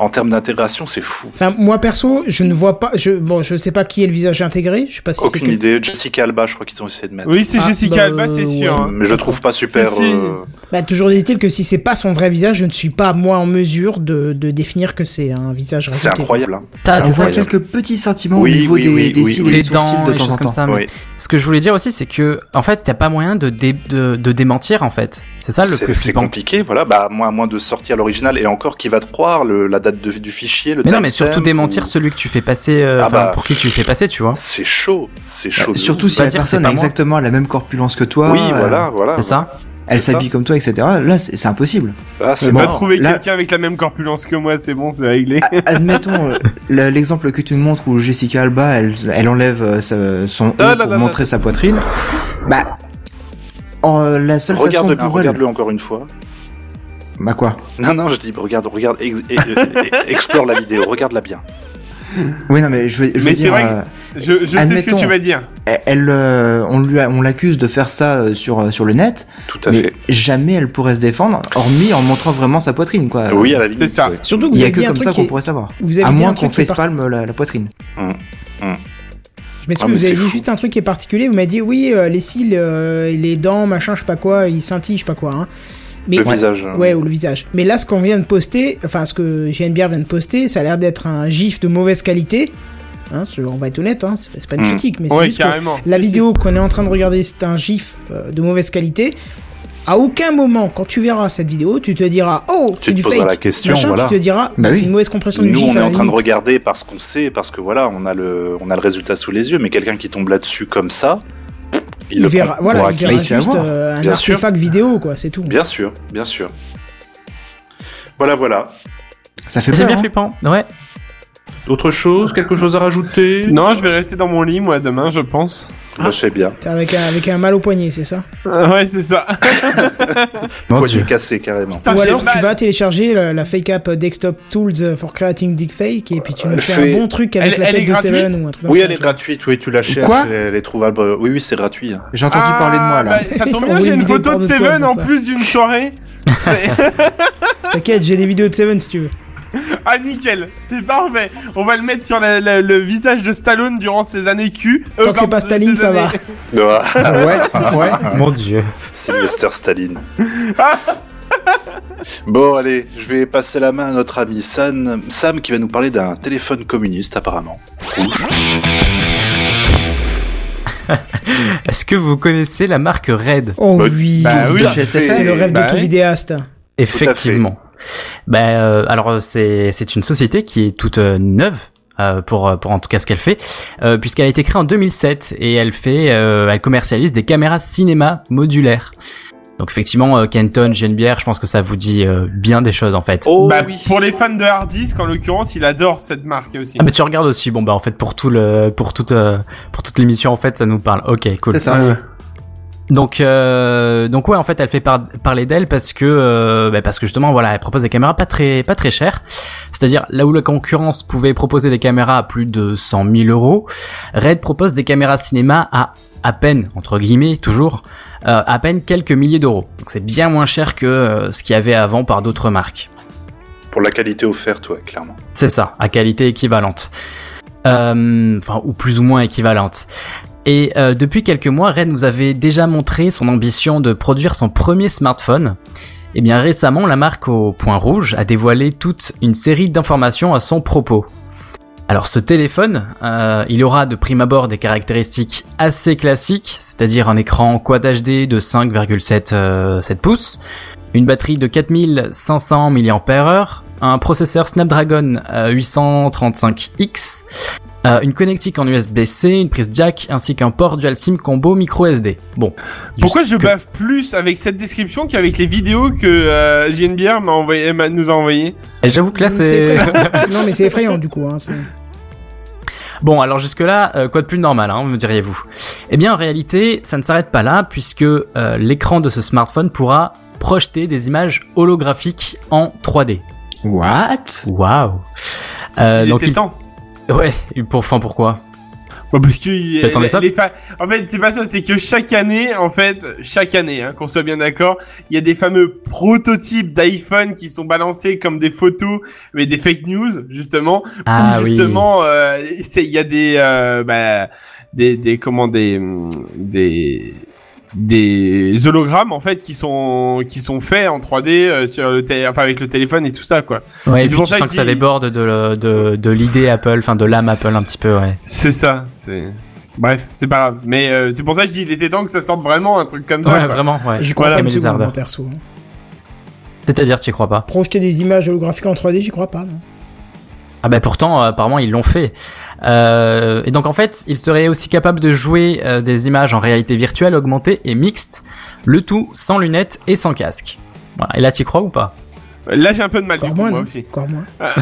C: en termes d'intégration, c'est fou.
A: Enfin, moi perso, je ne vois pas, je, bon, je sais pas qui est le visage intégré, je sais pas si c'est
C: Aucune
A: que-
C: idée. Jessica Alba, je crois qu'ils ont essayé de mettre.
B: Oui, c'est
A: Ah,
B: Jessica
A: bah,
B: Alba, c'est
A: euh,
B: sûr.
A: ouais.
B: hein.
C: Mais je le trouve pas super.
B: Si, si.
C: euh,
A: Bah, toujours est-il que si c'est pas son vrai visage, je ne suis pas moi en mesure de, de définir que c'est un visage
C: C'est
A: rajouté.
C: incroyable. hein.
F: T'as-
E: on voit
C: incroyable.
E: quelques petits sentiments
C: Oui,
E: au niveau
C: oui,
E: des,
C: oui,
E: des
C: oui,
E: cils
C: oui.
E: et
F: les
E: des
F: dents,
E: sourcils de
F: les
E: temps en
F: choses comme
E: temps.
F: ça. Ah, mais
C: Oui.
F: Ce que je voulais dire aussi, c'est que en fait, t'as pas moyen de, dé- de, de démentir en fait. C'est ça le
C: C'est
F: plus
C: c'est
F: flippant.
C: compliqué, voilà. Bah, à moins, à moins de sortir l'original et encore, qui va te croire le- la date de- du fichier, le
F: Mais non, mais
C: timestamp,
F: surtout démentir
C: ou-
F: celui que tu fais passer, euh,
C: Ah
F: enfin,
C: bah.
F: pour qui tu le fais passer, tu vois.
C: C'est chaud, c'est chaud. de
E: Euh, Surtout
C: ouf.
E: si
F: Pas
E: la
F: dire que c'est
E: personne
F: pas
E: a
F: moi.
E: exactement la même corpulence que toi,
C: Oui,
E: euh,
C: voilà, voilà.
F: C'est ça.
E: elle
C: c'est
E: s'habille comme toi, etc. Là, c'est c'est impossible.
C: Ah, c'est
E: Mais
B: Va
E: bon. Ah,
B: trouver
E: Là-
B: quelqu'un avec la même corpulence que moi, c'est bon, c'est réglé.
E: A- Admettons euh, le- l'exemple que tu nous montres où Jessica Alba, elle, elle enlève euh, sa- son haut
B: Ah là
E: pour
B: là là.
E: montrer sa poitrine. Bah, en, euh, la seule façon
C: Regarde bien,
E: pour elle,
C: regarde-le encore une fois.
E: bah quoi
C: e, Non, non, je dis, regarde, regarde, ex- et- et- et- explore la vidéo, regarde-la bien.
E: Oui, non, mais je veux, je veux
B: Mais c'est
E: dire,
B: vrai que-
E: euh,
B: Je, je sais ce que
E: Admettons.
B: tu vas dire.
E: elle, elle, euh, on lui, a- on l'accuse de faire ça euh, sur euh, sur le net,
C: Tout à
E: mais
C: fait.
E: jamais elle pourrait se défendre, hormis en montrant vraiment sa poitrine, quoi.
C: Oui, à la
B: C'est
C: limite.
B: ça.
C: ouais.
A: Surtout que
E: Il
A: vous
E: y a
A: avez
E: que
A: dit un
E: comme
A: truc
E: ça
A: qui
E: qu'on
A: est-
E: pourrait savoir.
A: vous avez
E: À
A: dit un
E: moins
A: truc
E: qu'on
A: qui est
E: fasse palme la, la poitrine.
A: Je m'excuse,
C: Ah, mais
A: vous avez
C: c'est
A: dit
C: fou.
A: juste un truc qui est particulier. Vous m'avez dit, oui, euh, les cils, euh, les dents, machin, je sais pas quoi, ils scintillent, je sais pas quoi. Hein. Mais
C: Le
A: ouais,
C: visage. euh,
A: ouais, ou le visage. Mais là, ce qu'on vient de poster, enfin, ce que JNBR vient de poster, ça a l'air d'être un gif de mauvaise qualité. Hein, ce- on va être honnête, hein, c'est c'est pas une
C: Mm.
A: critique, mais c'est
B: Ouais,
A: juste que
B: carrément.
A: la
B: Si,
A: vidéo qu'on est en train de regarder, c'est un gif euh, de mauvaise qualité. À aucun moment, quand tu verras cette vidéo, tu te diras, oh,
C: Tu
A: c'est
C: te
A: du
C: poseras
A: fake.
C: la question,
A: Machin,
C: voilà.
A: Tu te diras, ah,
E: Bah
A: c'est
E: oui.
A: une mauvaise compression du
C: Nous,
A: gif.
C: on
A: à
C: est
A: la
C: en train de
A: limite.
C: regarder parce qu'on sait, parce que voilà, on a le, on a le résultat sous les yeux, mais quelqu'un qui tombe là-dessus comme ça, il,
A: Il
C: le
A: verra,
C: prend pour
A: voilà, il
C: acquis.
A: verra
E: il se fait
A: juste
E: avoir.
A: euh, un
C: Bien sûr.
A: artefact vidéo, quoi, c'est tout.
C: Bien sûr, bien sûr. Voilà, voilà.
E: Ça fait
F: C'est
E: peur.
F: bien
E: hein.
F: flippant. Ouais.
C: D'autres choses Quelque chose à rajouter
B: Non, je vais rester dans mon lit, moi, demain, je pense.
C: Moi, je sais bien.
A: T'es Avec un, avec un mal au poignet, c'est ça
B: Ah, Ouais, c'est ça.
E: Mon
C: Poignet
E: Dieu.
C: cassé, carrément.
B: Putain,
A: Ou
B: j'ai
A: alors
B: mal.
A: tu vas télécharger la, la fake app Desktop Tools for Creating Dick Fake et puis tu nous
C: Elle
A: fais
C: Euh, fait-
A: un bon truc avec
B: Elle-
A: la
B: elle est
A: tête de
B: gratuite
A: Seven ou un truc comme
C: Oui,
A: ça,
C: elle est
A: tu vois.
C: gratuite. Oui, tu la cherches.
E: Quoi
C: elle, elle est trouvable. euh, Oui, oui, c'est gratuit. hein.
E: J'ai entendu
B: Ah,
E: parler de moi là.
B: bah,
A: [laughs]
B: ça tombe
A: On
B: bien,
A: voit
B: j'ai
A: une
B: une
A: vidéo
B: photo de
A: de toi,
B: Seven
A: pour
B: en
A: ça.
B: plus d'une soirée.
A: T'inquiète, j'ai des vidéos de Seven si tu veux.
B: Ah nickel, c'est parfait. On va le mettre sur la- la- le visage de Stallone durant ses années Q. Euh,
A: Tant que c'est pas Staline, ça
B: [laughs]
A: va.
C: Ah,
F: ouais. Ouais. Mon dieu.
C: [laughs] Sylvester Staline. [laughs] Bon, allez, je vais passer la main à notre ami Sam, Sam qui va nous parler d'un téléphone communiste, apparemment.
F: Est-ce que vous connaissez la marque Red
A: Oh
C: Bah,
A: oui,
B: bah oui,
E: De
C: Tout à
E: chez
C: fait.
E: SFR.
A: c'est le rêve
B: bah
A: de tout
B: oui.
A: vidéaste.
F: Effectivement. Ben, euh, alors c'est c'est une société qui est toute euh, neuve. euh, pour euh, pour en tout cas ce qu'elle fait euh, puisqu'elle a été créée en 2007 et elle fait euh, elle commercialise des caméras cinéma modulaires donc effectivement euh, Kenton Genebière je pense que ça vous dit euh, bien des choses en fait
C: Oh
B: Bah,
C: oui.
B: Pour les fans de hard disk, en l'occurrence, il adore cette marque aussi.
F: ah mais tu regardes aussi bon bah en fait pour tout le pour toute euh, pour toute l'émission en fait ça nous parle ok cool
A: bah,
E: C'est ça.
F: Donc, euh, donc ouais, en fait, elle fait par- parler d'elle parce que, euh, bah, parce que justement, voilà, elle propose des caméras pas très, pas très chères. C'est-à-dire là où la concurrence pouvait proposer des caméras à plus de 100 000 euros, Red propose des caméras cinéma à à peine, entre guillemets, toujours, euh, à peine quelques milliers d'euros. Donc c'est bien moins cher que euh, ce qu'il y avait avant par d'autres marques.
C: Pour la qualité offerte, ouais, clairement.
F: C'est ça, à qualité équivalente. Euh, Enfin, ou plus ou moins équivalente. Et euh, depuis quelques mois, Red nous avait déjà montré son ambition de produire son premier smartphone. Et bien récemment, la marque au point rouge a dévoilé toute une série d'informations à son propos. Alors ce téléphone, euh, il aura de prime abord des caractéristiques assez classiques, c'est-à-dire un écran Quad HD de 5,7 euh, 7 pouces, une batterie de 4500 mAh, un processeur Snapdragon euh, 835X, euh, une connectique en USB-C, une prise jack ainsi qu'un port dual SIM combo micro SD. Bon.
B: Pourquoi
F: Juste
B: je
F: que-
B: baffe plus avec cette description qu'avec les vidéos que euh, JNBR m'a envoyé, m'a- nous a envoyées
F: Et J'avoue que là
A: Donc, c'est
F: c'est
A: effrayant. non mais c'est effrayant du coup. Hein, c'est-
F: Bon, alors jusque-là, euh, quoi de plus normal, hein, me diriez-vous Eh bien, en réalité, ça ne s'arrête pas là, puisque euh, l'écran de ce smartphone pourra projeter des images holographiques en 3D.
E: What
F: Waouh Euh,
B: Il
F: Donc,
B: était temps.
F: il... ouais, pour, enfin, pourquoi
B: Bah, parce que il-
F: T'attendais
B: les-
F: ça
B: les fa- en fait, c'est pas ça, c'est que chaque année, en fait, chaque année, hein, qu'on soit bien d'accord, il y a des fameux prototypes d'iPhone qui sont balancés comme des photos, mais des fake news justement,
F: Ah
B: Ou
F: oui.
B: justement, euh, c'est- il y a des, euh, bah, des, des, comment, des, hum, des, des hologrammes en fait qui sont qui sont faits en 3D euh, sur le télé- enfin avec le téléphone et tout ça quoi.
F: Ouais, et
B: c'est
F: puis
B: pour
F: tu
B: ça
F: sens que ça
B: qu'il-
F: déborde de, le- de, de l'idée Apple, enfin de l'âme Apple un petit peu, ouais.
B: C'est ça. C'est bref, c'est pas grave. Mais euh, c'est pour ça que je dis, il était temps que ça sorte vraiment un truc comme ça.
F: Ouais,
B: quoi.
F: vraiment, ouais.
A: J'y crois
F: Voilà,
A: pas une
F: mais les
A: seconde,
F: ardeurs.
A: moi, perso. hein.
F: C'est-à-dire, tu y crois pas
A: Projeter des images holographiques en 3D, j'y crois pas. Non.
F: Ah bah pourtant, euh, apparemment, ils l'ont fait. Euh, et donc en fait, ils seraient aussi capables de jouer euh, des images en réalité virtuelle, augmentée et mixte, le tout sans lunettes et sans casque. Voilà. Et là, tu crois ou pas
B: Là, j'ai un peu de mal du
A: Encore
B: coup,
A: moins,
B: moi
A: non
B: aussi.
A: encore moins.
B: Là,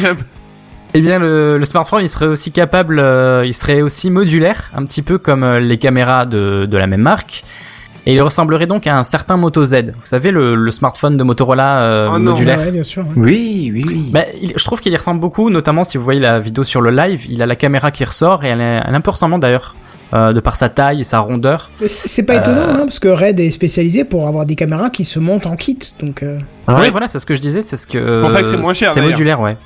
B: j'ai un peu- [laughs]
F: Eh bien, le, le smartphone, il serait aussi capable, euh, il serait aussi modulaire, un petit peu comme euh, les caméras de, de la même marque. Et il ressemblerait donc à un certain Moto Z. Vous savez, le, le smartphone de Motorola euh,
B: Oh non.
F: modulaire.
A: Ouais, bien sûr. ouais.
E: Oui, oui, oui.
F: Bah, il- je trouve qu'il y ressemble beaucoup, notamment si vous voyez la vidéo sur le live, il a la caméra qui ressort et elle est, elle est un peu ressemblante d'ailleurs, euh, de par sa taille et sa rondeur.
A: Mais c- C'est
F: Euh,
A: pas étonnant, hein, parce que Red est spécialisé pour avoir des caméras qui se montent en kit. Donc, euh,
F: Oui,
B: Ah Ouais.
F: voilà, c'est ce que je disais, c'est ce que.
B: C'est pour ça que c'est moins cher,
F: C'est
B: d'ailleurs.
F: modulaire, ouais.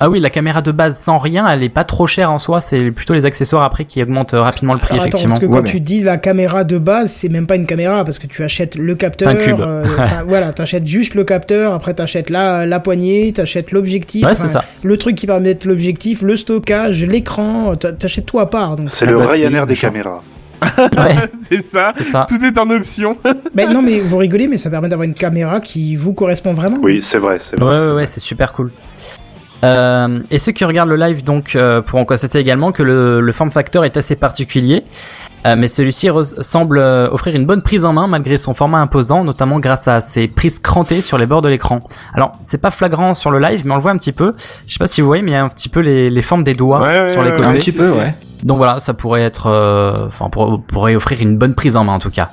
F: Ah oui, la caméra de base sans rien, elle est pas trop chère en soi, c'est plutôt les accessoires après qui augmentent euh, rapidement le prix,
A: alors, attends,
F: effectivement.
A: parce que
E: Ouais,
A: quand
E: mais-
A: tu dis la caméra de base, c'est même pas une caméra, parce que tu achètes le capteur.
F: Un cube.
A: euh,
F: [laughs]
A: enfin, voilà, t'achètes juste le capteur, après t'achètes la, la poignée, t'achètes l'objectif. [laughs]
F: Ouais, c'est
A: enfin,
F: ça.
A: Le truc qui permet d'être l'objectif, le stockage, l'écran, t'a- t'achètes tout à part.
F: [laughs]
A: Donc.
C: C'est
E: La
C: le
E: batterie,
C: Ryanair des
E: machin.
C: caméras.
F: Ouais,
B: c'est ça.
F: c'est ça.
B: Tout est en option.
A: Mais non, mais vous rigolez, mais ça permet d'avoir une caméra qui vous correspond vraiment.
C: Oui, c'est vrai, c'est
F: Ouais,
C: vrai. c'est
F: ouais,
C: vrai.
F: ouais, c'est super cool. Euh, et ceux qui regardent le live donc euh, pourront constater également que le, le form factor est assez particulier, euh, mais celui-ci re- semble euh, offrir une bonne prise en main malgré son format imposant, notamment grâce à ses prises crantées sur les bords de l'écran. Alors c'est pas flagrant sur le live, mais on le voit un petit peu. Je sais pas si vous voyez, mais il y a un petit peu les, les formes des doigts
B: Ouais, ouais,
F: sur les
B: ouais,
F: côtés.
E: un
A: bah,
B: ouais.
E: petit peu, ouais.
F: Donc voilà, ça pourrait être, euh, enfin, pour- pourrait offrir une bonne prise en main en tout cas.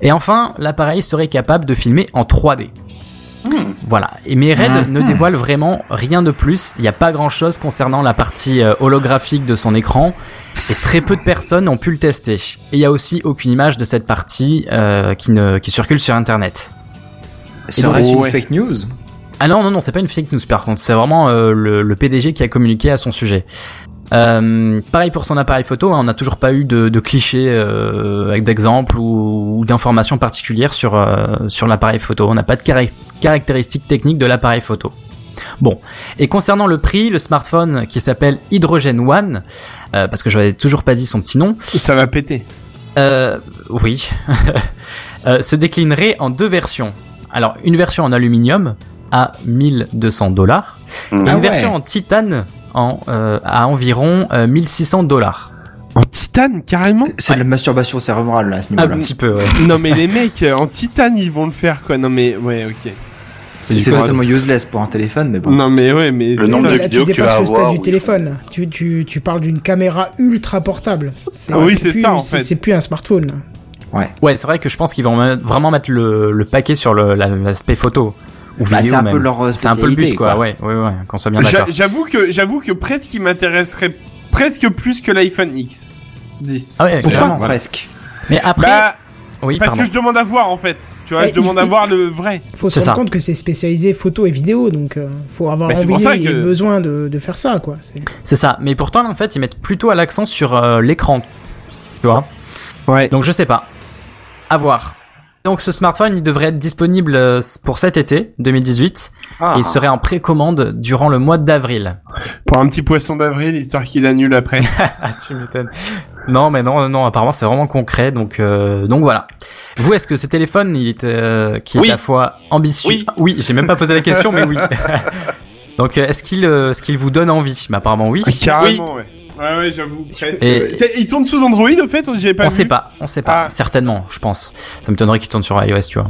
F: Et enfin, l'appareil serait capable de filmer en 3D. Voilà. Et mais Red ne dévoile vraiment rien de plus. Il n'y a pas grand chose concernant la partie euh, holographique de son écran. Et très peu de personnes ont pu le tester. Et il n'y a aussi aucune image de cette partie euh, qui, ne, qui circule sur Internet.
E: Serait-ce
B: donc-
E: une
B: Ouais.
E: fake news
F: Ah non, non, non, c'est pas une fake news par contre, c'est vraiment euh, le, le PDG qui a communiqué à son sujet. Euh, pareil pour son appareil photo, hein, on n'a toujours pas eu de, de clichés euh, avec d'exemples ou, ou d'informations particulières sur, euh, sur l'appareil photo. On n'a pas de carac- caractéristiques techniques de l'appareil photo. Bon, et concernant le prix, le smartphone qui s'appelle Hydrogen One, euh, parce que je n'avais toujours pas dit son petit nom,
B: [laughs] Ça va péter.
F: euh, oui. [laughs] Euh, se déclinerait en deux versions. Alors, une version en aluminium à 1200 dollars et
E: Ah
F: une
E: ouais.
F: version en titane en, euh, à environ euh, 1600 dollars.
B: En titane, carrément
E: C'est de la masturbation cérébrale là, à ce
F: Un
E: niveau-là.
F: petit peu, ouais.
B: Non mais les mecs, euh, en titane, ils vont le faire quoi. Non mais, ouais, ok.
E: C'est c'est totalement useless pour un téléphone, mais bon.
B: Non mais, ouais, mais...
C: Le
B: c'est
C: nombre
B: ça.
C: de
A: Là,
C: vidéos que
A: tu
C: tu vas
A: dépasses le stade
C: avoir
A: du
C: où ils
A: téléphone. Tu, tu, tu parles d'une caméra ultra portable. C'est-
B: Ah oui, c'est
A: plus-
B: ça, en
A: c'est-
B: fait.
A: C'est plus un smartphone. là.
F: Ouais, c'est vrai que je pense qu'ils vont me- vraiment mettre le, le paquet sur le- la- l'aspect photo. Ou
E: Bah,
F: vidéo
E: c'est un
F: même.
E: peu leur euh,
F: C'est un peu le
E: spécialité,
F: but, quoi. Ouais, ouais, ouais, qu'on soit bien
B: J'a-
F: d'accord.
B: J'avoue que, j'avoue que presque, il m'intéresserait presque plus que l'iPhone X 10.
F: Ah ouais,
E: Pourquoi
F: clairement.
E: presque
F: Mais après,
B: Bah,
F: oui,
B: parce
F: pardon.
B: que je demande à voir en fait. Tu vois,
A: Ouais,
B: je demande
A: il-
B: à voir le vrai.
A: Faut se
F: C'est
A: rendre
F: ça.
A: compte que c'est spécialisé photo et vidéo, donc euh, faut avoir
B: Bah, c'est pour
A: envie
B: ça
A: et
B: que-
A: besoin de, de faire ça, quoi.
B: [laughs]
A: C'est-
F: C'est ça. Mais pourtant, en fait, ils mettent plutôt à l'accent sur euh, l'écran. Tu vois
B: Ouais.
F: Donc je sais pas. À voir. Donc ce smartphone, il devrait être disponible euh, pour cet été 2018
C: Ah.
F: et il serait en précommande durant le mois d'avril.
B: Pour un petit poisson d'avril, histoire qu'il annule [laughs] après.
F: Ah, tu m'étonnes. Non, mais non, non, apparemment c'est vraiment concret, donc euh, donc voilà. Vous, est-ce que ce téléphone, il est euh, qui est
B: Oui.
F: à la fois ambitieux
B: Oui.
F: oui j'ai même pas posé la question, mais [laughs] oui. donc euh, est-ce qu'il euh, est-ce qu'il vous donne envie Mais apparemment oui.
B: Carrément, ouais. Ouais, ouais, j'avoue. presque,
F: Et-
B: ouais. C'est- Il tourne sous Android au fait, j'avais pas
F: on
B: vu.
F: sait pas, on sait pas.
B: Ah.
F: Certainement, je pense. Ça m'étonnerait qu'ils tournent sur iOS, tu vois.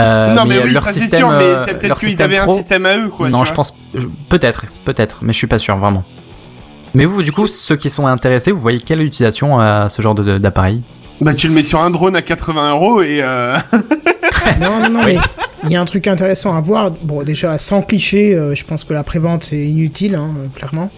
F: Euh,
B: non, mais,
F: euh,
B: oui,
F: leur
B: ça, c'est
F: système,
B: sûr, mais
F: euh,
B: c'est
F: leur
B: peut-être qu'ils
F: système
B: avaient un
F: pro-
B: système à eux, quoi.
F: non,
B: tu
F: je
B: vois.
F: pense je- peut-être, peut-être, mais je suis pas sûr vraiment. Mais vous, du coup, ceux qui sont intéressés, vous voyez quelle utilisation à ce genre de- de- d'appareil
B: Bah, tu le mets sur un drone à 80 euros et. euh,
A: Non, non, non,
F: Oui.
A: mais il y a un truc intéressant à voir. Bon, déjà, sans cliché, euh, je pense que la prévente, c'est inutile, hein, euh, clairement.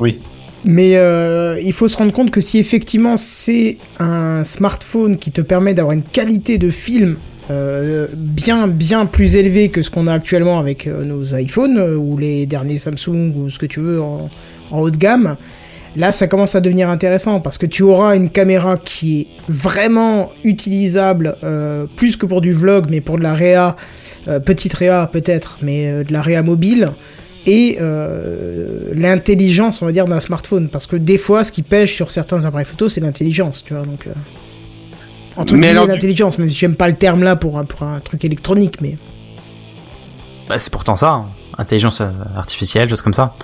B: Oui.
A: Mais euh, il faut se rendre compte que si effectivement c'est un smartphone qui te permet d'avoir une qualité de film euh, bien, bien plus élevée que ce qu'on a actuellement avec euh, nos iPhones euh, ou les derniers Samsung ou ce que tu veux en, en haut de gamme, là ça commence à devenir intéressant parce que tu auras une caméra qui est vraiment utilisable euh, plus que pour du vlog mais pour de la réa euh, petite réa peut-être mais euh, de la réa mobile et euh, l'intelligence on va dire d'un smartphone parce que des fois ce qui pêche sur certains appareils photo c'est l'intelligence tu vois donc euh, entre
B: Mais
A: guillemets,
B: alors, du-
A: l'intelligence même si j'aime pas le terme là pour un, pour un truc électronique mais
F: Bah, c'est pourtant ça, hein. intelligence euh, artificielle, choses comme ça.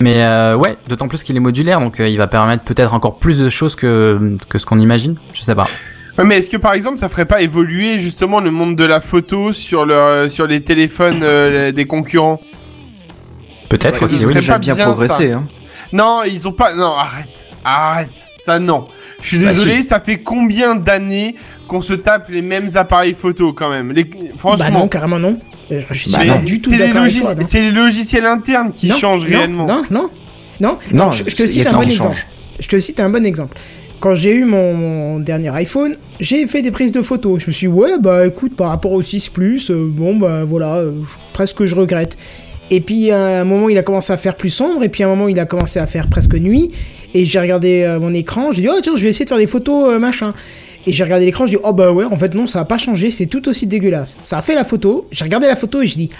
F: Mais euh, ouais, d'autant plus qu'il est modulaire, donc euh, il va permettre peut-être encore plus de choses que, que ce qu'on imagine. Je sais pas.
B: Ouais, mais est-ce que par exemple ça ferait pas évoluer justement le monde de la photo sur leur sur les téléphones euh, des concurrents
F: Peut-être
B: Ouais,
E: Parce
F: aussi,
E: qu'ils
B: ce
E: ont
F: oui.
B: serait
E: déjà
B: pas
E: bien
B: bien,
E: progressé. Hein.
B: Non, ils ont pas non, arrête. Arrête. Ça non. Je suis
E: Bah,
B: désolé, ça fait combien d'années qu'on se tape les mêmes appareils photo quand même. Les-
A: Bah non,
B: Franchement,
A: carrément non. Euh, Je suis
E: Bah
A: pas
E: non.
A: du tout
B: c'est les,
A: d'accord avec
B: logis-
A: toi. non.
B: c'est les logiciels internes qui
A: Non,
B: changent
A: non,
B: réellement.
A: Non, non, non.
E: Non,
A: je, je
E: il y
A: te
E: a
A: cite un
E: tout
A: bon
E: qui
A: exemple.
E: change.
A: Je te cite un bon exemple. Quand j'ai eu mon, mon dernier iPhone, j'ai fait des prises de photos. Je me suis dit, ouais, bah écoute, par rapport au 6 Plus, euh, bon, bah voilà, euh, je- presque je regrette. Et puis à un moment, il a commencé à faire plus sombre, et puis à un moment, il a commencé à faire presque nuit. Et j'ai regardé euh, mon écran, j'ai dit, oh tiens, je vais essayer de faire des photos, euh, machin. Et j'ai regardé l'écran, j'ai dit, oh bah ouais, en fait, non, ça a pas changé, c'est tout aussi dégueulasse. Ça a fait la photo, j'ai regardé la photo et j'ai dit,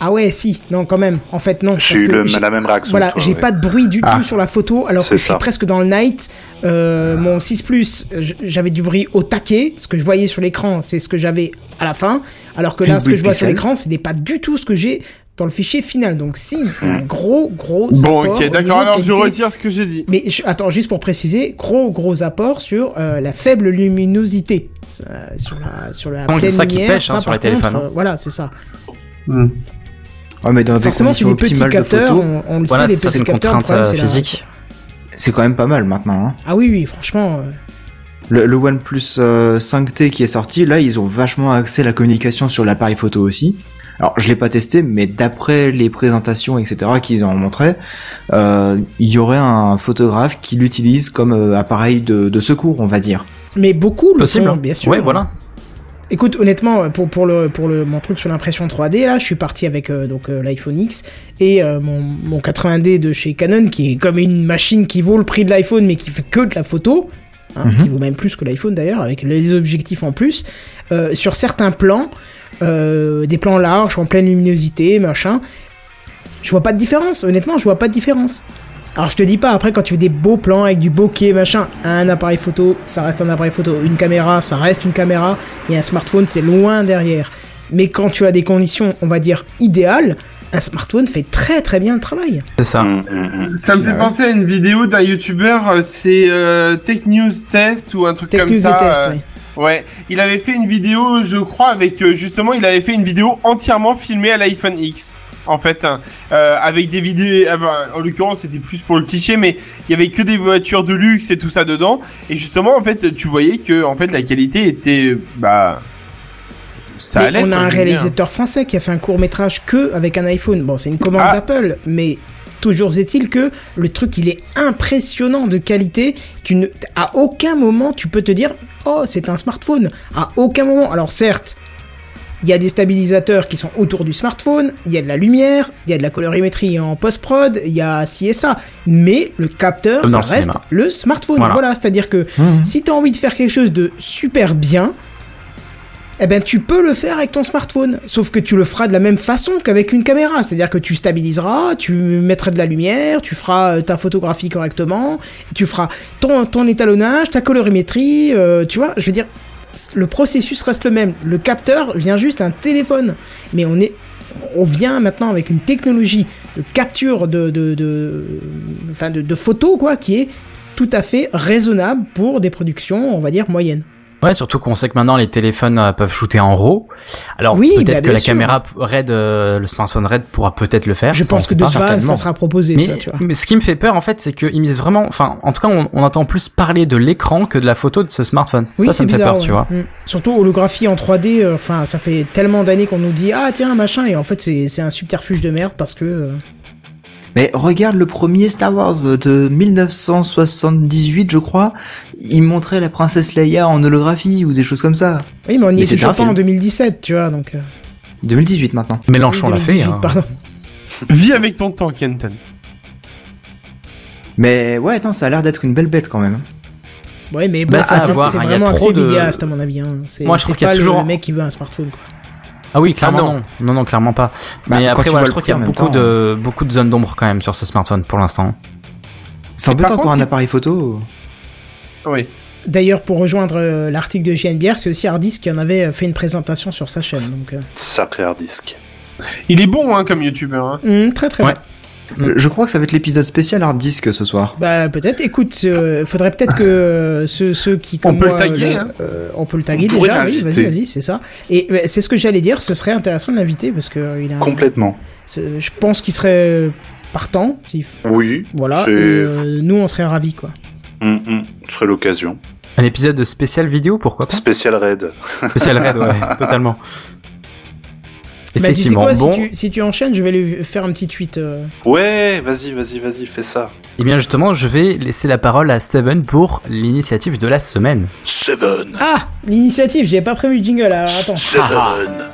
A: ah ouais, si, non, quand même, en fait, non.
C: J'ai
A: parce
C: eu
A: que
C: le-
A: j'ai-
C: la même réaction.
A: voilà,
C: que toi,
A: j'ai
C: ouais.
A: pas de bruit du
E: Ah.
A: tout sur la photo, alors
C: C'est
A: que je suis
C: ça.
A: presque dans le night. Euh, Mon 6 Plus, euh, j- j'avais du bruit au taquet. Ce que je voyais sur l'écran, c'est ce que j'avais à la fin. Alors que là,
E: Du
A: ce que
E: bruit
A: je
E: de
A: vois sur
E: pixels.
A: l'écran, ce n'est pas du tout ce que j'ai dans le fichier final. Donc, si, un gros, gros.
B: Bon,
A: apport
B: ok,
A: au
B: d'accord.
A: niveau
B: Alors je
A: qualité.
B: retire ce que j'ai dit.
A: Mais je- attends, juste pour préciser, gros, gros apport sur euh, la faible luminosité. Ça, sur la, sur la
F: Bon,
A: pleine
F: c'est ça qui
A: lumière,
F: pêche, hein,
A: ça,
F: sur les
A: par contre,
F: téléphones, hein.
A: euh, voilà, c'est ça.
E: Ouais, mais dans des
A: Forcément, sur
E: conditions
A: les petits
E: optimales de
A: capteurs,
E: photo,
A: on, on le
F: Voilà,
A: sait, les
F: ça
A: petits
F: c'est une
A: capteurs, le
F: contrainte
A: problème,
F: euh,
A: c'est la-
F: physique.
E: c'est quand même pas mal maintenant. hein.
A: Ah oui, oui, franchement. euh,
E: Le, le OnePlus euh, 5T qui est sorti, là, ils ont vachement axé la communication sur l'appareil photo aussi. Alors, je l'ai pas testé, mais d'après les présentations, etc., qu'ils en montraient, euh, il y aurait un photographe qui l'utilise comme euh, appareil de, de secours, on va dire.
A: Mais beaucoup le
F: Possible.
A: font,
F: hein.
A: bien sûr.
F: Ouais, voilà.
A: Écoute, honnêtement, euh, pour, pour, le, pour le, mon truc sur l'impression 3D, là, je suis parti avec euh, donc euh, l'iPhone X et euh, mon, mon 80D de chez Canon, qui est comme une machine qui vaut le prix de l'iPhone, mais qui fait que de la photo, hein,
F: Mhm.
A: qui vaut même plus que l'iPhone d'ailleurs, avec les objectifs en plus. Euh, sur certains plans, euh, des plans larges, en pleine luminosité, machin, je vois pas de différence. Honnêtement, je vois pas de différence. Alors je te dis pas, après quand tu fais des beaux plans avec du bokeh, machin, un appareil photo, ça reste un appareil photo, une caméra, ça reste une caméra, et un smartphone, c'est loin derrière. Mais quand tu as des conditions, on va dire, idéales, un smartphone fait très très bien le travail.
F: C'est ça.
C: Mm, mm, mm.
B: Ça me fait
E: Ah ouais.
B: penser à une vidéo d'un youtubeur, euh, c'est euh, Tech News Test ou un truc
A: Tech
B: comme
A: news
B: ça.
A: et test,
B: euh,
A: ouais.
B: Ouais, il avait fait une vidéo, je crois, avec euh, justement, il avait fait une vidéo entièrement filmée à l'iPhone X. En fait, hein. Euh, avec des vidéos, enfin, en l'occurrence, c'était plus pour le cliché, mais il y avait que des voitures de luxe et tout ça dedans. Et justement, en fait, tu voyais que, en fait, la qualité était, bah, ça
A: Mais
B: allait.
A: on a
B: quoi,
A: un
B: je veux dire.
A: réalisateur français qui a fait un court métrage que avec un iPhone. Bon, c'est une commande
B: Ah.
A: d'Apple, mais toujours est-il que le truc, il est impressionnant de qualité. Tu ne, à aucun moment, tu peux te dire, oh, c'est un smartphone. À aucun moment. Alors certes, il y a des stabilisateurs qui sont autour du smartphone, il y a de la lumière, il y a de la colorimétrie en post-prod, il y a ci et ça. Mais le capteur,
F: Comme
A: ça
F: dans
A: reste
F: le cinéma.
A: le smartphone. Voilà,
F: Voilà.
A: c'est-à-dire que
E: Mhm.
A: si tu as envie de faire quelque chose de super bien, eh ben tu peux le faire avec ton smartphone, sauf que tu le feras de la même façon qu'avec une caméra, c'est-à-dire que tu stabiliseras, tu mettras de la lumière, tu feras euh, ta photographie correctement, tu feras ton, ton étalonnage, ta colorimétrie, euh, tu vois, je veux dire, le processus reste le même, le capteur vient juste d'un téléphone, mais on est on vient maintenant avec une technologie de capture de de de enfin de, de photos quoi qui est tout à fait raisonnable pour des productions on va dire moyennes.
F: Ouais, surtout qu'on sait que maintenant les téléphones euh, peuvent shooter en RAW. Alors
A: Oui, bah,
F: peut-être que
A: bien
F: la
A: sûr.
F: caméra p- RAID, euh, le smartphone RAID pourra peut-être le faire.
A: Je
F: ça, on
A: pense que
F: sait
A: de
F: pas.
A: base, ça
E: certainement.
A: sera proposé,
F: Mais,
A: ça, tu vois.
F: mais ce qui me fait peur en fait, c'est qu'ils misent vraiment. Enfin, en tout cas, on, on entend plus parler de l'écran que de la photo de ce smartphone.
A: Oui,
F: ça, ça
A: c'est
F: me fait
A: bizarre.
F: peur,
A: ouais.
F: tu vois.
A: Mm. Surtout holographie en 3D, euh, enfin, ça fait tellement d'années qu'on nous dit Ah, tiens, machin, et en fait, c'est c'est un subterfuge de merde parce que. euh,
E: Mais regarde le premier Star Wars de 1978, je crois. Il montrait la princesse Leia en holographie ou des choses comme ça.
A: Oui, mais on y
E: Mais
A: est
E: c'était
A: toujours
E: un
A: pas en
E: film.
A: 2017, tu vois, donc. euh,
E: 2018 maintenant.
F: Mélenchon l'a fait.
A: 2018,
F: hein.
A: pardon.
B: Vis avec ton temps, Kenton.
E: Mais ouais, attends, ça a l'air d'être une belle bête quand même.
A: Ouais, mais
E: Bah,
A: bon, ça
E: à
A: reste-
E: voir,
A: c'est
F: hein, il y a
A: vraiment
F: trop
A: assez
F: de-
A: vidéaste, à mon avis. hein. C'est
F: Moi, je trouve
A: c'est
F: qu'il y a
A: pas le-
F: toujours-
A: le mec qui veut un smartphone, quoi.
F: Ah oui, clairement
B: non.
F: non. non, non, clairement pas.
E: Bah,
F: mais
E: quand
F: après,
E: tu vois
F: voilà, je
E: le
F: crois qu'il y
E: prix
F: a
E: en même
F: beaucoup
E: temps, hein.
F: de beaucoup de zones d'ombre quand même sur ce smartphone pour l'instant.
E: C'est
B: par
E: embêtant
B: contre,
E: pour un
B: il-
E: appareil photo.
B: Oui.
A: D'ailleurs, pour rejoindre euh, l'article de JNBR, c'est aussi Hardis qui en avait euh, fait une présentation sur sa chaîne. Donc, euh,
C: Sacré hard disque.
B: Il est bon, hein, comme youtubeur. Hein.
A: hum, très très
F: Ouais.
A: bien.
F: Mm.
E: Je crois que ça va être l'épisode spécial hard disk ce soir.
A: Bah peut-être. Écoute, euh, faudrait peut-être que euh, ceux, ceux qui comme
B: On peut
A: moi,
B: le taguer,
A: euh,
B: hein.
A: euh, on peut le taguer
C: On pourrait
A: déjà. Oui, vas-y,
C: l'inviter.
A: vas-y, c'est ça. Et euh, c'est ce que j'allais dire. Ce serait intéressant de l'inviter parce que euh, il a.
C: Complètement.
A: c'est- Je pense qu'il serait euh, partant. si-
C: Oui.
A: voilà.
C: c'est-
A: et, euh, nous, on serait ravis quoi.
C: Hum, hum, Ce serait l'occasion.
F: Un épisode spécial vidéo, pourquoi pas
C: Spécial raid.
E: [laughs]
F: Spécial raid, ouais, totalement.
A: Bah, tu sais
F: Effectivement,
A: quoi,
F: bon.
A: si, tu, si tu enchaînes, je vais lui faire un petit tweet. euh.
C: Ouais, vas-y, vas-y, vas-y, fais ça.
F: Et Eh bien justement, je vais laisser la parole à Seven pour l'initiative de la semaine.
C: Seven.
A: Ah L'initiative, j'avais pas prévu le jingle, alors Ah, attends.
C: Seven.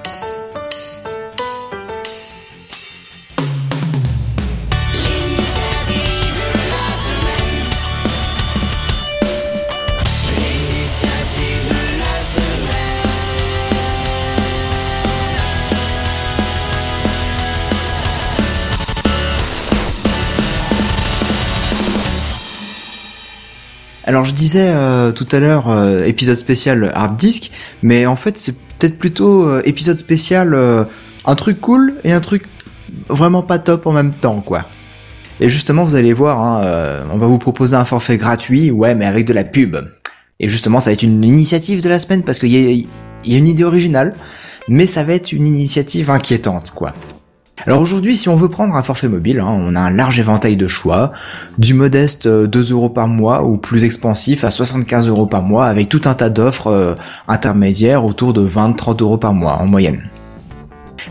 E: Alors je disais euh, tout à l'heure euh, épisode spécial hard disk, mais en fait c'est peut-être plutôt euh, épisode spécial euh, un truc cool et un truc vraiment pas top en même temps quoi. Et justement vous allez voir, hein, euh, on va vous proposer un forfait gratuit, ouais mais avec de la pub. Et justement ça va être une initiative de la semaine parce qu'il y a, il y a une idée originale, mais ça va être une initiative inquiétante quoi. Alors aujourd'hui, si on veut prendre un forfait mobile, hein, on a un large éventail de choix du modeste euh, 2 euros par mois ou plus expansif à 75 euros par mois avec tout un tas d'offres euh, intermédiaires autour de 20-30 euros par mois en moyenne.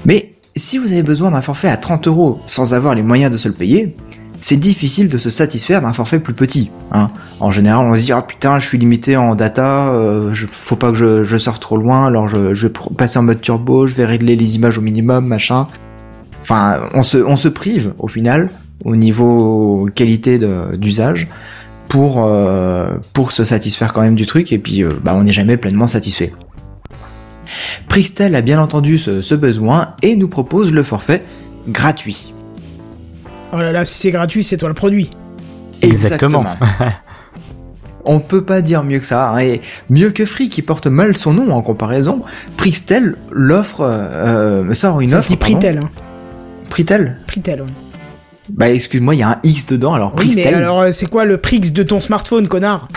E: Mais si vous avez besoin d'un forfait à 30 euros sans avoir les moyens de se le payer, c'est difficile de se satisfaire d'un forfait plus petit. hein. En général, on se dit ah putain, je suis limité en data, euh, je, faut pas que je, je sorte trop loin, alors je, je vais pr- passer en mode turbo, je vais régler les images au minimum, machin. Enfin, on se, on se prive au final au niveau qualité de- d'usage pour, euh, pour se satisfaire quand même du truc et puis euh, bah, on n'est jamais pleinement satisfait. Pristel a bien entendu ce, ce besoin et nous propose le forfait gratuit.
A: Oh là là, si c'est gratuit, c'est toi le produit.
F: Exactement.
E: On peut pas dire mieux que ça, hein, et mieux que Free qui porte mal son nom en comparaison, Pristel l'offre euh, sort une
A: Ça
E: offre.
A: se dit
E: pardon.
A: Pritel, hein.
E: Pritel
A: Pritel, ouais.
E: Bah excuse-moi, il y a un X dedans, alors
A: Oui, mais
E: Pristel.
A: alors, euh, c'est quoi le Prix de ton smartphone, connard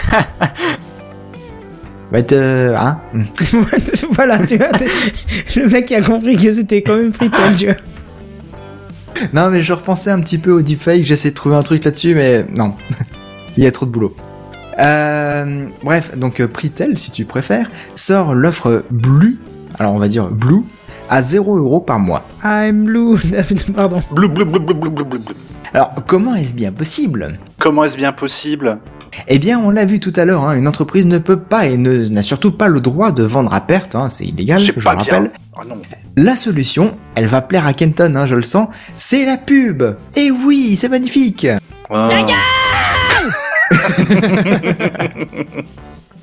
E: Bah, t'es- hein
A: [laughs] Voilà, tu vois, t'es- le mec il a compris que c'était quand même Pritel, tu vois.
E: Non, mais je repensais un petit peu au deepfake, j'essaie de trouver un truc là-dessus, mais non. [laughs] Il y a trop de boulot. Euh, bref, donc euh, Pritel, si tu préfères, sort l'offre Blue, alors on va dire Blue, à 0 euros par mois.
A: I'm blue, [laughs] pardon.
C: Blou, blou, blou, blou, blou, blou, blou, blou.
E: Alors, comment est-ce bien possible
C: Comment est-ce bien possible
E: Eh bien, on l'a vu tout à l'heure, hein, une entreprise ne peut pas et ne- n'a surtout pas le droit de vendre à perte, hein, c'est illégal, je
C: C'est
E: le
C: pas
E: rappelle.
C: bien. Ah non.
E: La solution, elle va plaire à Kenton, hein, je le sens, c'est la pub Et oui, c'est magnifique
C: Ah.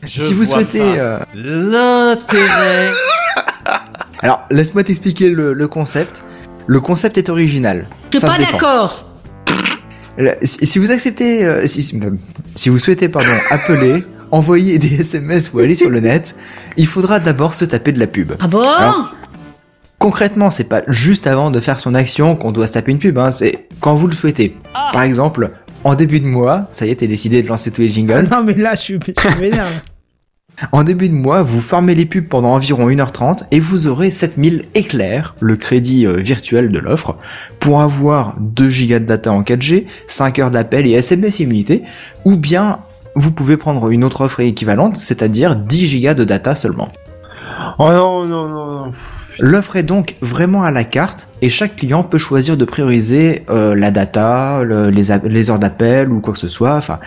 E: Si vous souhaitez... euh,
D: l'intérêt.
E: [laughs] Alors, laisse-moi t'expliquer le, le concept. Le concept est original.
G: Je suis
E: Ça
G: pas
E: se défend.
G: d'accord.
E: Le- Si, si vous acceptez, euh, si, euh, si vous
G: [laughs]
E: souhaitez, pardon, appeler, envoyer des SMS ou aller sur le net, il faudra d'abord se taper de la pub.
G: Ah bon
E: Alors, Concrètement, c'est pas juste avant de faire son action qu'on doit se taper une pub, hein, c'est quand vous le souhaitez.
G: Ah.
E: Par exemple, en début de mois, ça y est, t'es décidé de lancer tous les jingles.
A: Ah Non, mais là, je suis, je suis vénère. là.
E: En début de mois, vous farmez les pubs pendant environ 1h30 et vous aurez 7000 éclairs, le crédit euh, virtuel de l'offre, pour avoir 2 gigas de data en 4G, 5 heures d'appel et SMS illimité, ou bien vous pouvez prendre une autre offre équivalente, c'est-à-dire 10 gigas de data seulement.
B: Oh non, non, non, non.
E: L'offre est donc vraiment à la carte et chaque client peut choisir de prioriser euh, la data, le- les, a- les heures d'appel ou quoi que ce soit. Enfin,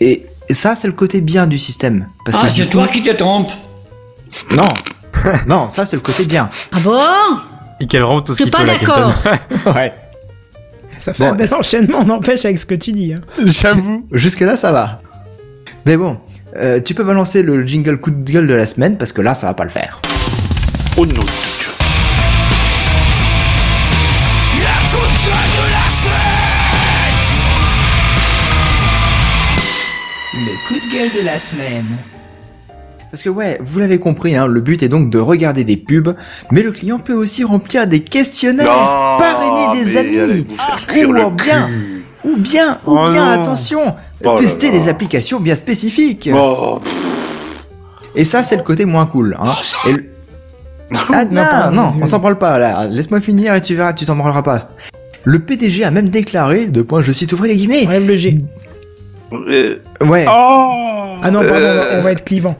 E: et ça, c'est le côté bien du système. Parce
H: Ah,
E: que
H: c'est
E: du
H: toi qui te trompes.
E: coup- Non, non, ça c'est le côté bien.
G: Ah bon
F: Et qu'elle rend tout
G: Je suis
F: ce qu'il
G: pas
F: peut la
G: d'accord.
F: Kenton.
E: Ouais.
A: Ça fait un
E: Bon.
A: bel enchaînement, n'empêche, avec ce que tu dis. hein.
E: [laughs]
B: J'avoue.
E: Jusque-là, ça va. Mais bon, euh, tu peux balancer le jingle coup de gueule de la semaine parce que là, ça va pas le faire.
C: Oh non. tout
A: Le coup de gueule de la semaine.
E: Parce que ouais, vous l'avez compris, hein, le but est donc de regarder des pubs, mais le client peut aussi remplir des questionnaires,
C: Non,
E: parrainer des
C: mais allez
E: amis,
C: vous faire cuire
E: ou
C: le
E: bien,
C: cul.
E: ou bien, ou
B: Oh
E: bien,
B: non.
E: attention,
C: Oh là
E: tester
C: là.
E: des applications bien spécifiques.
C: Oh, pff,
E: Et ça, c'est le côté moins cool. Hein. Et le- Ah
A: Non,
E: non,
A: pardon,
E: non,
A: vas-y,
E: on
A: vas-y.
E: s'en branle pas, là. Laisse-moi finir et tu verras, tu t'en branleras pas. Le PDG a même déclaré, de point, je cite, ouvrez les guillemets,
A: Enlève le G.
C: Euh,
E: Ouais,
B: Oh
A: Ah non, pardon,
C: Euh,
A: on va être clivant.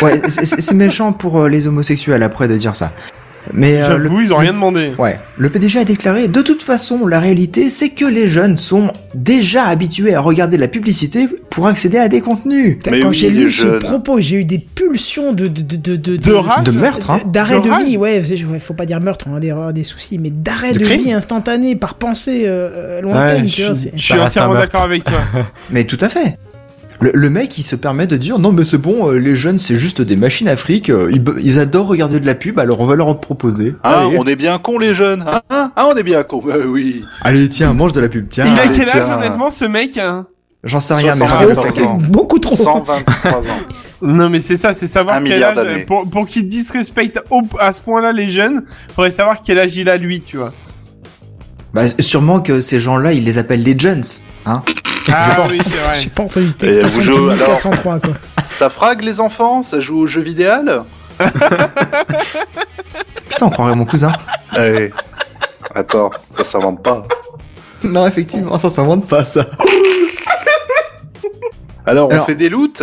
A: Oh.
E: ouais, c'est- c'est c'est méchant pour euh, les homosexuels après de dire ça. Mais euh, le
B: J'avoue, ils ont rien demandé.
E: Ouais, le PDG a déclaré de toute façon, la réalité c'est que les jeunes sont déjà habitués à regarder la publicité pour accéder à des contenus.
A: Putain,
C: Mais
A: Quand
C: oui,
A: j'ai
C: les
A: lu ce
C: jeunes.
A: propos, j'ai eu des pulsions de de de de
B: De rage
E: De meurtre, hein.
A: d'arrêt
B: De
A: de
B: rage.
A: vie, ouais, c'est- ouais, faut pas dire meurtre, on a des, des soucis, mais d'arrêt
E: De
A: de,
E: crime
A: vie instantané par pensée euh, euh, lointaine,
B: Ouais, je
A: tu
B: suis,
A: vois.
B: je
A: c'est-
B: suis
F: Ça reste un
B: entièrement
F: meurtre.
B: d'accord avec toi.
E: Mais tout à fait. Le, le mec il se permet de dire non mais c'est bon, euh, les jeunes c'est juste des machines à fric, euh, ils, be- ils adorent regarder de la pub alors on va leur en proposer.
C: Ah,
E: allez,
C: on est bien cons les jeunes. Ah, ah, ah, on est bien cons. Bah oui.
E: allez, tiens, mange de la pub, tiens.
B: Il a
C: allez,
B: quel âge,
C: tiens.
B: honnêtement, ce mec hein
E: J'en sais rien mais j'en ai
C: 74
E: pas
C: ans.
A: [laughs] Beaucoup trop.
C: 123 ans.
B: Non, mais c'est ça, c'est savoir
C: Un
B: quel âge.
C: milliard d'années.
B: Pour, pour qu'ils disrespectent au- à ce point-là les jeunes, faudrait savoir quel âge il a lui, tu vois.
E: Bah, sûrement que ces gens-là ils les appellent les jeunes. Hein
B: Ah oui, c'est vrai.
A: J'ai pas entendu cette
C: Et
A: expression
C: vous jouez,
A: depuis
C: alors
A: 1403, quoi.
C: Ça frague les enfants Ça joue aux jeux vidéo
E: Putain, on croirait mon cousin.
A: Eh.
C: Allez. Eh. Attends, ça s'invente pas.
E: [laughs] Non, effectivement, ça s'invente pas ça.
C: Alors, on
E: Alors-
C: fait des loots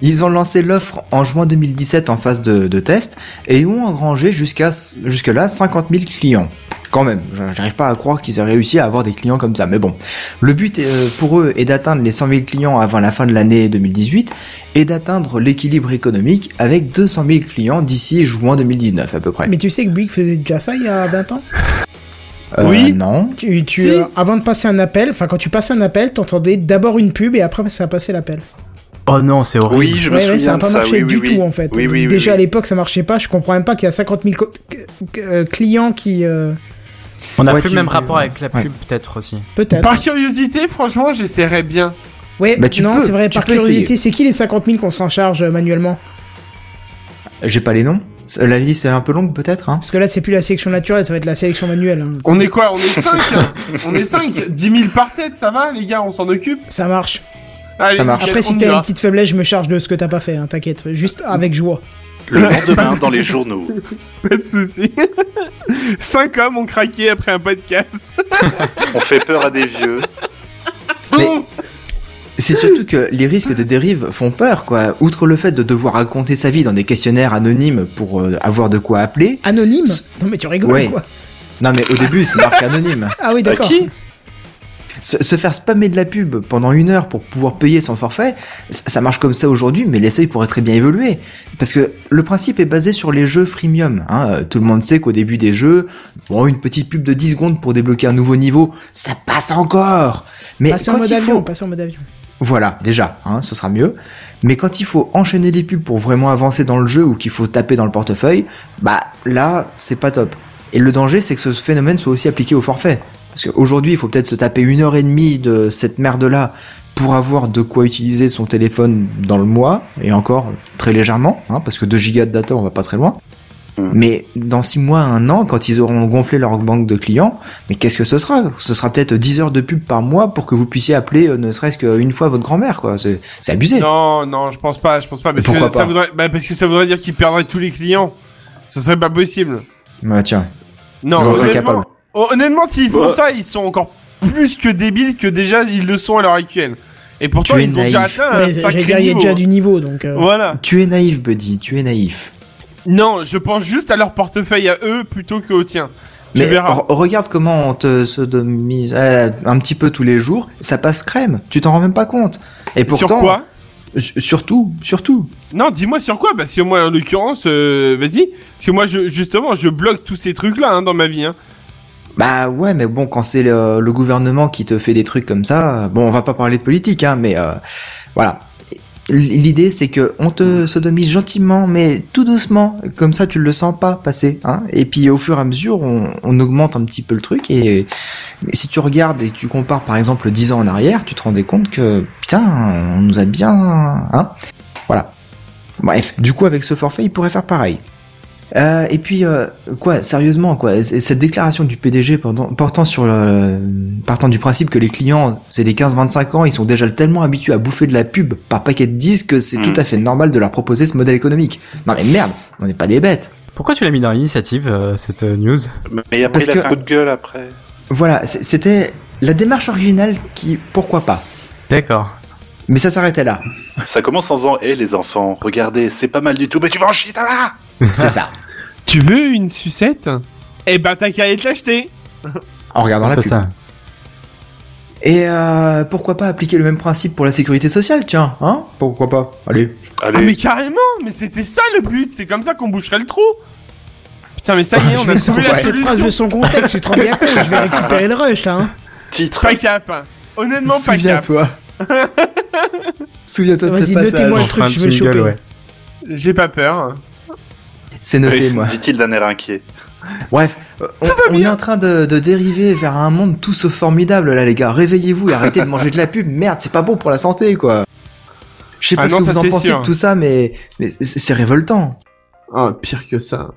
E: Ils ont lancé l'offre en juin 2017 en phase de, de test et ont engrangé jusqu'à jusque là 50 000 clients. Quand même, je- j'arrive pas à croire qu'ils aient réussi à avoir des clients comme ça, mais bon. Le but est, euh, pour eux est d'atteindre les 100 000 clients avant la fin de l'année 2018 et d'atteindre l'équilibre économique avec 200 000 clients d'ici juin 2019 à peu près.
A: Mais tu sais que Bouygues faisait déjà ça il y a 20 ans
E: Euh,
B: Oui.
E: Non.
A: tu, tu,
B: Si.
A: euh, Avant de passer un appel, enfin quand tu passais un appel, t'entendais d'abord une pub et après ça passait l'appel.
F: Oh non, c'est horrible.
C: Oui, je me
A: ouais, ouais, ça
C: souviens
A: n'a
C: de
A: pas
C: ça.
A: marché
C: oui,
A: du
C: oui, oui.
A: tout en fait.
C: Oui, oui, oui,
A: Déjà à
C: oui.
A: l'époque ça marchait pas, je comprends même pas qu'il y a 50 000 co- que- que- euh, clients qui... euh,
F: On a
E: Ouais,
F: plus
E: tu-
F: le même rapport avec la
E: ouais.
F: pub, peut-être aussi.
A: Peut-être.
B: [laughs] Par curiosité, franchement, j'essaierais bien.
A: Ouais,
E: Bah, tu
A: non,
E: peux,
A: c'est vrai,
E: tu
A: par
E: peux essayer.
A: curiosité, c'est qui les 50 000 qu'on s'en charge euh, manuellement
E: J'ai pas les noms. La liste est un peu longue peut-être. Hein.
A: Parce que là, c'est plus la sélection naturelle, ça va être la sélection manuelle. hein.
B: On est quoi On est 5 On est 5 10 000 par tête, ça va, les gars On s'en occupe
A: Ça marche.
B: Allez,
E: Ça marche.
B: nickel,
A: Après, si
B: on y
A: t'as
B: va.
A: une petite faiblesse, je me charge de ce que t'as pas fait, hein, t'inquiète, juste avec joie.
C: Le lendemain, dans les journaux.
B: Pas de [laughs] soucis. 5 hommes ont craqué après un podcast.
C: On fait peur à des vieux.
B: [laughs]
E: Mais- C'est surtout que les risques de dérive font peur, quoi. Outre le fait de devoir raconter sa vie dans des questionnaires anonymes pour euh, avoir de quoi appeler.
A: Anonyme
E: S-
A: Non, mais tu rigoles
E: Ouais.
A: quoi
E: Non, mais au début, c'est marqué anonyme. [laughs]
A: Ah oui, d'accord.
C: qui
E: Se, se faire spammer de la pub pendant une heure pour pouvoir payer son forfait, c- ça marche comme ça aujourd'hui, mais les seuils pourraient très bien évoluer. Parce que le principe est basé sur les jeux freemium. Hein. Euh, Tout le monde sait qu'au début des jeux, bon, une petite pub de 10 secondes pour débloquer un nouveau niveau, ça passe encore. Mais
A: Passer en
E: quand
A: mode
E: il
A: avion,
E: faut
A: passer en mode avion.
E: Voilà, déjà, hein, ce sera mieux. Mais quand il faut enchaîner les pubs pour vraiment avancer dans le jeu ou qu'il faut taper dans le portefeuille, bah là, c'est pas top. Et le danger, c'est que ce phénomène soit aussi appliqué au forfait. Parce qu'aujourd'hui, il faut peut-être se taper une heure et demie de cette merde-là pour avoir de quoi utiliser son téléphone dans le mois, et encore très légèrement, hein, parce que 2 gigas de data, on va pas très loin.
C: Mm.
E: Mais dans 6 mois, 1 an, quand ils auront gonflé leur banque de clients, mais qu'est-ce que ce sera Ce sera peut-être 10 heures de pub par mois pour que vous puissiez appeler euh, ne serait-ce qu'une fois votre grand-mère, quoi. C'est c'est abusé.
B: Non, non, je pense pas, je pense pas. Parce,
E: Pourquoi
B: que, Ça
E: pas
B: voudrait, bah, parce que ça voudrait dire qu'il perdrait tous les clients. Ce serait pas possible.
E: Ouais, tiens.
B: Non,
E: Ils en seraient
B: honnêtement,
E: capables.
B: hon- honnêtement, s'ils font
C: Ouais.
B: ça, ils sont encore plus que débiles que déjà ils le sont à l'heure actuelle. Et pourtant,
E: Tu es
B: ils ont déjà
E: naïf.
B: atteint
A: Ouais,
B: un
A: J'allais
B: Ah, sacré
A: dire, il y a
B: niveau. hein.
A: déjà du niveau donc. euh,
B: Voilà.
E: Tu es naïf, Buddy, tu es naïf.
B: Non, je pense juste à leur portefeuille à eux plutôt qu'au tien. Tu
E: Mais
B: verras.
E: re- regarde comment on te sodomise euh, un petit peu tous les jours, ça passe crème, tu t'en rends même pas compte. Et pourtant,
B: Sur quoi
E: su- surtout, surtout.
B: Non, dis-moi sur quoi Parce que moi, en l'occurrence, euh, vas-y. Parce que moi, je, justement, je bloque tous ces trucs-là hein, dans ma vie. Hein.
E: Bah ouais, mais bon, quand c'est le, le gouvernement qui te fait des trucs comme ça, euh, bon, on va pas parler de politique, hein, mais euh, voilà. L'idée, c'est que on te sodomise gentiment, mais tout doucement, comme ça, tu le sens pas passer, hein. Et puis, au fur et à mesure, on, on augmente un petit peu le truc, et si tu regardes et tu compares, par exemple, 10 ans en arrière, tu te rendais compte que, putain, on nous a bien, hein. Voilà. Bref, du coup, avec ce forfait, il pourrait faire pareil. Euh, et puis euh, quoi, sérieusement quoi, c- cette déclaration du PDG pendant- portant sur le, partant du principe que les clients, c'est des 15-25 ans, ils sont déjà tellement habitués à bouffer de la pub par paquet de 10 que c'est
C: Mm.
F: Hmm.
E: tout à fait normal de leur proposer ce modèle économique. Non mais merde, on n'est pas des bêtes.
F: Pourquoi tu l'as mis dans l'initiative, euh, cette euh, news
C: Mais après,
E: Parce
C: il a
E: que-
C: fait un coup de gueule après.
E: Voilà, c- c'était la démarche originale qui, pourquoi pas.
F: D'accord.
E: Mais ça s'arrêtait là.
C: Ça commence en disant, hé les enfants, regardez, c'est pas mal du tout, mais tu vas en chier, t'as là
E: C'est ça.
B: Tu veux une sucette Eh ben t'as qu'à aller te l'acheter
E: En regardant Ah, la
F: un peu
E: pub.
F: ça.
E: Et euh, pourquoi pas appliquer le même principe pour la sécurité sociale, tiens, hein Pourquoi pas Allez.
C: Allez,
B: Ah mais carrément Mais c'était ça le but C'est comme ça qu'on boucherait le trou Putain mais ça
E: [laughs]
B: y est, on
A: Je vais
B: a trouvé
A: sortir
B: la
A: cette phrase
B: solution
A: de son contexte, tu te rends bien compte, je
B: [laughs]
A: vais récupérer le rush là. hein.
C: titre
B: Pas cap hein. Honnêtement pas cap
E: Souviens-toi. [laughs] Souviens-toi de ce
A: Vas-y, notez-moi
E: passage.
A: le truc, je vais le
F: Enfin, un
A: choper.
F: jingle, ouais.
B: J'ai pas peur.
E: C'est noté,
C: Oui,
E: moi.
C: Dit-il d'un air inquiet.
E: Bref, euh, on, on est en train de, de dériver vers un monde tout sauf formidable, là, les gars. Réveillez-vous et arrêtez de manger de la pub. Merde, c'est pas bon pour la santé, quoi. Je sais pas
B: Ah
E: ce
B: non,
E: que
B: ça,
E: vous en
B: c'est
E: pensez
B: sûr.
E: de tout ça, mais, mais c'est- c'est révoltant.
B: Oh pire que ça.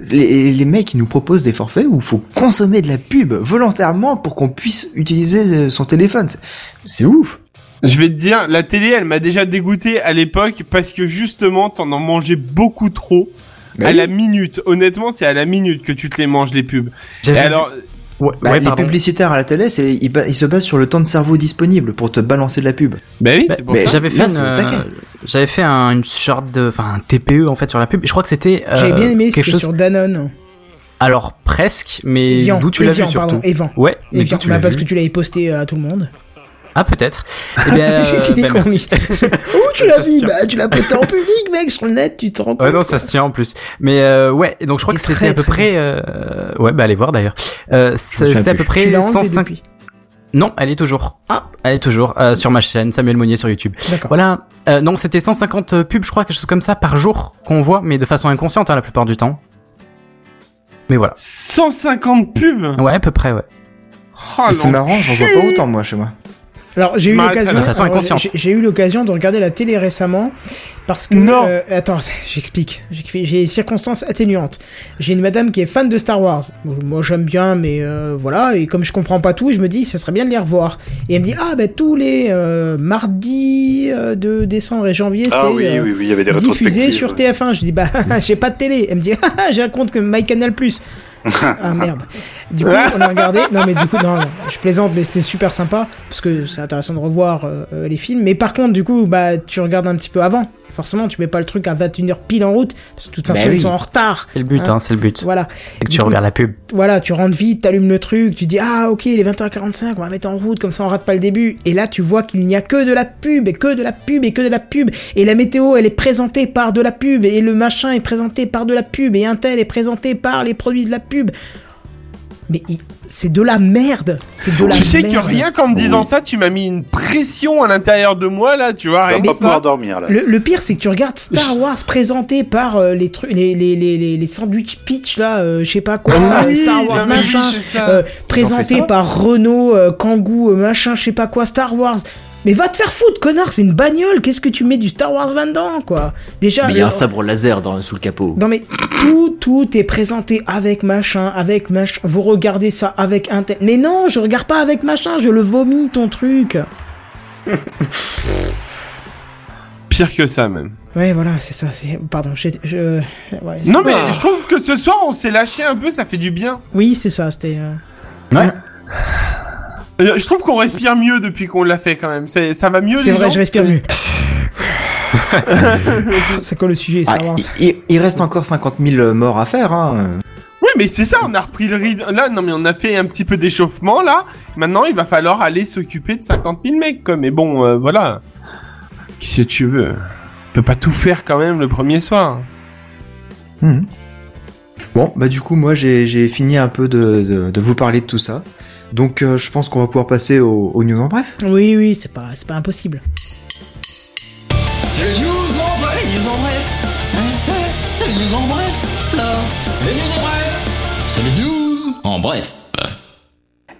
E: Les, les mecs, ils nous proposent des forfaits où il faut consommer de la pub volontairement pour qu'on puisse utiliser euh, son téléphone. C'est- C'est ouf.
B: Je vais te dire, la télé elle m'a déjà dégoûté à l'époque parce que justement t'en en mangeais beaucoup trop
E: Bah
B: à
E: oui.
B: la minute. Honnêtement c'est à la minute que tu te les manges les pubs. Et
F: J'avais vu-
B: alors,
F: Ouais,
E: Bah,
F: ouais,
E: les
F: pardon.
E: publicitaires à la télé, c'est ils, ba- ils se basent sur le temps de cerveau disponible pour te balancer de la pub.
B: bah oui,
F: Bah,
B: c'est pour
E: mais
B: ça.
F: J'avais fait,
E: Là,
F: une,
E: c'est au
F: euh,
E: taquet.
F: j'avais fait un- une sorte de, enfin un TPE en fait sur la pub. Je crois que c'était euh,
A: J'ai bien aimé,
F: quelque
A: c'était
F: chose.
A: sur Danone.
F: Alors presque, mais
A: Evian,
F: d'où tu l'as vu
A: Evian,
F: surtout.
A: pardon, Evian.
F: Ouais, mais
A: Evian,
F: d'où tu
A: bah,
F: l'as
A: parce
F: vu.
A: que tu l'avais posté euh, à tout le monde.
F: Ah peut-être. Eh
A: [laughs]
F: bien, euh,
A: J'ai dit
F: bah,
A: qu'on
F: merci.
A: y- [laughs] Où tu
F: [laughs] Ça
A: l'as
F: se
A: vu
F: tient.
A: Bah tu l'as posté en public mec sur le net, tu te rends compte.
F: Ouais, non, ça se tient en plus. Mais euh, ouais, donc je crois
A: Et
F: que c'était
A: très,
F: à peu
A: très
F: près. euh, Ouais, bah allez voir d'ailleurs. Euh,
E: me
F: c'est-
E: souviens
F: c'était à
E: plus.
F: peu
A: Tu
F: près
A: l'as enlevé
F: 105.
A: depuis.
F: Non, elle est toujours.
A: Ah.
F: elle est toujours euh, sur ma chaîne Samuel Monnier sur YouTube.
A: D'accord.
F: Voilà. Euh, non, c'était 150 pubs, je crois, quelque chose comme ça par jour qu'on voit, mais de façon inconsciente hein, la plupart du temps. Mais voilà.
B: 150 pubs
F: Ouais, à peu près, ouais.
B: Oh,
E: Et c'est
B: non.
E: marrant, j'en vois pas autant, moi, chez moi.
A: Alors j'ai eu
B: Mal-
A: l'occasion,
B: de
F: façon
A: alors,
F: inconsciente.
A: j'ai- j'ai eu l'occasion de regarder la télé récemment parce que
B: Non.
A: euh, attends, [laughs] j'explique. J'explique. J'ai des circonstances atténuantes. J'ai une madame qui est fan de Star Wars. Bon, moi j'aime bien, mais euh, voilà. Et comme je comprends pas tout, je me dis ça serait bien de les revoir. Et elle me dit ah ben tous les euh, mardis euh, de décembre et janvier, c'était
C: Ah oui,
A: euh,
C: oui, oui, il y avait des
A: diffusé
C: rétrospectives.
A: sur TF1. Je dis bah [laughs] j'ai pas de télé. Elle me dit [laughs] ah, j'ai un compte que MyCanal Plus. ah merde. Du coup on a regardé. Non mais du coup non, non, je plaisante mais c'était super sympa parce que c'est intéressant de revoir euh, euh, les films. Mais par contre du coup bah tu regardes un petit peu avant. Forcément tu mets pas le truc à 21h pile en route parce que de toute
E: Bah
A: façon
E: oui.
A: ils sont en retard.
F: C'est le but,
A: Hein
F: hein, c'est le but.
A: Voilà
F: Et que
A: Du
F: tu
A: coup-
F: regardes la pub.
A: voilà, tu rentres vite, t'allumes le truc, tu dis ah ok il est 20h45, on va mettre en route comme ça on rate pas le début. Et là tu vois qu'il n'y a que de la pub et que de la pub et que de la pub et la météo elle est présentée par de la pub et le machin est présenté par de la pub et un tel est présenté par les produits de la pub. Mais il- c'est de la merde, c'est de la
B: Tu sais
A: merde.
B: que rien qu'en me disant ça, tu m'as mis une pression à l'intérieur de moi là, tu vois,
C: On
B: rien
E: Bah,
C: va pas
B: que ça.
C: pouvoir dormir là.
A: Le, le pire, c'est que tu regardes Star Wars présenté par euh, les trucs, les, les, les, les, les sandwich pitch là, euh, je sais pas quoi,
B: Ah
A: euh,
B: oui,
A: Star Wars
B: non, mais
A: machin,
B: oui, c'est ça.
A: euh,
E: fais
A: présenté
E: ça.
A: par Renault, euh, Kangoo, euh, machin, je sais pas quoi, Star Wars. Mais va te faire foutre, connard, c'est une bagnole. Qu'est-ce que tu mets du Star Wars là-dedans, quoi Déjà,
E: Mais il y a
A: euh,
E: un sabre laser dans, sous le capot.
A: non mais tout, tout est présenté avec machin, avec machin. Vous regardez ça avec un tel. Mais non, je regarde pas avec machin, je le vomis ton truc.
B: Pire que ça même.
A: Ouais, voilà, c'est ça. C'est pardon, j'ai- je. ouais.
E: Mmh.
B: Non mais
A: Ah.
B: je trouve que ce soir on s'est lâché un peu, ça fait du bien.
A: Oui, c'est ça. C'était. euh,
B: Euh, Je trouve qu'on respire mieux depuis qu'on l'a fait quand même. C'est- Ça va mieux.
A: C'est
B: les
A: vrai,
B: gens
A: je respire
B: C'est-
A: mieux. [laughs] c'est quoi le sujet
E: Ah,
A: Star Wars
E: il, il- il reste encore 50 000 morts à faire. Hein.
B: Oui mais c'est ça, on a repris le rythme. Là non mais on a fait un petit peu d'échauffement là. Maintenant il va falloir aller s'occuper de 50 000 mecs quoi. Mais bon euh, voilà. Qu'est-ce que tu veux On peut pas tout faire quand même le premier soir.
E: Mhm. Bon, bah du coup, moi, j'ai j'ai fini un peu de, de- de vous parler de tout ça. Donc, euh, je pense qu'on va pouvoir passer au- aux news en bref.
A: Oui, oui, c'est pas, c'est pas impossible.
D: C'est les news en bref. Les news en bref. Hein, hein, C'est les news en bref. Flore. Les news en bref. C'est les news en bref.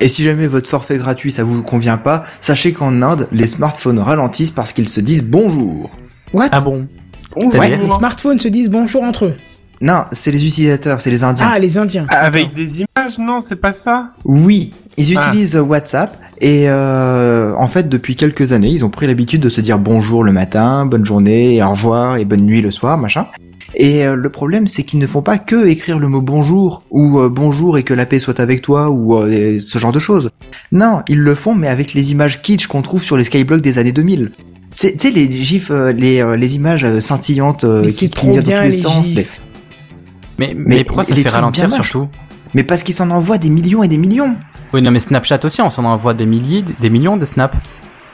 E: Et si jamais votre forfait gratuit, ça vous convient pas, sachez qu'en Inde, les smartphones ralentissent parce qu'ils se disent bonjour.
A: What
F: Ah bon
E: Ouais.
A: Les smartphones se disent bonjour entre eux.
E: Non, c'est les utilisateurs, c'est les Indiens.
A: Ah, les Indiens.
B: Avec des images non c'est pas ça.
E: Oui, ils utilisent euh, WhatsApp et euh, en fait depuis quelques années ils ont pris l'habitude de se dire bonjour le matin, bonne journée, et au revoir et bonne nuit le soir, machin. Et euh, le problème, c'est qu'ils ne font pas que écrire le mot bonjour ou euh, bonjour et que la paix soit avec toi ou euh, et ce genre de choses. Non, ils le font, mais avec les images kitsch qu'on trouve sur les skyblocks des années 2000. C'est- Tu sais, les gifs, euh, les, euh, les images euh, scintillantes euh,
A: Mais c'est
E: qui
A: trop
E: clignotent dans
A: bien,
E: tous les,
A: les
E: sens.
A: gifs.
E: les-
F: Mais, mais,
E: Mais
F: pourquoi ça
E: les
F: fait
E: trucs
F: ralentir
E: bien moches.
F: surtout
E: Mais parce qu'ils s'en envoient des millions et des millions.
F: Oui, non, mais Snapchat aussi, on s'en envoie des milliers, des millions de snaps.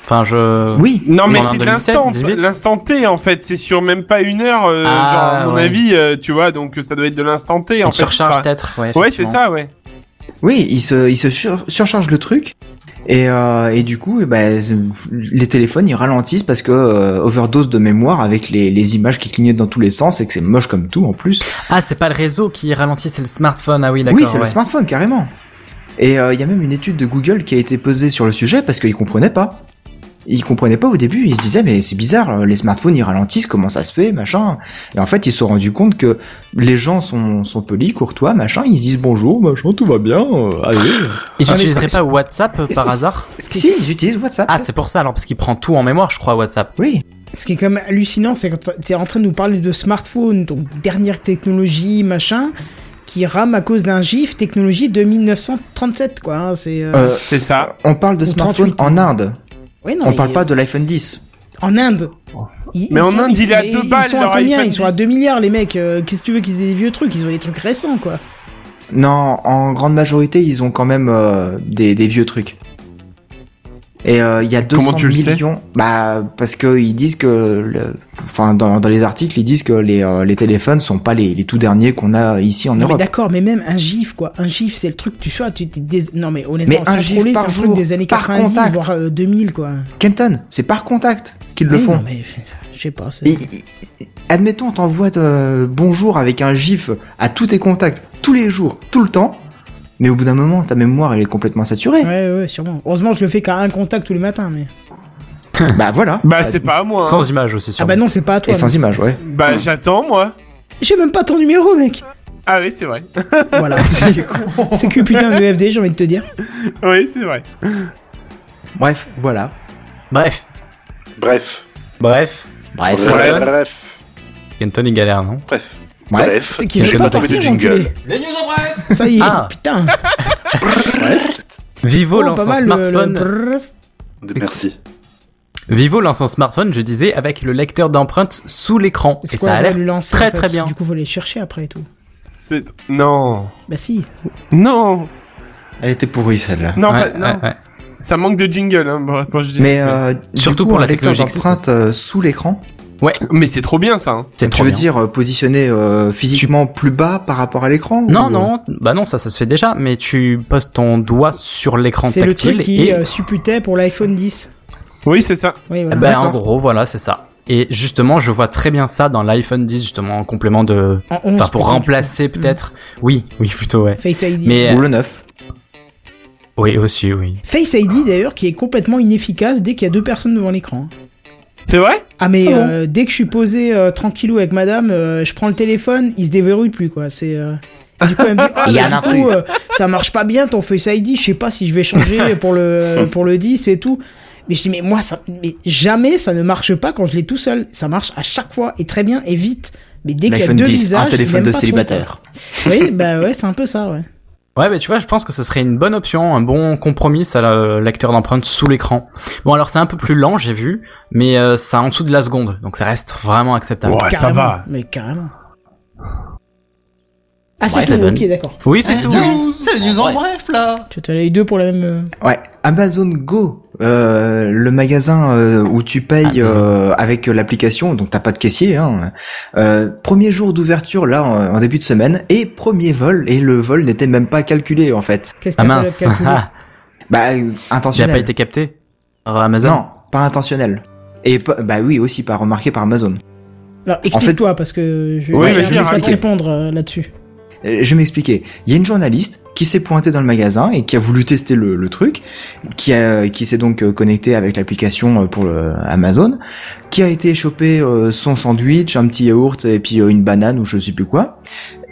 F: Enfin, je.
E: Oui,
B: Non mais
F: On est en
B: c'est de
F: 2007,
B: l'instant,
F: 18.
B: l'instant T en fait, c'est sur même pas une heure, euh,
F: Ah,
B: genre, à mon
F: ouais.
B: avis, euh, tu vois, donc ça doit être de l'instant T en
F: Une
B: fait.
F: surcharge
B: ça.
F: peut-être. Ouais,
B: Ouais, c'est
F: effectivement.
B: ça, ouais.
E: Oui, il se, il se sur- surcharge le truc. Et, euh, et du coup, eh ben, les téléphones ils ralentissent parce que euh, overdose de mémoire avec les, les images qui clignotent dans tous les sens et que c'est moche comme tout en plus.
F: Ah, c'est pas le réseau qui ralentit, c'est le smartphone. Ah oui, d'accord.
E: Oui, c'est le
F: ouais.
E: smartphone carrément. Et euh, il y a même une étude de Google qui a été posée sur le sujet parce qu'ils comprenaient pas. Ils comprenaient pas au début, ils se disaient mais c'est bizarre, euh, les smartphones ils ralentissent, comment ça se fait, machin. Et en fait ils se sont rendus compte que les gens sont, sont polis, courtois, machin, ils se disent bonjour, machin, tout va bien, euh, allez.
F: Ils
E: Ah, mais
F: n'utiliseraient
E: ça-
F: pas WhatsApp euh,
E: Mais
F: par
E: ça-
F: hasard
E: si, ils utilisent WhatsApp.
F: Ah, c'est pour ça alors, parce qu'il prend tout en mémoire, je crois, WhatsApp.
E: oui.
A: Ce qui est quand même hallucinant, c'est quand t'es en train de nous parler de smartphone, donc dernière technologie, machin, qui rame à cause d'un GIF technologie de 1937, quoi. hein, c'est. euh,
E: Euh,
B: C'est ça.
E: on parle de
A: Ou
E: smartphone
A: 38,
E: en Inde,
A: ouais, non,
E: on
A: mais-
E: parle pas de l'iPhone 10.
A: En Inde. Ils-
B: Mais
A: ils
B: en
A: sont-
B: Inde,
A: ils-
B: il est à
A: ils-
B: deux
A: Ils
B: balles,
A: sont à
B: leur
A: combien
B: iPhone
A: Ils sont à
B: 10.
A: 2 milliards, les mecs. euh, Qu'est-ce que tu veux qu'ils aient des vieux trucs Ils ont des trucs récents, quoi.
E: Non, en grande majorité, ils ont quand même euh, des, des vieux trucs. Et euh, il y a 200
B: Comment tu le sais
E: millions. bah parce que ils disent que, le- enfin dans, dans les articles, ils disent que les, euh, les téléphones sont pas les, les tout derniers qu'on a ici en
A: Non, mais
E: Europe.
A: d'accord, mais même un GIF, quoi. Un GIF, c'est le truc, tu vois, tu t'es dés- Non, mais honnêtement,
E: Mais un
A: sans
E: gif
A: troller,
E: par
A: c'est un
E: jour,
A: truc des années
E: par
A: 90,
E: contact.
A: voire euh, 2000, quoi.
E: Kenton, c'est par contact qu'ils le
A: Oui,
E: font.
A: non, mais je sais pas. c'est-
E: Et- et- et- admettons, on t'envoie de bonjour avec un gif à tous tes contacts, tous les jours, tout le temps. Mais au bout d'un moment, ta mémoire elle est complètement saturée.
A: Ouais, ouais, sûrement. Heureusement, je le fais qu'à un contact tous les matins, mais.
E: Bah voilà.
B: Bah c'est pas à moi. hein.
F: Sans image aussi, sûr.
A: Ah bah non, c'est pas à toi.
E: Et sans
A: mais-
E: image, ouais.
B: Bah j'attends moi.
A: J'ai même pas ton numéro, mec.
B: Ah oui, c'est vrai. [laughs]
E: [laughs]
A: Voilà. c'est que putain de FD, j'ai envie de te dire.
B: Oui, c'est vrai.
E: Bref, voilà.
F: Bref.
C: Bref.
F: Bref.
E: Bref.
C: Bref.
B: Bref.
C: Bref.
F: Kenton, il galère, non
C: Bref.
E: Bref.
A: C'est qu'il
F: Je
A: veut pas
F: note un
A: partir,
C: peu de jingle.
A: l'enculé.
D: Les news en bref
A: Ça y est,
F: Ah.
A: putain. Oh,
F: Vivo lance
A: pas
F: un
A: mal, euh, le- le
F: smartphone.
A: brrrf.
C: Merci.
F: Vivo lance un smartphone, je disais, avec le lecteur d'empreintes sous l'écran.
A: C'est
F: Et
A: quoi,
F: ça
A: on
F: a
A: va
F: l'air.
A: le lancer,
F: très,
A: en fait,
F: très
A: parce que
F: bien.
A: Du coup, faut les chercher après et tout.
B: C'est non.
A: Bah si.
B: Non.
E: Elle était pourrie celle-là.
B: Non,
F: Ouais,
B: pas- non.
F: ouais, ouais.
B: Ça manque de jingle hein, bon, quand je dis.
E: Mais euh, du
F: Surtout
E: coup,
F: pour
E: un
F: la
E: lecteur
F: technologie que
E: d'empreintes euh, sous l'écran.
B: Mais c'est trop bien ça. hein.
F: C'est
E: Tu
F: trop
E: veux
F: bien.
E: dire euh, positionné euh, physiquement plus bas par rapport à l'écran
F: Non,
E: ou-
F: non, bah non, ça, ça se fait déjà, mais tu poses ton doigt sur l'écran
A: C'est
F: tactile
A: le truc qui
F: et
A: euh, supputait pour l'iPhone 10.
B: Oui, c'est ça.
A: Oui, voilà.
F: Ben, en
E: D'accord.
F: gros, voilà, c'est ça. Et justement, je vois très bien ça dans l'iPhone 10, justement, en complément de.
A: En 11,
F: Enfin, pour
A: putain, du
F: remplacer
A: coup.
F: peut-être. Oui, oui, plutôt, ouais.
A: coup. Face ID.
F: Mais.
E: Ou
F: euh,
E: le 9.
F: oui, aussi, oui.
A: Face ID d'ailleurs qui est complètement inefficace dès qu'il y a deux personnes devant l'écran. hein.
B: C'est vrai
A: Ah mais euh, dès que je suis posé euh, tranquillou avec madame, euh, je prends le téléphone, il se déverrouille plus quoi. C'est euh, du coup elle
E: [laughs]
A: me dit Ah,
E: Il y a
A: mais
E: un
A: du
E: intrus.
A: coup, euh, ça marche pas bien ton Face ID, je sais pas si je vais
E: [laughs]
A: changer pour le pour le 10 et tout. Mais je dis mais moi ça mais jamais ça ne marche pas quand je l'ai tout seul, ça marche à chaque fois et très bien et vite. Mais dès qu'il y a
E: L'iPhone
A: deux
E: 10,
A: visages,
E: un téléphone
A: j'aime
E: de
A: pas trop.
E: célibataire.
A: Oui, bah ouais, c'est un peu ça ouais.
F: Ouais, mais tu vois, je pense que ce serait une bonne option, un bon compromis, ça, le lecteur d'empreintes sous l'écran. Bon, alors c'est un peu plus lent, j'ai vu, mais euh, ça en dessous de la seconde, donc ça reste vraiment acceptable.
B: Ouais, ça
A: Carrément,
B: va.
A: Mais carrément. Ah c'est
F: Ouais, ça
A: tout,
F: donne.
A: OK, d'accord.
F: Oui, c'est tout.
D: News C'est les news en bref là
A: Tu as eu deux pour la même euh,
E: Ouais, Amazon Go, euh, le magasin euh, où tu
F: Ah,
E: payes euh, avec l'application, donc t'as pas de caissier. Hein, euh, premier jour d'ouverture là en, en début de semaine et premier vol et le vol n'était même pas calculé en fait.
A: Qu'est-ce
F: Ah
A: t'as
F: mince,
A: fait la
F: [laughs]
A: calculée
F: Ah,
E: Bah euh,
F: j'ai
E: intentionnel.
F: pas été capté. par Amazon.
E: Non, pas intentionnel. Et pas- bah oui aussi pas remarqué par Amazon.
A: Alors explique-toi parce que je
B: Oui,
A: je
B: mais
A: vais
B: je vais
A: pas te
B: raconter.
A: répondre euh, là-dessus.
E: Euh, Je vais m'expliquer. Il y a une journaliste qui s'est pointée dans le magasin et qui a voulu tester le, le truc, qui, a- qui s'est donc euh, connectée avec l'application euh, pour le Amazon, qui a été choper euh, son sandwich, un petit yaourt et puis euh, une banane ou je sais plus quoi.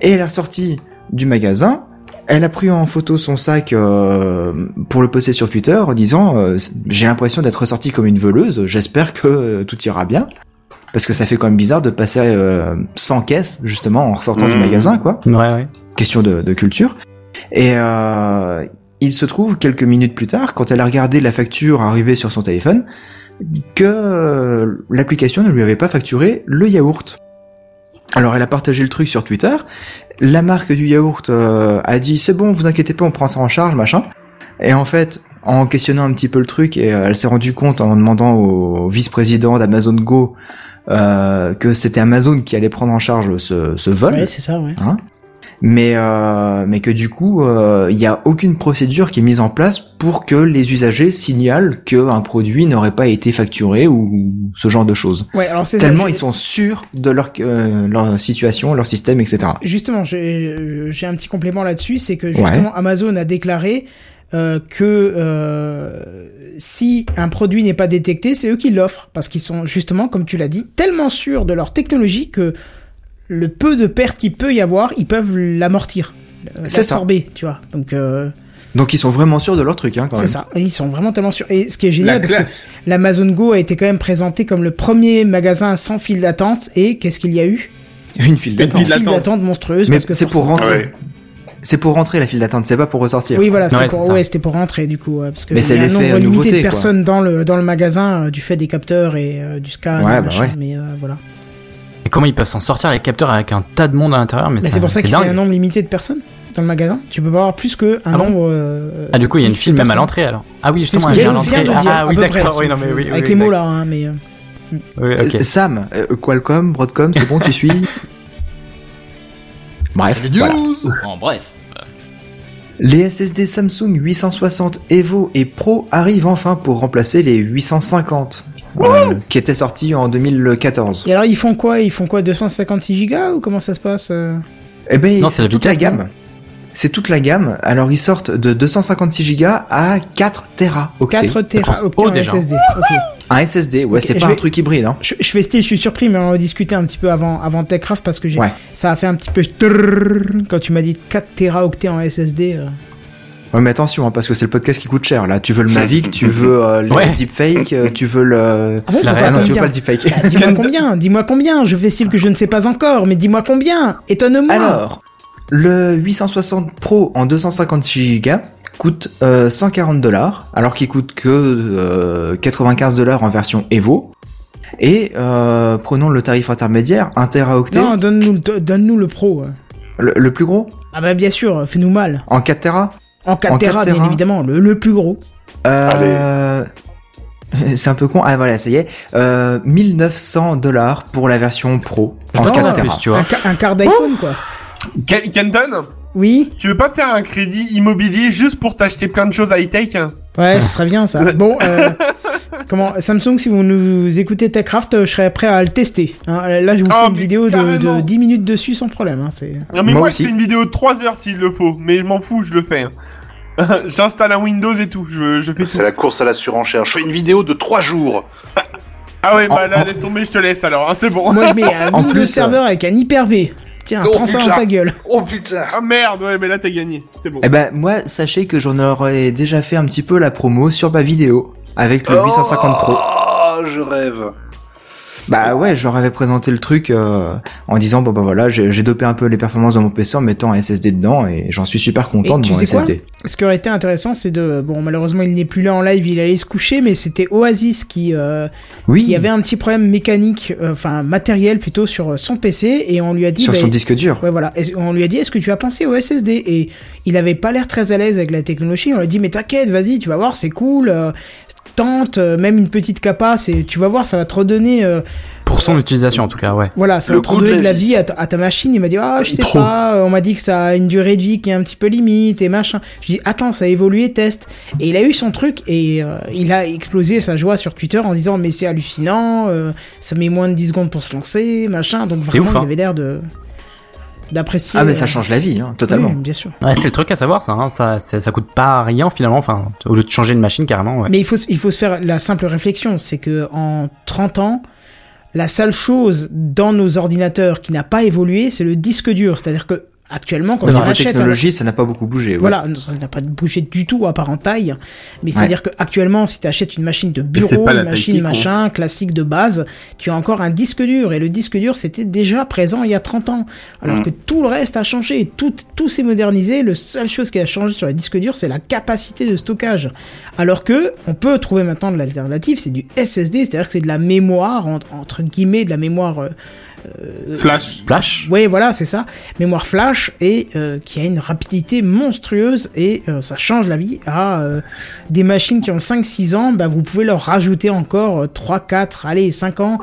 E: Et elle est ressortie du magasin. Elle a pris en photo son sac euh, pour le poster sur Twitter en disant euh, j'ai l'impression d'être sortie comme une voleuse. J'espère que euh, tout ira bien. parce que ça fait quand même bizarre de passer euh, sans caisse justement en ressortant du
B: Mhm.
E: magasin quoi.
F: Ouais, ouais.
E: question de, de culture. Et euh, il se trouve quelques minutes plus tard, quand elle a regardé la facture arriver sur son téléphone, que euh, l'application ne lui avait pas facturé le yaourt. Alors elle a partagé le truc sur Twitter. La marque du yaourt euh, a dit c'est bon, vous inquiétez pas, on prend ça en charge, machin. Et en fait, en questionnant un petit peu le truc, et euh, elle s'est rendue compte en demandant au vice-président d'Amazon Go euh, que c'était Amazon qui allait prendre en charge ce, ce vol
A: Ouais, c'est ça, ouais.
E: mais euh, mais que du coup euh, il y a aucune procédure qui est mise en place pour que les usagers signalent que un produit n'aurait pas été facturé ou ce genre de choses.
A: Ouais, alors c'est ça,
E: Tellement
A: j'ai-
E: ils sont sûrs de leur euh, leur situation, leur système, etc.
A: Justement, j'ai euh, j'ai un petit complément là-dessus, c'est que
E: Ouais.
A: justement Amazon a déclaré euh, que euh, si un produit n'est pas détecté, c'est eux qui l'offrent, parce qu'ils sont justement, comme tu l'as dit, tellement sûrs de leur technologie que le peu de pertes qu'il peut y avoir, ils peuvent l'amortir, euh,
E: C'est ça.
A: l'absorber, tu vois. Donc euh,
E: Donc ils sont vraiment sûrs de leur truc, hein, quand
A: c'est
E: même.
A: ça. Et ils sont vraiment tellement sûrs. Et ce qui est génial,
B: La
A: parce que
B: classe.
A: l'Amazon Go a été quand même présenté comme le premier magasin sans fil d'attente. Et qu'est-ce qu'il y a eu
E: [laughs] Une file
B: Une
E: d'attente.
B: file
A: File d'attente monstrueuse.
E: Mais
A: parce que
E: c'est pour
A: forcément- Ah
E: rentrer.
C: Ouais.
E: C'est pour rentrer la file d'attente, c'est pas pour ressortir.
A: Oui, voilà, c'était
F: Ouais, c'est
A: pour,
F: ça.
A: ouais, c'était pour rentrer du coup, ouais, parce que
E: Mais
A: il y
E: c'est
A: a un
E: l'effet,
A: nombre
E: euh,
A: limité
E: nouveauté,
A: de
E: quoi.
A: personnes dans le dans le magasin euh, du fait des capteurs et euh, du scan.
E: Ouais,
A: et
E: bah
A: machin,
E: ouais.
A: Mais euh, voilà.
F: Et comment ils peuvent s'en sortir les capteurs avec un tas de monde à l'intérieur Mais,
A: Mais
F: ça-
A: c'est pour ça qu'il y a
F: dingue.
A: un nombre limité de personnes dans le magasin. Tu peux pas avoir plus que un
F: Ah bon
A: nombre. euh,
F: Ah du coup il y a une
A: fixe
F: file
A: de
F: même à
A: personnes.
F: l'entrée alors. Ah oui
A: C'est ce que
F: justement il y a
A: je
E: vient
F: à
E: de
A: viens
F: l'entrée.
A: de
F: Ah,
A: dire.
F: ah,
A: à
F: oui
A: peu près,
F: d'accord oui
A: si
F: non
A: tu
F: mais
A: veux.
F: oui.
A: Avec
F: oui,
A: les mots là,
F: exact.
A: hein, mais. euh,
F: Oui, ok.
E: Euh, Sam, euh, Qualcomm, Broadcom, c'est bon, tu
A: [laughs]
E: suis Bref,
D: C'est le
E: voilà.
D: news.
C: Bah.
D: En bref.
E: Les SSD Samsung 860 Evo et Pro arrivent enfin pour remplacer les 850 euh, qui étaient sortis en 2014.
A: Et alors ils font quoi Ils font quoi 256 gigas ou comment ça se passe euh
E: Eh ben,
F: Non, c'est
E: c'est
F: la
E: toute la
F: vitesse,
E: gamme. C'est toute la gamme. Alors ils sortent de 256 Go à 4 Tera octets.
A: 4 Tera
F: pense
A: octets
F: haut
A: en
F: déjà.
A: SSD. ok.
E: Un SSD, ouais,
A: Ok,
E: c'est
A: je
E: pas
A: vais-
E: un truc hybride, hein.
A: Je, je fais style, je suis surpris, mais on en discutait un petit peu avant, avant Techcraft parce que j'ai,
E: Ouais.
A: ça a fait un petit peu trrrr quand tu m'as dit 4 téraoctets en SSD. euh.
E: Ouais, mais attention, hein, parce que c'est le podcast qui coûte cher, là. Tu veux le Mavic, tu veux euh, le
F: Ouais.
E: deepfake, euh, tu veux le...
A: Ah bon,
F: La
A: pourquoi
E: Ah non, tu veux
A: combien
E: pas
A: [laughs]
E: le deepfake.
A: Dis-moi combien, dis-moi combien, je fais style que je ne sais pas encore, mais dis-moi combien, étonne-moi.
E: Alors, le 860 Pro en 256 Go coûte euh, 140 dollars, alors qu'il coûte que euh, 95 dollars en version Evo. Et euh, prenons le tarif intermédiaire, 1 teraoctet,
A: non, donne-nous le- do- donne-nous le pro. euh.
E: le, le plus gros,
A: Ah bah bien sûr, fais-nous mal.
E: en 4 Tera.
A: En 4
E: En
A: téra,
E: 4
A: bien
E: téra.
A: évidemment, le, le plus gros.
E: Euh, [laughs] c'est un peu con. Ah voilà, ça y est. Euh, 1900 dollars pour la version Pro en
F: Putain,
E: 4
F: en
E: Tera.
F: plus, tu
A: Un,
F: vois.
A: ca- un quart d'iPhone quoi.
B: Ken- Kenton,
A: Oui
B: tu veux pas faire un crédit immobilier juste pour t'acheter plein de choses high-tech hein
A: Ouais, ce serait bien
E: [laughs]
A: ça. Bon, euh, comment Samsung, si vous nous écoutez Techcraft, euh, je serais prêt à le tester. hein. Là, je vous
B: Ah,
A: fais une
B: mais
A: vidéo de, de
B: carrément.
A: 10 minutes dessus sans problème. hein,
E: [laughs]
A: c'est...
B: Non mais
E: Moi
B: moi,
E: aussi.
B: je fais une vidéo de 3 heures s'il le faut, mais je m'en fous, je le fais. hein. [laughs] J'installe un Windows et tout, je, je fais
C: C'est
B: tout.
C: la course à la surenchère. Je fais une vidéo de 3 jours.
B: Ah ouais, bah
E: En-
B: là,
E: en-
B: laisse tomber, je te laisse alors, hein, c'est bon.
A: Moi, je mets un
E: En
A: Windows
E: plus, euh,
A: serveur avec un hyper-V. Tiens,
C: Oh,
A: prends ça dans
C: putain.
A: ta gueule.
C: Oh putain
B: Ah merde, ouais, mais là t'as gagné, c'est bon.
E: Eh ben moi, sachez que j'en aurais déjà fait un petit peu la promo sur ma vidéo avec le 850 Pro.
C: Oh, je rêve.
E: Bah ouais, je leur avais présenté le truc euh, en disant bon bah voilà, j'ai j'ai dopé un peu les performances de mon PC en mettant un SSD dedans et j'en suis super content
A: Et
E: de
A: tu
E: mon
A: sais quoi
E: SSD.
A: Ce qui aurait été intéressant, c'est de. Bon, malheureusement, il n'est plus là en live, il allait se coucher, mais c'était Oasis qui, euh,
E: oui,
A: qui avait un petit problème mécanique, euh, enfin matériel plutôt, sur euh, son PC, et on lui a dit.
E: sur
A: bah,
E: son disque dur.
A: Ouais, voilà. Est-ce- On lui a dit, est-ce que tu as pensé au SSD Et il avait pas l'air très à l'aise avec la technologie. On lui a dit, mais t'inquiète, vas-y, tu vas voir, c'est cool. euh, tente, euh, même une petite capa, c'est- tu vas voir, ça va te redonner. euh,
F: Pour son utilisation en tout cas ouais.
A: voilà, ça
C: Le
A: va te
C: goût de
A: redonner
C: la
A: de la
C: vie.
A: vie à ta, à ta machine. Il m'a dit, ah, je sais
C: Trop.
A: pas, euh, on m'a dit que ça a une durée de vie qui est un petit peu limite et machin. Je dis, attends, ça a évolué, test. Et il a eu son truc et euh, il a explosé sa joie sur Twitter en disant, mais c'est hallucinant, euh, ça met moins de 10 secondes pour se lancer, machin. Donc vraiment,
F: ouf, hein.
A: il avait l'air de d'apprécier.
E: Ah mais
A: euh,
E: ça change la vie, hein,
A: oui,
E: totalement.
A: bien sûr.
F: Ouais, c'est le truc à savoir ça, hein. ça, ça ça coûte pas rien finalement enfin au lieu de changer une machine carrément ouais.
A: Mais il faut, se- il faut se faire la simple réflexion, c'est que en 30 ans, la seule chose dans nos ordinateurs qui n'a pas évolué, c'est le disque dur. C'est-à-dire que actuellement quand
E: Au
A: on
E: niveau
A: achète. un-
E: technologie, ça n'a pas beaucoup bougé. ouais.
A: Voilà, ça n'a pas bougé du tout à part en taille. Mais c'est-à-dire que actuellement, si tu achètes une machine de
B: c'est
A: bureau,
B: pas la
A: une
B: taille hein.
A: machine
B: qui
A: machin, classique de base, tu as encore un disque dur. Et le disque dur, c'était déjà présent il y a 30 ans.
B: Mm.
A: Alors que tout le reste a changé. Tout, tout s'est modernisé. La seule chose qui a changé sur les disques durs, c'est la capacité de stockage. Alors que, on peut trouver maintenant de l'alternative, c'est du SSD, c'est-à-dire que c'est de la mémoire, en- entre guillemets, de la mémoire euh,
B: Flash.
F: Flash
A: oui, voilà, c'est ça. Mémoire flash et euh, qui a une rapidité monstrueuse et euh, ça change la vie à euh, des machines qui ont 5-6 ans. Bah, vous pouvez leur rajouter encore euh, 3, 4, allez, 5 ans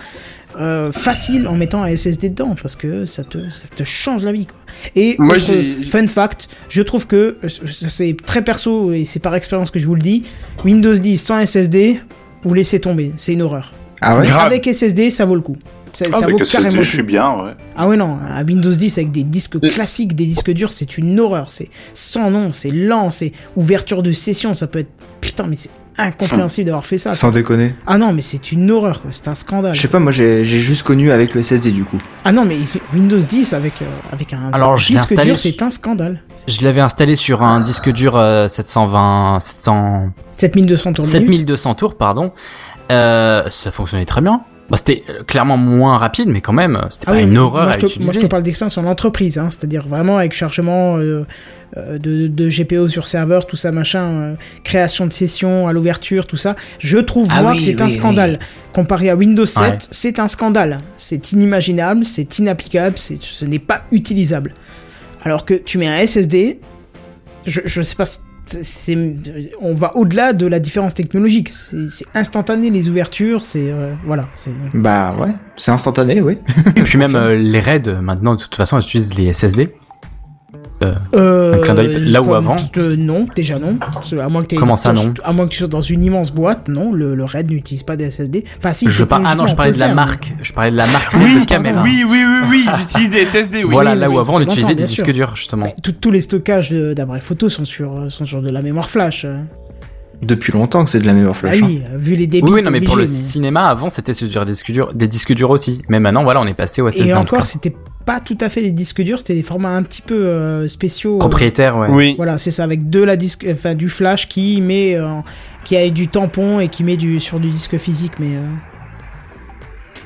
A: euh, facile en mettant un SSD dedans parce que ça te, ça te change la vie. Quoi. Et
B: Moi,
A: autre
B: j'ai-
A: fun fact, je trouve que euh, c'est très perso et c'est par expérience que je vous le dis. Windows 10 sans SSD, vous laissez tomber, c'est une horreur.
E: Ah ouais.
B: Grave.
A: Avec SSD, ça vaut le coup. Ça,
C: Ah,
A: ça
C: avec
A: vaut
C: SSD,
A: carrément le
C: je
A: coup.
C: suis bien, ouais.
A: Ah ouais non, un Windows 10 avec des disques
B: Euh.
A: classiques, des disques durs, c'est une horreur, c'est sans nom, c'est lent, c'est ouverture de session, ça peut être putain mais c'est incompréhensible d'avoir fait ça.
E: Sans déconner.
A: Ah non mais c'est une horreur quoi, c'est un scandale.
E: Je sais pas, moi j'ai j'ai juste connu avec le SSD du coup.
A: Ah non mais Windows 10 avec euh, avec un
F: Alors, je l'ai
A: disque
F: installé
A: dur,
F: sur-
A: c'est un scandale.
F: Je l'avais installé sur un disque dur euh, 720, 700,
A: 7200 tours
F: 7200 tours, pardon. Euh, ça fonctionnait très bien. Bah, c'était euh, clairement moins rapide, mais quand même, euh, c'était pas
A: Ah oui,
F: une
A: moi,
F: horreur
A: je
F: à
A: te, moi, je
F: utiliser.
A: te parle d'expérience en entreprise, hein, c'est-à-dire vraiment avec chargement euh, euh, de, de GPO sur serveur, tout ça, machin, euh, création de session à l'ouverture, tout ça. Je trouve
H: Ah
A: moi,
H: oui,
A: que c'est
H: oui,
A: un
H: oui.
A: scandale. Comparé à Windows 7,
F: Ouais.
A: c'est un scandale. C'est inimaginable, c'est inapplicable, c'est- ce n'est pas utilisable. Alors que tu mets un SSD, je, je sais pas. c'est- c'est- on va au-delà de la différence technologique. C'est c'est instantané les ouvertures, c'est euh, voilà. c'est-
E: Bah ouais, c'est instantané, oui.
F: Et puis même euh, les raids, euh, maintenant, de toute façon, elles utilisent les SSD.
A: Euh,
F: Un clin d'œil, là où
A: comme
F: avant.
A: toute- euh, non, déjà non. Parce que À moins que t'aies-
F: Comment ça,
A: dans-
F: non
A: À moins que tu sois dans une immense boîte, non. Le, le RAID n'utilise pas des SSD. Enfin, si.
F: Je par... Ah non, je
A: technologiquement, on
F: parlais
A: peut le
F: de la
A: faire,
F: marque. Je parlais de la marque de
B: Oui,
F: caméra.
B: oui, oui, oui, oui, j'utilise des SSD, oui.
F: Voilà,
A: oui,
F: là
A: oui,
F: où
A: ça
F: avant,
A: fait
F: on
A: longtemps,
F: utilisait des
A: bien
F: disques
A: sûr.
F: durs, justement.
A: mais bah, tout- tous les stockages euh, d'appareils photo sont sur, euh, sont sur de la mémoire flash. euh.
E: Depuis longtemps que c'est de la mémoire
A: Ah
E: flash. hein.
A: oui, euh, vu les débits.
F: Oui, oui, non, mais
A: t'es
F: pour le
A: obligé,
F: cinéma, avant, c'était sur des disques durs, des disques durs aussi. Mais maintenant, voilà, on est passé au
A: mais-
F: SSD
A: Et
F: en tout
A: encore,
F: cas.
A: c'était pas tout à fait des disques durs, c'était des formats un petit peu euh, spéciaux. euh,
F: Propriétaire, ouais.
B: Oui.
A: Voilà, c'est ça, avec de la disque, enfin du flash qui met, euh, qui a du tampon et qui met du sur du disque physique, mais. euh,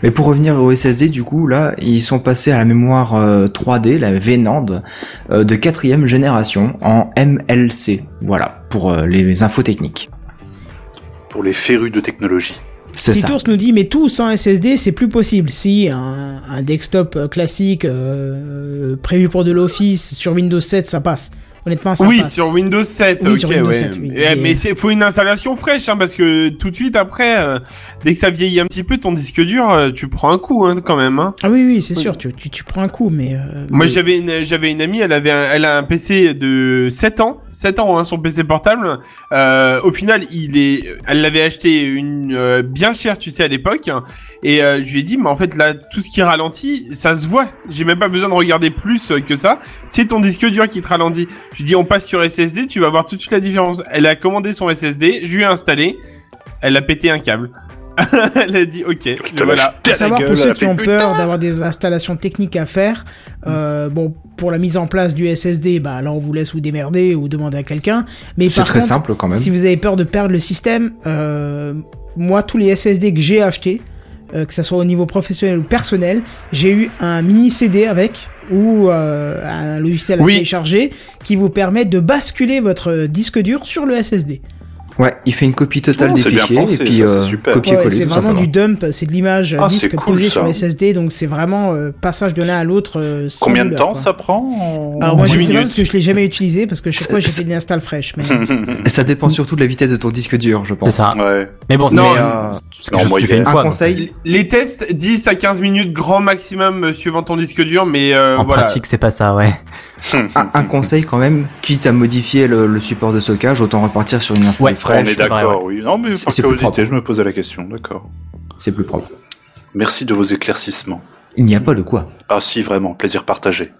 E: Mais pour revenir au SSD, du coup, là, ils sont passés à la mémoire euh, 3D, la VNAND, euh, de quatrième génération en MLC. Voilà, pour euh, les infos techniques.
C: Pour les férus de technologie.
E: C'est ça.
A: Titours nous dit mais tout sans SSD c'est plus possible. Si un, un desktop classique euh, prévu pour de l'Office sur Windows 7 ça passe. Honnêtement ça
B: Oui,
A: passe.
B: sur Windows 7,
A: Oui,
B: ok,
A: sur Windows
B: ouais.
A: 7, oui.
B: Eh,
A: Et-
B: Mais il faut une installation fraîche, hein, parce que tout de suite après, euh, dès que ça vieillit un petit peu, ton disque dur, euh, tu prends un coup, hein, quand même. Hein.
A: Ah oui oui c'est
B: Oui.
A: sûr tu, tu, tu prends un coup mais. euh,
B: Moi,
A: mais-
B: j'avais une, j'avais une amie, elle avait, un, elle a un PC de 7 ans, 7 ans, hein, son PC portable. Euh, au final, il est, elle l'avait acheté une euh, bien chère, tu sais, à l'époque. Et euh, je lui ai dit, mais en fait, là, tout ce qui ralentit, ça se voit. J'ai même pas besoin de regarder plus euh, que ça. C'est ton disque dur qui te ralentit. Je lui ai dit, on passe sur SSD, tu vas voir tout de suite la différence. Elle a commandé son SSD, je lui ai installé. Elle a pété un câble. [laughs] elle a dit, ok,
C: te
B: voilà.
A: à savoir pour ceux
C: elle
A: qui
C: fait
A: ont peur d'avoir des installations techniques à faire, euh, bon pour la mise en place du SSD, bah là on vous laisse vous démerder ou demander à quelqu'un. Mais
E: C'est
A: par
E: très
A: contre,
E: simple quand même.
A: Si vous avez peur de perdre le système, euh, moi, tous les SSD que j'ai achetés, euh, que ça soit au niveau professionnel ou personnel, j'ai eu un mini CD avec ou euh, un logiciel à
B: Oui.
A: télécharger qui vous permet de basculer votre disque dur sur le SSD.
E: Ouais, il fait une copie totale
C: Non,
E: des
C: c'est bien
E: fichiers
C: pensé,
E: et puis
C: ça, c'est
E: euh,
C: super.
E: copier-coller
A: Ouais, c'est
E: tout
A: vraiment
E: simplement.
A: du dump, c'est de l'image euh,
C: Ah, c'est
A: disque
C: cool,
A: posée
C: ça.
A: sur SSD, donc c'est vraiment euh, passage de l'un à l'autre. euh, sans
C: Combien de
A: douleur,
C: temps
A: quoi.
C: ça prend
A: Alors moi je
B: Dix
A: sais pas
B: minutes.
A: parce que je l'ai jamais utilisé parce que chaque
E: C'est-
A: fois j'ai fait
E: c'est-
A: une install fraîche. Mais...
E: Ça dépend surtout de la vitesse de ton disque dur, je
F: C'est
E: pense.
F: ça.
C: [laughs] Ouais.
F: Mais bon, c'est
B: Non,
F: mais,
E: euh,
F: euh, c'est quelque
C: non,
F: chose
C: moi,
F: que tu
C: il y
F: fais
C: a
F: une
E: Un
F: fois. donc.
E: conseil,
B: Les tests 10 à 15 minutes grand maximum euh, suivant ton disque dur, mais euh,
F: En
B: voilà.
F: pratique, c'est pas ça, ouais.
E: un, un conseil quand même, quitte à modifier le, le support de stockage, autant repartir sur une install
F: Ouais.
C: On
E: fraîche,
C: est
F: c'est vrai,
C: d'accord, oui. Non, mais par
E: C'est plus propre.
C: curiosité, je me posais la question, d'accord.
E: c'est plus propre.
C: Merci de vos éclaircissements.
E: Il n'y a pas de quoi.
C: Ah si, vraiment, plaisir partagé.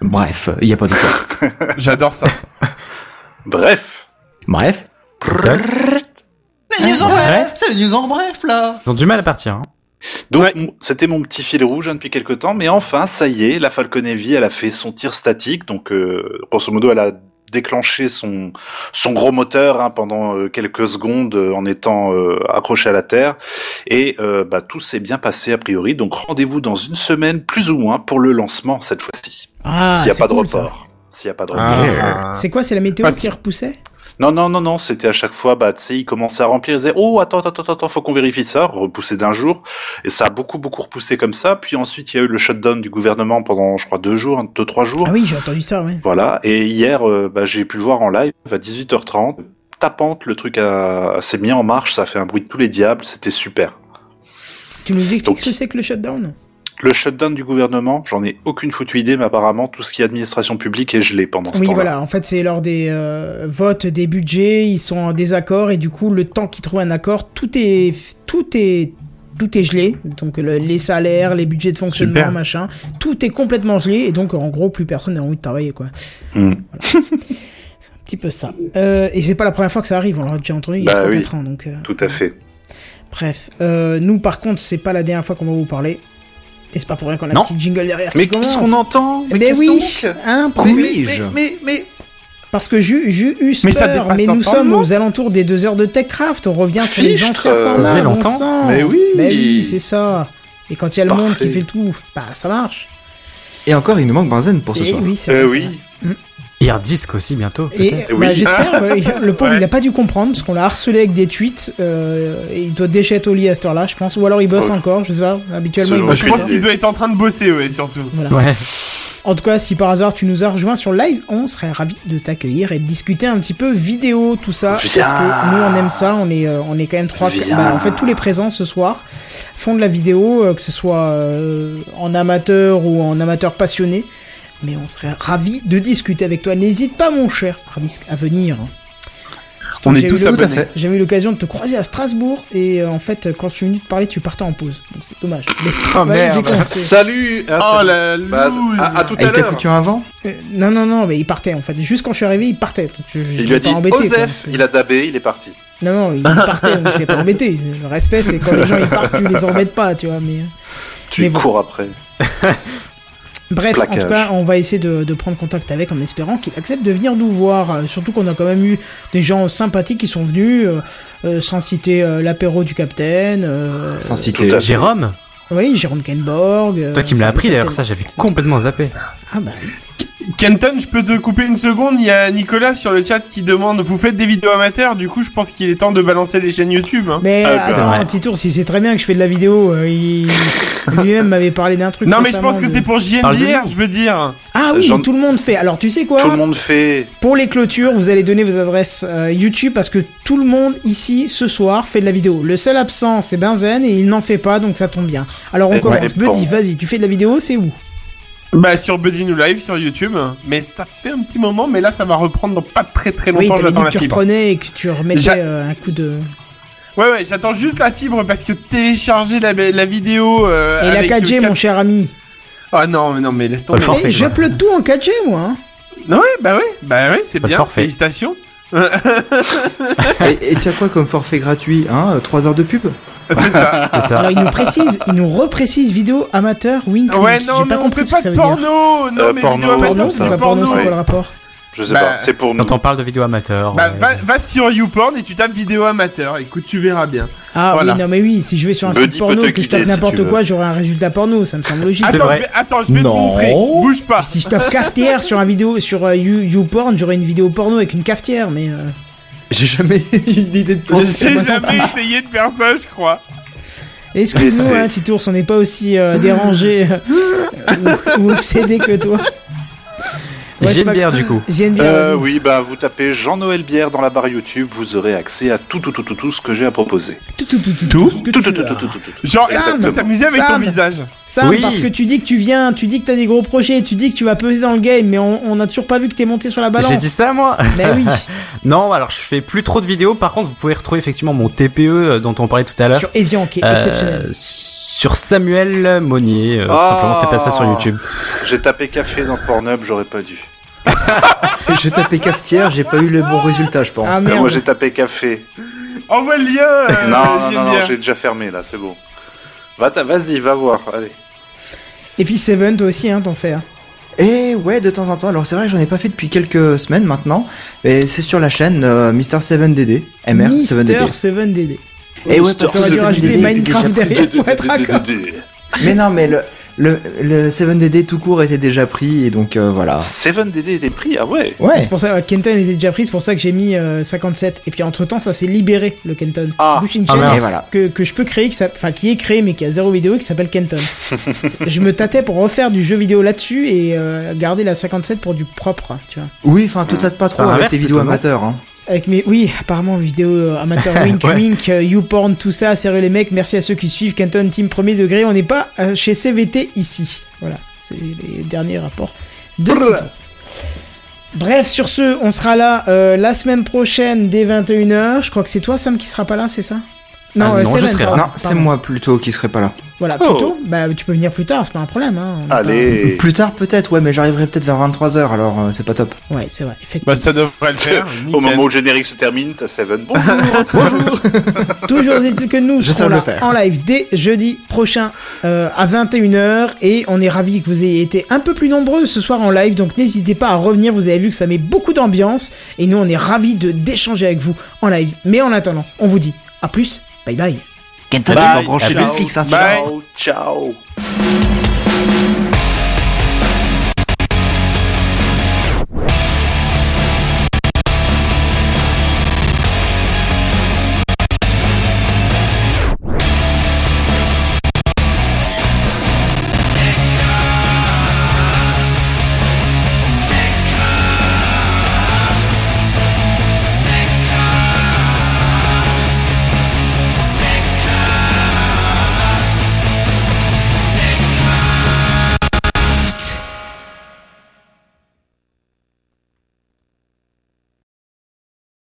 E: Bref, il n'y a pas de quoi.
B: [laughs] J'adore ça.
C: Bref,
E: Bref,
A: Ah,
D: Les news en bref, c'est les news en bref là.
F: Ils ont du mal à partir. hein.
C: Donc
B: Ouais.
C: m- c'était mon petit fil rouge hein, depuis quelques temps, mais enfin ça y est, la Falcon Heavy, elle a fait son tir statique, donc euh, grosso modo elle a déclenché son son gros moteur hein, pendant euh, quelques secondes euh, en étant euh, accroché à la terre et euh, bah, tout s'est bien passé a priori. Donc rendez-vous dans une semaine plus ou moins pour le lancement cette fois-ci,
A: Ah,
C: s'il n'y a
A: c'est
C: pas de
A: cool, ça.
C: report. S'il n'y a pas de report.
B: Ah.
A: C'est quoi C'est la météo
B: Pas
A: qui
B: si-
A: repoussait
C: Non, non, non, non, c'était à chaque fois, bah, tu sais, ils commençaient à remplir, ils disaient, oh, attends, attends, attends, attends, faut qu'on vérifie ça, repoussé d'un jour. Et ça a beaucoup, beaucoup repoussé comme ça. Puis ensuite, il y a eu le shutdown du gouvernement pendant, je crois, deux jours, hein, deux, trois jours.
A: Ah oui, j'ai entendu ça, ouais.
C: Voilà. Et hier, euh, bah, j'ai pu le voir en live à 18h30. Tapante, le truc a- s'est mis en marche, ça a fait un bruit de tous les diables, c'était super.
A: Tu nous expliques
C: Donc-
A: ce que c'est que le shutdown
C: Le shutdown du gouvernement, j'en ai aucune foutue idée, mais apparemment, tout ce qui est administration publique est gelé pendant ce
A: Oui,
C: temps-là.
A: voilà. En fait, c'est lors des euh, votes des budgets, ils sont en désaccord et du coup, le temps qu'ils trouvent un accord, tout est, tout est, tout est gelé. Donc le- les salaires, les budgets de fonctionnement,
B: Super.
A: machin, tout est complètement gelé et donc en gros, plus personne n'a envie de travailler, quoi.
C: Hmm.
A: Voilà. c'est un petit peu ça. Euh, et c'est pas la première fois que ça arrive. On l'a déjà entendu il y a
C: Bah
A: 3
C: oui.
A: 4 ans. Donc euh,
C: Tout à fait.
A: bref, Euh, nous par contre, c'est pas la dernière fois qu'on va vous parler. Et c'est pas pour rien qu'on a un
F: Non.
A: petit jingle derrière.
C: Mais
A: qui
C: qu'est-ce
A: commence.
C: qu'on entend?
A: Mais,
C: qu'est-ce
A: oui,
C: donc
A: hein,
E: Des
A: promis.
E: miges.
C: mais, mais,
A: Parce que j'eus j'eus eu
B: Mais ça
A: peur,
B: dépasse
A: mais nous
B: l'entendement.
A: sommes aux alentours des deux heures de TechCraft. On revient sur les
C: Fichtre,
A: anciens
C: euh,
A: formats.
F: ça faisait
A: bon
F: longtemps.
A: sang.
C: Mais oui.
A: Mais oui, c'est ça. Et quand il y a le monde
C: Parfait.
A: qui fait tout, bah ça marche.
E: Et encore, il nous manque Benzen pour ce
A: Et
E: soir.
A: oui, c'est
C: Euh,
A: vrai,
C: oui. Eh
F: Et Hardisk aussi bientôt.
A: c'est vrai. Et
F: peut-être.
A: bah,
C: Oui.
A: j'espère,
C: [laughs]
A: euh, le pauvre
B: Ouais.
A: il a pas dû comprendre parce qu'on l'a harcelé avec des tweets. euh, et il doit déjà être au lit à cette heure-là, je pense. Ou alors il bosse
C: Ouais.
A: encore, je sais pas. Habituellement il
C: Selon
B: Bah,
A: bosse
B: je
C: aucune
A: pas.
B: pense qu'il doit être en train de bosser, ouais, surtout.
A: Voilà.
F: Ouais.
A: En tout cas, si par hasard tu nous as rejoint sur live, on serait ravis de t'accueillir et de discuter un petit peu vidéo, tout ça.
C: Viens.
A: Parce que nous, on aime ça, on est, euh, on est quand même trois.
C: Viens.
A: bah, en fait, tous les présents ce soir font de la vidéo, euh, que ce soit euh, en amateur ou en amateur passionné. Mais on serait ravis de discuter avec toi. N'hésite pas, mon cher Hardisk, à venir. Surtout
B: On
A: que
B: est
A: j'ai
B: tous
A: eu le-
E: Tout à fait.
A: J'ai eu l'occasion de te croiser à Strasbourg et euh, en fait, quand je suis venu te parler, tu partais en pause. Donc c'est dommage. Mais-
E: Oh,
A: Ouais,
E: merde.
A: c'est con, c'est-
C: Salut! Ah,
B: Oh
C: salut.
B: la
C: Bah,
B: loose.
C: à, à tout
E: Et
C: à
E: Ah, il t'a
C: l'heure.
E: foutu un vent
A: Euh, non, non, non, mais il partait en fait. Juste quand je suis arrivé, il partait. Je, je- je
C: Il lui
A: l'ai
C: a
A: pas
C: dit
A: embêté, quoi.
C: Osef, il a dabé, il est parti.
A: Non, non, il partait, donc je l'ai pas embêté. Le respect, c'est quand les gens ils partent, tu les embêtes pas, tu vois. Mais euh.
C: Tu
A: Mais
C: y
A: bon.
C: cours après.
A: bref, en
C: Plaquage.
A: tout cas, on va essayer de, de prendre contact avec en espérant qu'il accepte de venir nous voir. Euh, surtout qu'on a quand même eu des gens sympathiques qui sont venus, euh, euh, sans citer euh, l'apéro du capitaine. euh,
E: Sans citer.
C: tout à fait.
F: Jérôme,
A: Oui, Jérôme Kenborg. euh,
F: toi qui me l'as
A: enfin,
F: appris
A: le
F: d'ailleurs, ça
A: capitaine.
F: j'avais complètement zappé.
A: Ah bah,
B: Kenton, je peux te couper une seconde. Il y a Nicolas sur le chat qui demande Vous faites des vidéos amateurs Du coup, je pense qu'il est temps de balancer les chaînes YouTube. hein.
A: Mais
C: Ah,
A: attends,
F: bah.
A: un petit tour, si c'est très bien que je fais de la vidéo, euh, il... lui-même m'avait parlé d'un truc.
B: Non, mais je pense
A: récemment
B: que
A: de-
B: c'est pour
F: Parle de
B: JNDR,
F: nous.
B: je veux dire.
A: Ah oui,
C: Jean-
A: tout le monde fait. Alors tu sais quoi
C: Tout le monde fait.
A: Pour les clôtures, vous allez donner vos adresses euh, YouTube parce que tout le monde ici ce soir fait de la vidéo. Le seul absent c'est Benzen et il n'en fait pas donc ça tombe bien. Alors on
C: Eh,
A: commence.
C: ouais,
A: Buddy,
C: bon.
A: vas-y, tu fais de la vidéo, c'est où
B: Bah, sur Buddy New Live, sur YouTube. Mais ça fait un petit moment, mais là, ça va reprendre dans pas très très
A: Oui,
B: longtemps.
A: t'avais dit
B: j'attends
A: que
B: la
A: tu
B: fibre.
A: reprenais et que tu remettais
B: J'a-
A: euh, un coup de.
B: Ouais, ouais, j'attends juste la fibre parce que télécharger la, la vidéo. euh,
A: Et
B: avec,
A: la 4G,
B: euh,
A: mon cher ami.
B: Ah non, mais non, mais laisse tomber.
F: Pas le forfait,
A: Eh,
F: quoi.
A: J'upload tout en 4G moi.
B: [laughs]
A: hein.
B: Ouais, bah ouais, bah ouais, c'est
F: Pas le
B: bien.
F: forfait.
B: Félicitations. [laughs]
E: Et et tu as quoi comme forfait gratuit Hein 3 heures de pub
B: C'est
A: [laughs]
B: ça.
F: C'est ça.
A: Alors il nous précise, il nous reprécise vidéo amateur wink. wink.
B: ouais,
A: J'ai
B: non,
A: pas
B: mais on
A: compris
B: fait
A: ce que
B: pas
A: ça
B: de
A: veut dire.
B: porno. Non,
C: Euh,
B: mais
C: porno,
B: vidéo amateur,
A: Porno,
C: Non,
A: c'est
B: c'est
A: pas porno, c'est quoi le rapport
C: Je sais
B: Bah,
C: pas, c'est pour nous.
F: Quand on parle de vidéos amateurs.
B: Bah,
F: ouais.
B: va, va sur YouPorn et tu tapes vidéo amateur. Écoute, tu verras bien.
A: Ah
B: Voilà.
A: oui, non mais oui, si je vais sur un site
C: Buddy peut
A: porno
C: te
A: et que je
C: guider,
A: tape
C: si
A: n'importe
C: tu veux.
A: quoi, j'aurai un résultat porno, ça me semble logique.
F: C'est
B: Attends,
F: vrai.
B: Je vais, attends, je vais
E: Non.
B: te montrer. Bouge pas.
A: Si je tape cafetière sur un vidéo sur euh, You- YouPorn, j'aurai une vidéo porno avec une cafetière, mais euh,
E: J'ai jamais [laughs] eu l'idée de penser.
B: J'ai
E: à ça.
B: jamais essayé de faire ça, je crois.
C: Mais
A: excuse-nous,
C: c'est-
A: hein, Titours, on n'est pas aussi euh, dérangé euh, ou, ou obsédé que toi.
F: [laughs]
A: Ouais, c'est pas-
F: JNBR du coup.
A: JNBR,
C: Euh,
A: vas-y.
C: oui, bah vous tapez Jean-Noël Bière dans la barre YouTube, vous aurez accès à tout, tout, tout, tout, tout ce que j'ai à proposer.
A: Tout, tout, tout, tout,
B: Tout
A: ce que
C: Tout, tout,
A: tu
C: tout, tout,
A: as.
C: tout, tout, tout, tout.
B: Genre,
A: Sam,
B: essaie de s'amuser avec ton
A: Sam.
B: visage.
A: Sam,
F: Oui.
A: parce que tu dis que tu viens, tu dis que t'as des gros projets, tu dis que tu vas peser dans le game, mais on, on a toujours pas vu que t'es monté sur la balance.
F: J'ai dit ça moi
A: Mais
F: [laughs]
A: oui,
F: Non, alors je fais plus trop de vidéos. Par contre, vous pouvez retrouver effectivement mon TPE euh, dont on parlait tout à l'heure.
A: sur Evian, qui est
F: euh,
A: exceptionnel.
F: sur Samuel Monnier, euh,
C: Ah.
F: simplement tapez ça sur YouTube.
C: J'ai tapé café dans Pornhub, j'aurais pas dû.
E: J'ai tapé cafetière, j'ai pas eu le bon résultat, je pense.
A: Ah,
C: Ah,
A: merde.
C: moi j'ai tapé café.
B: Envoie le lien. euh, [laughs]
C: non, non, non, non,
B: JNBR.
C: j'ai déjà fermé là, c'est bon. Va t'a- Vas-y, va voir. Allez.
A: Et puis Seven, toi aussi, hein, t'en fais. hein.
E: Et ouais, de temps en temps. Alors c'est vrai que j'en ai pas fait depuis quelques semaines maintenant, mais c'est sur la chaîne euh, Mister 7 dd MR
A: Mister
E: 7 dd
A: 7DD.
E: Et ouais,
A: Parce
E: parce
A: qu'on va
E: que
A: dû
E: 7DD
A: rajouter
E: était
A: Minecraft
E: déjà pris.
A: derrière pour être raccord.
E: Mais non, mais le le, le 7DD tout court était déjà pris et donc euh, voilà.
C: 7DD était pris, ah ouais
E: Ouais.
A: C'est pour ça, ouais, Kenton était déjà pris, c'est pour ça que j'ai mis euh, 57. Et puis entre temps, ça s'est libéré, le Kenton.
C: Ah.
A: Du coup, j'ai une
F: Ah,
A: chaîne
F: mince.
E: Et voilà.
A: que, que je peux créer, qui s'app- enfin qui est créée mais qui a zéro vidéo et qui s'appelle Kenton. je me tâtais pour refaire du jeu vidéo là-dessus et euh, garder la 57 pour du propre, hein, tu vois.
E: Oui, enfin, tout tâte pas trop
F: Enfin,
E: avec
F: inverse,
E: tes vidéos
F: plutôt, non
E: amateurs. Hein.
A: Avec mes, oui, apparemment, vidéo euh, amateur
F: [laughs]
A: wink
F: Ouais.
A: wink, euh, youporn, tout ça, sérieux les mecs, merci à ceux qui suivent, Kenton, team premier degré, on n'est pas euh, chez CVT ici. Voilà, c'est les derniers rapports de Tipeee. Bref, sur ce, on sera là euh, la semaine prochaine dès 21h. Je crois que c'est toi, Sam, qui sera pas là, c'est ça euh,
F: Ah non, je
A: Seven,
F: serai là.
A: pardon,
E: non, c'est
A: pardon.
E: moi plutôt qui serait pas là.
A: Voilà,
C: Oh.
A: plutôt, bah, tu peux venir plus tard, c'est pas un problème. Hein, on est
C: Allez
E: Plus tard peut-être, ouais, mais j'arriverai peut-être vers 23h, alors euh, c'est pas top.
A: pas- Ouais, c'est vrai, effectivement.
B: Bah, ça devrait le faire.
C: [laughs] Au
B: nickel.
C: moment où le générique se termine, t'as Seven. Bonjour
A: Toujours est-il que nous
E: Je
A: serons
E: sais le
A: là
E: faire.
A: en live dès jeudi prochain euh, à 21h et on est ravis que vous ayez été un peu plus nombreux ce soir en live donc n'hésitez pas à revenir vous avez vu que ça met beaucoup d'ambiance et nous on est ravis de d'échanger avec vous en live mais en attendant on vous dit à plus bye bye
E: Kenton,
C: Bye,
E: brancher
C: ciao.
E: Netflix, hein, c'est
B: Bye.
E: pas-
C: Ciao, ciao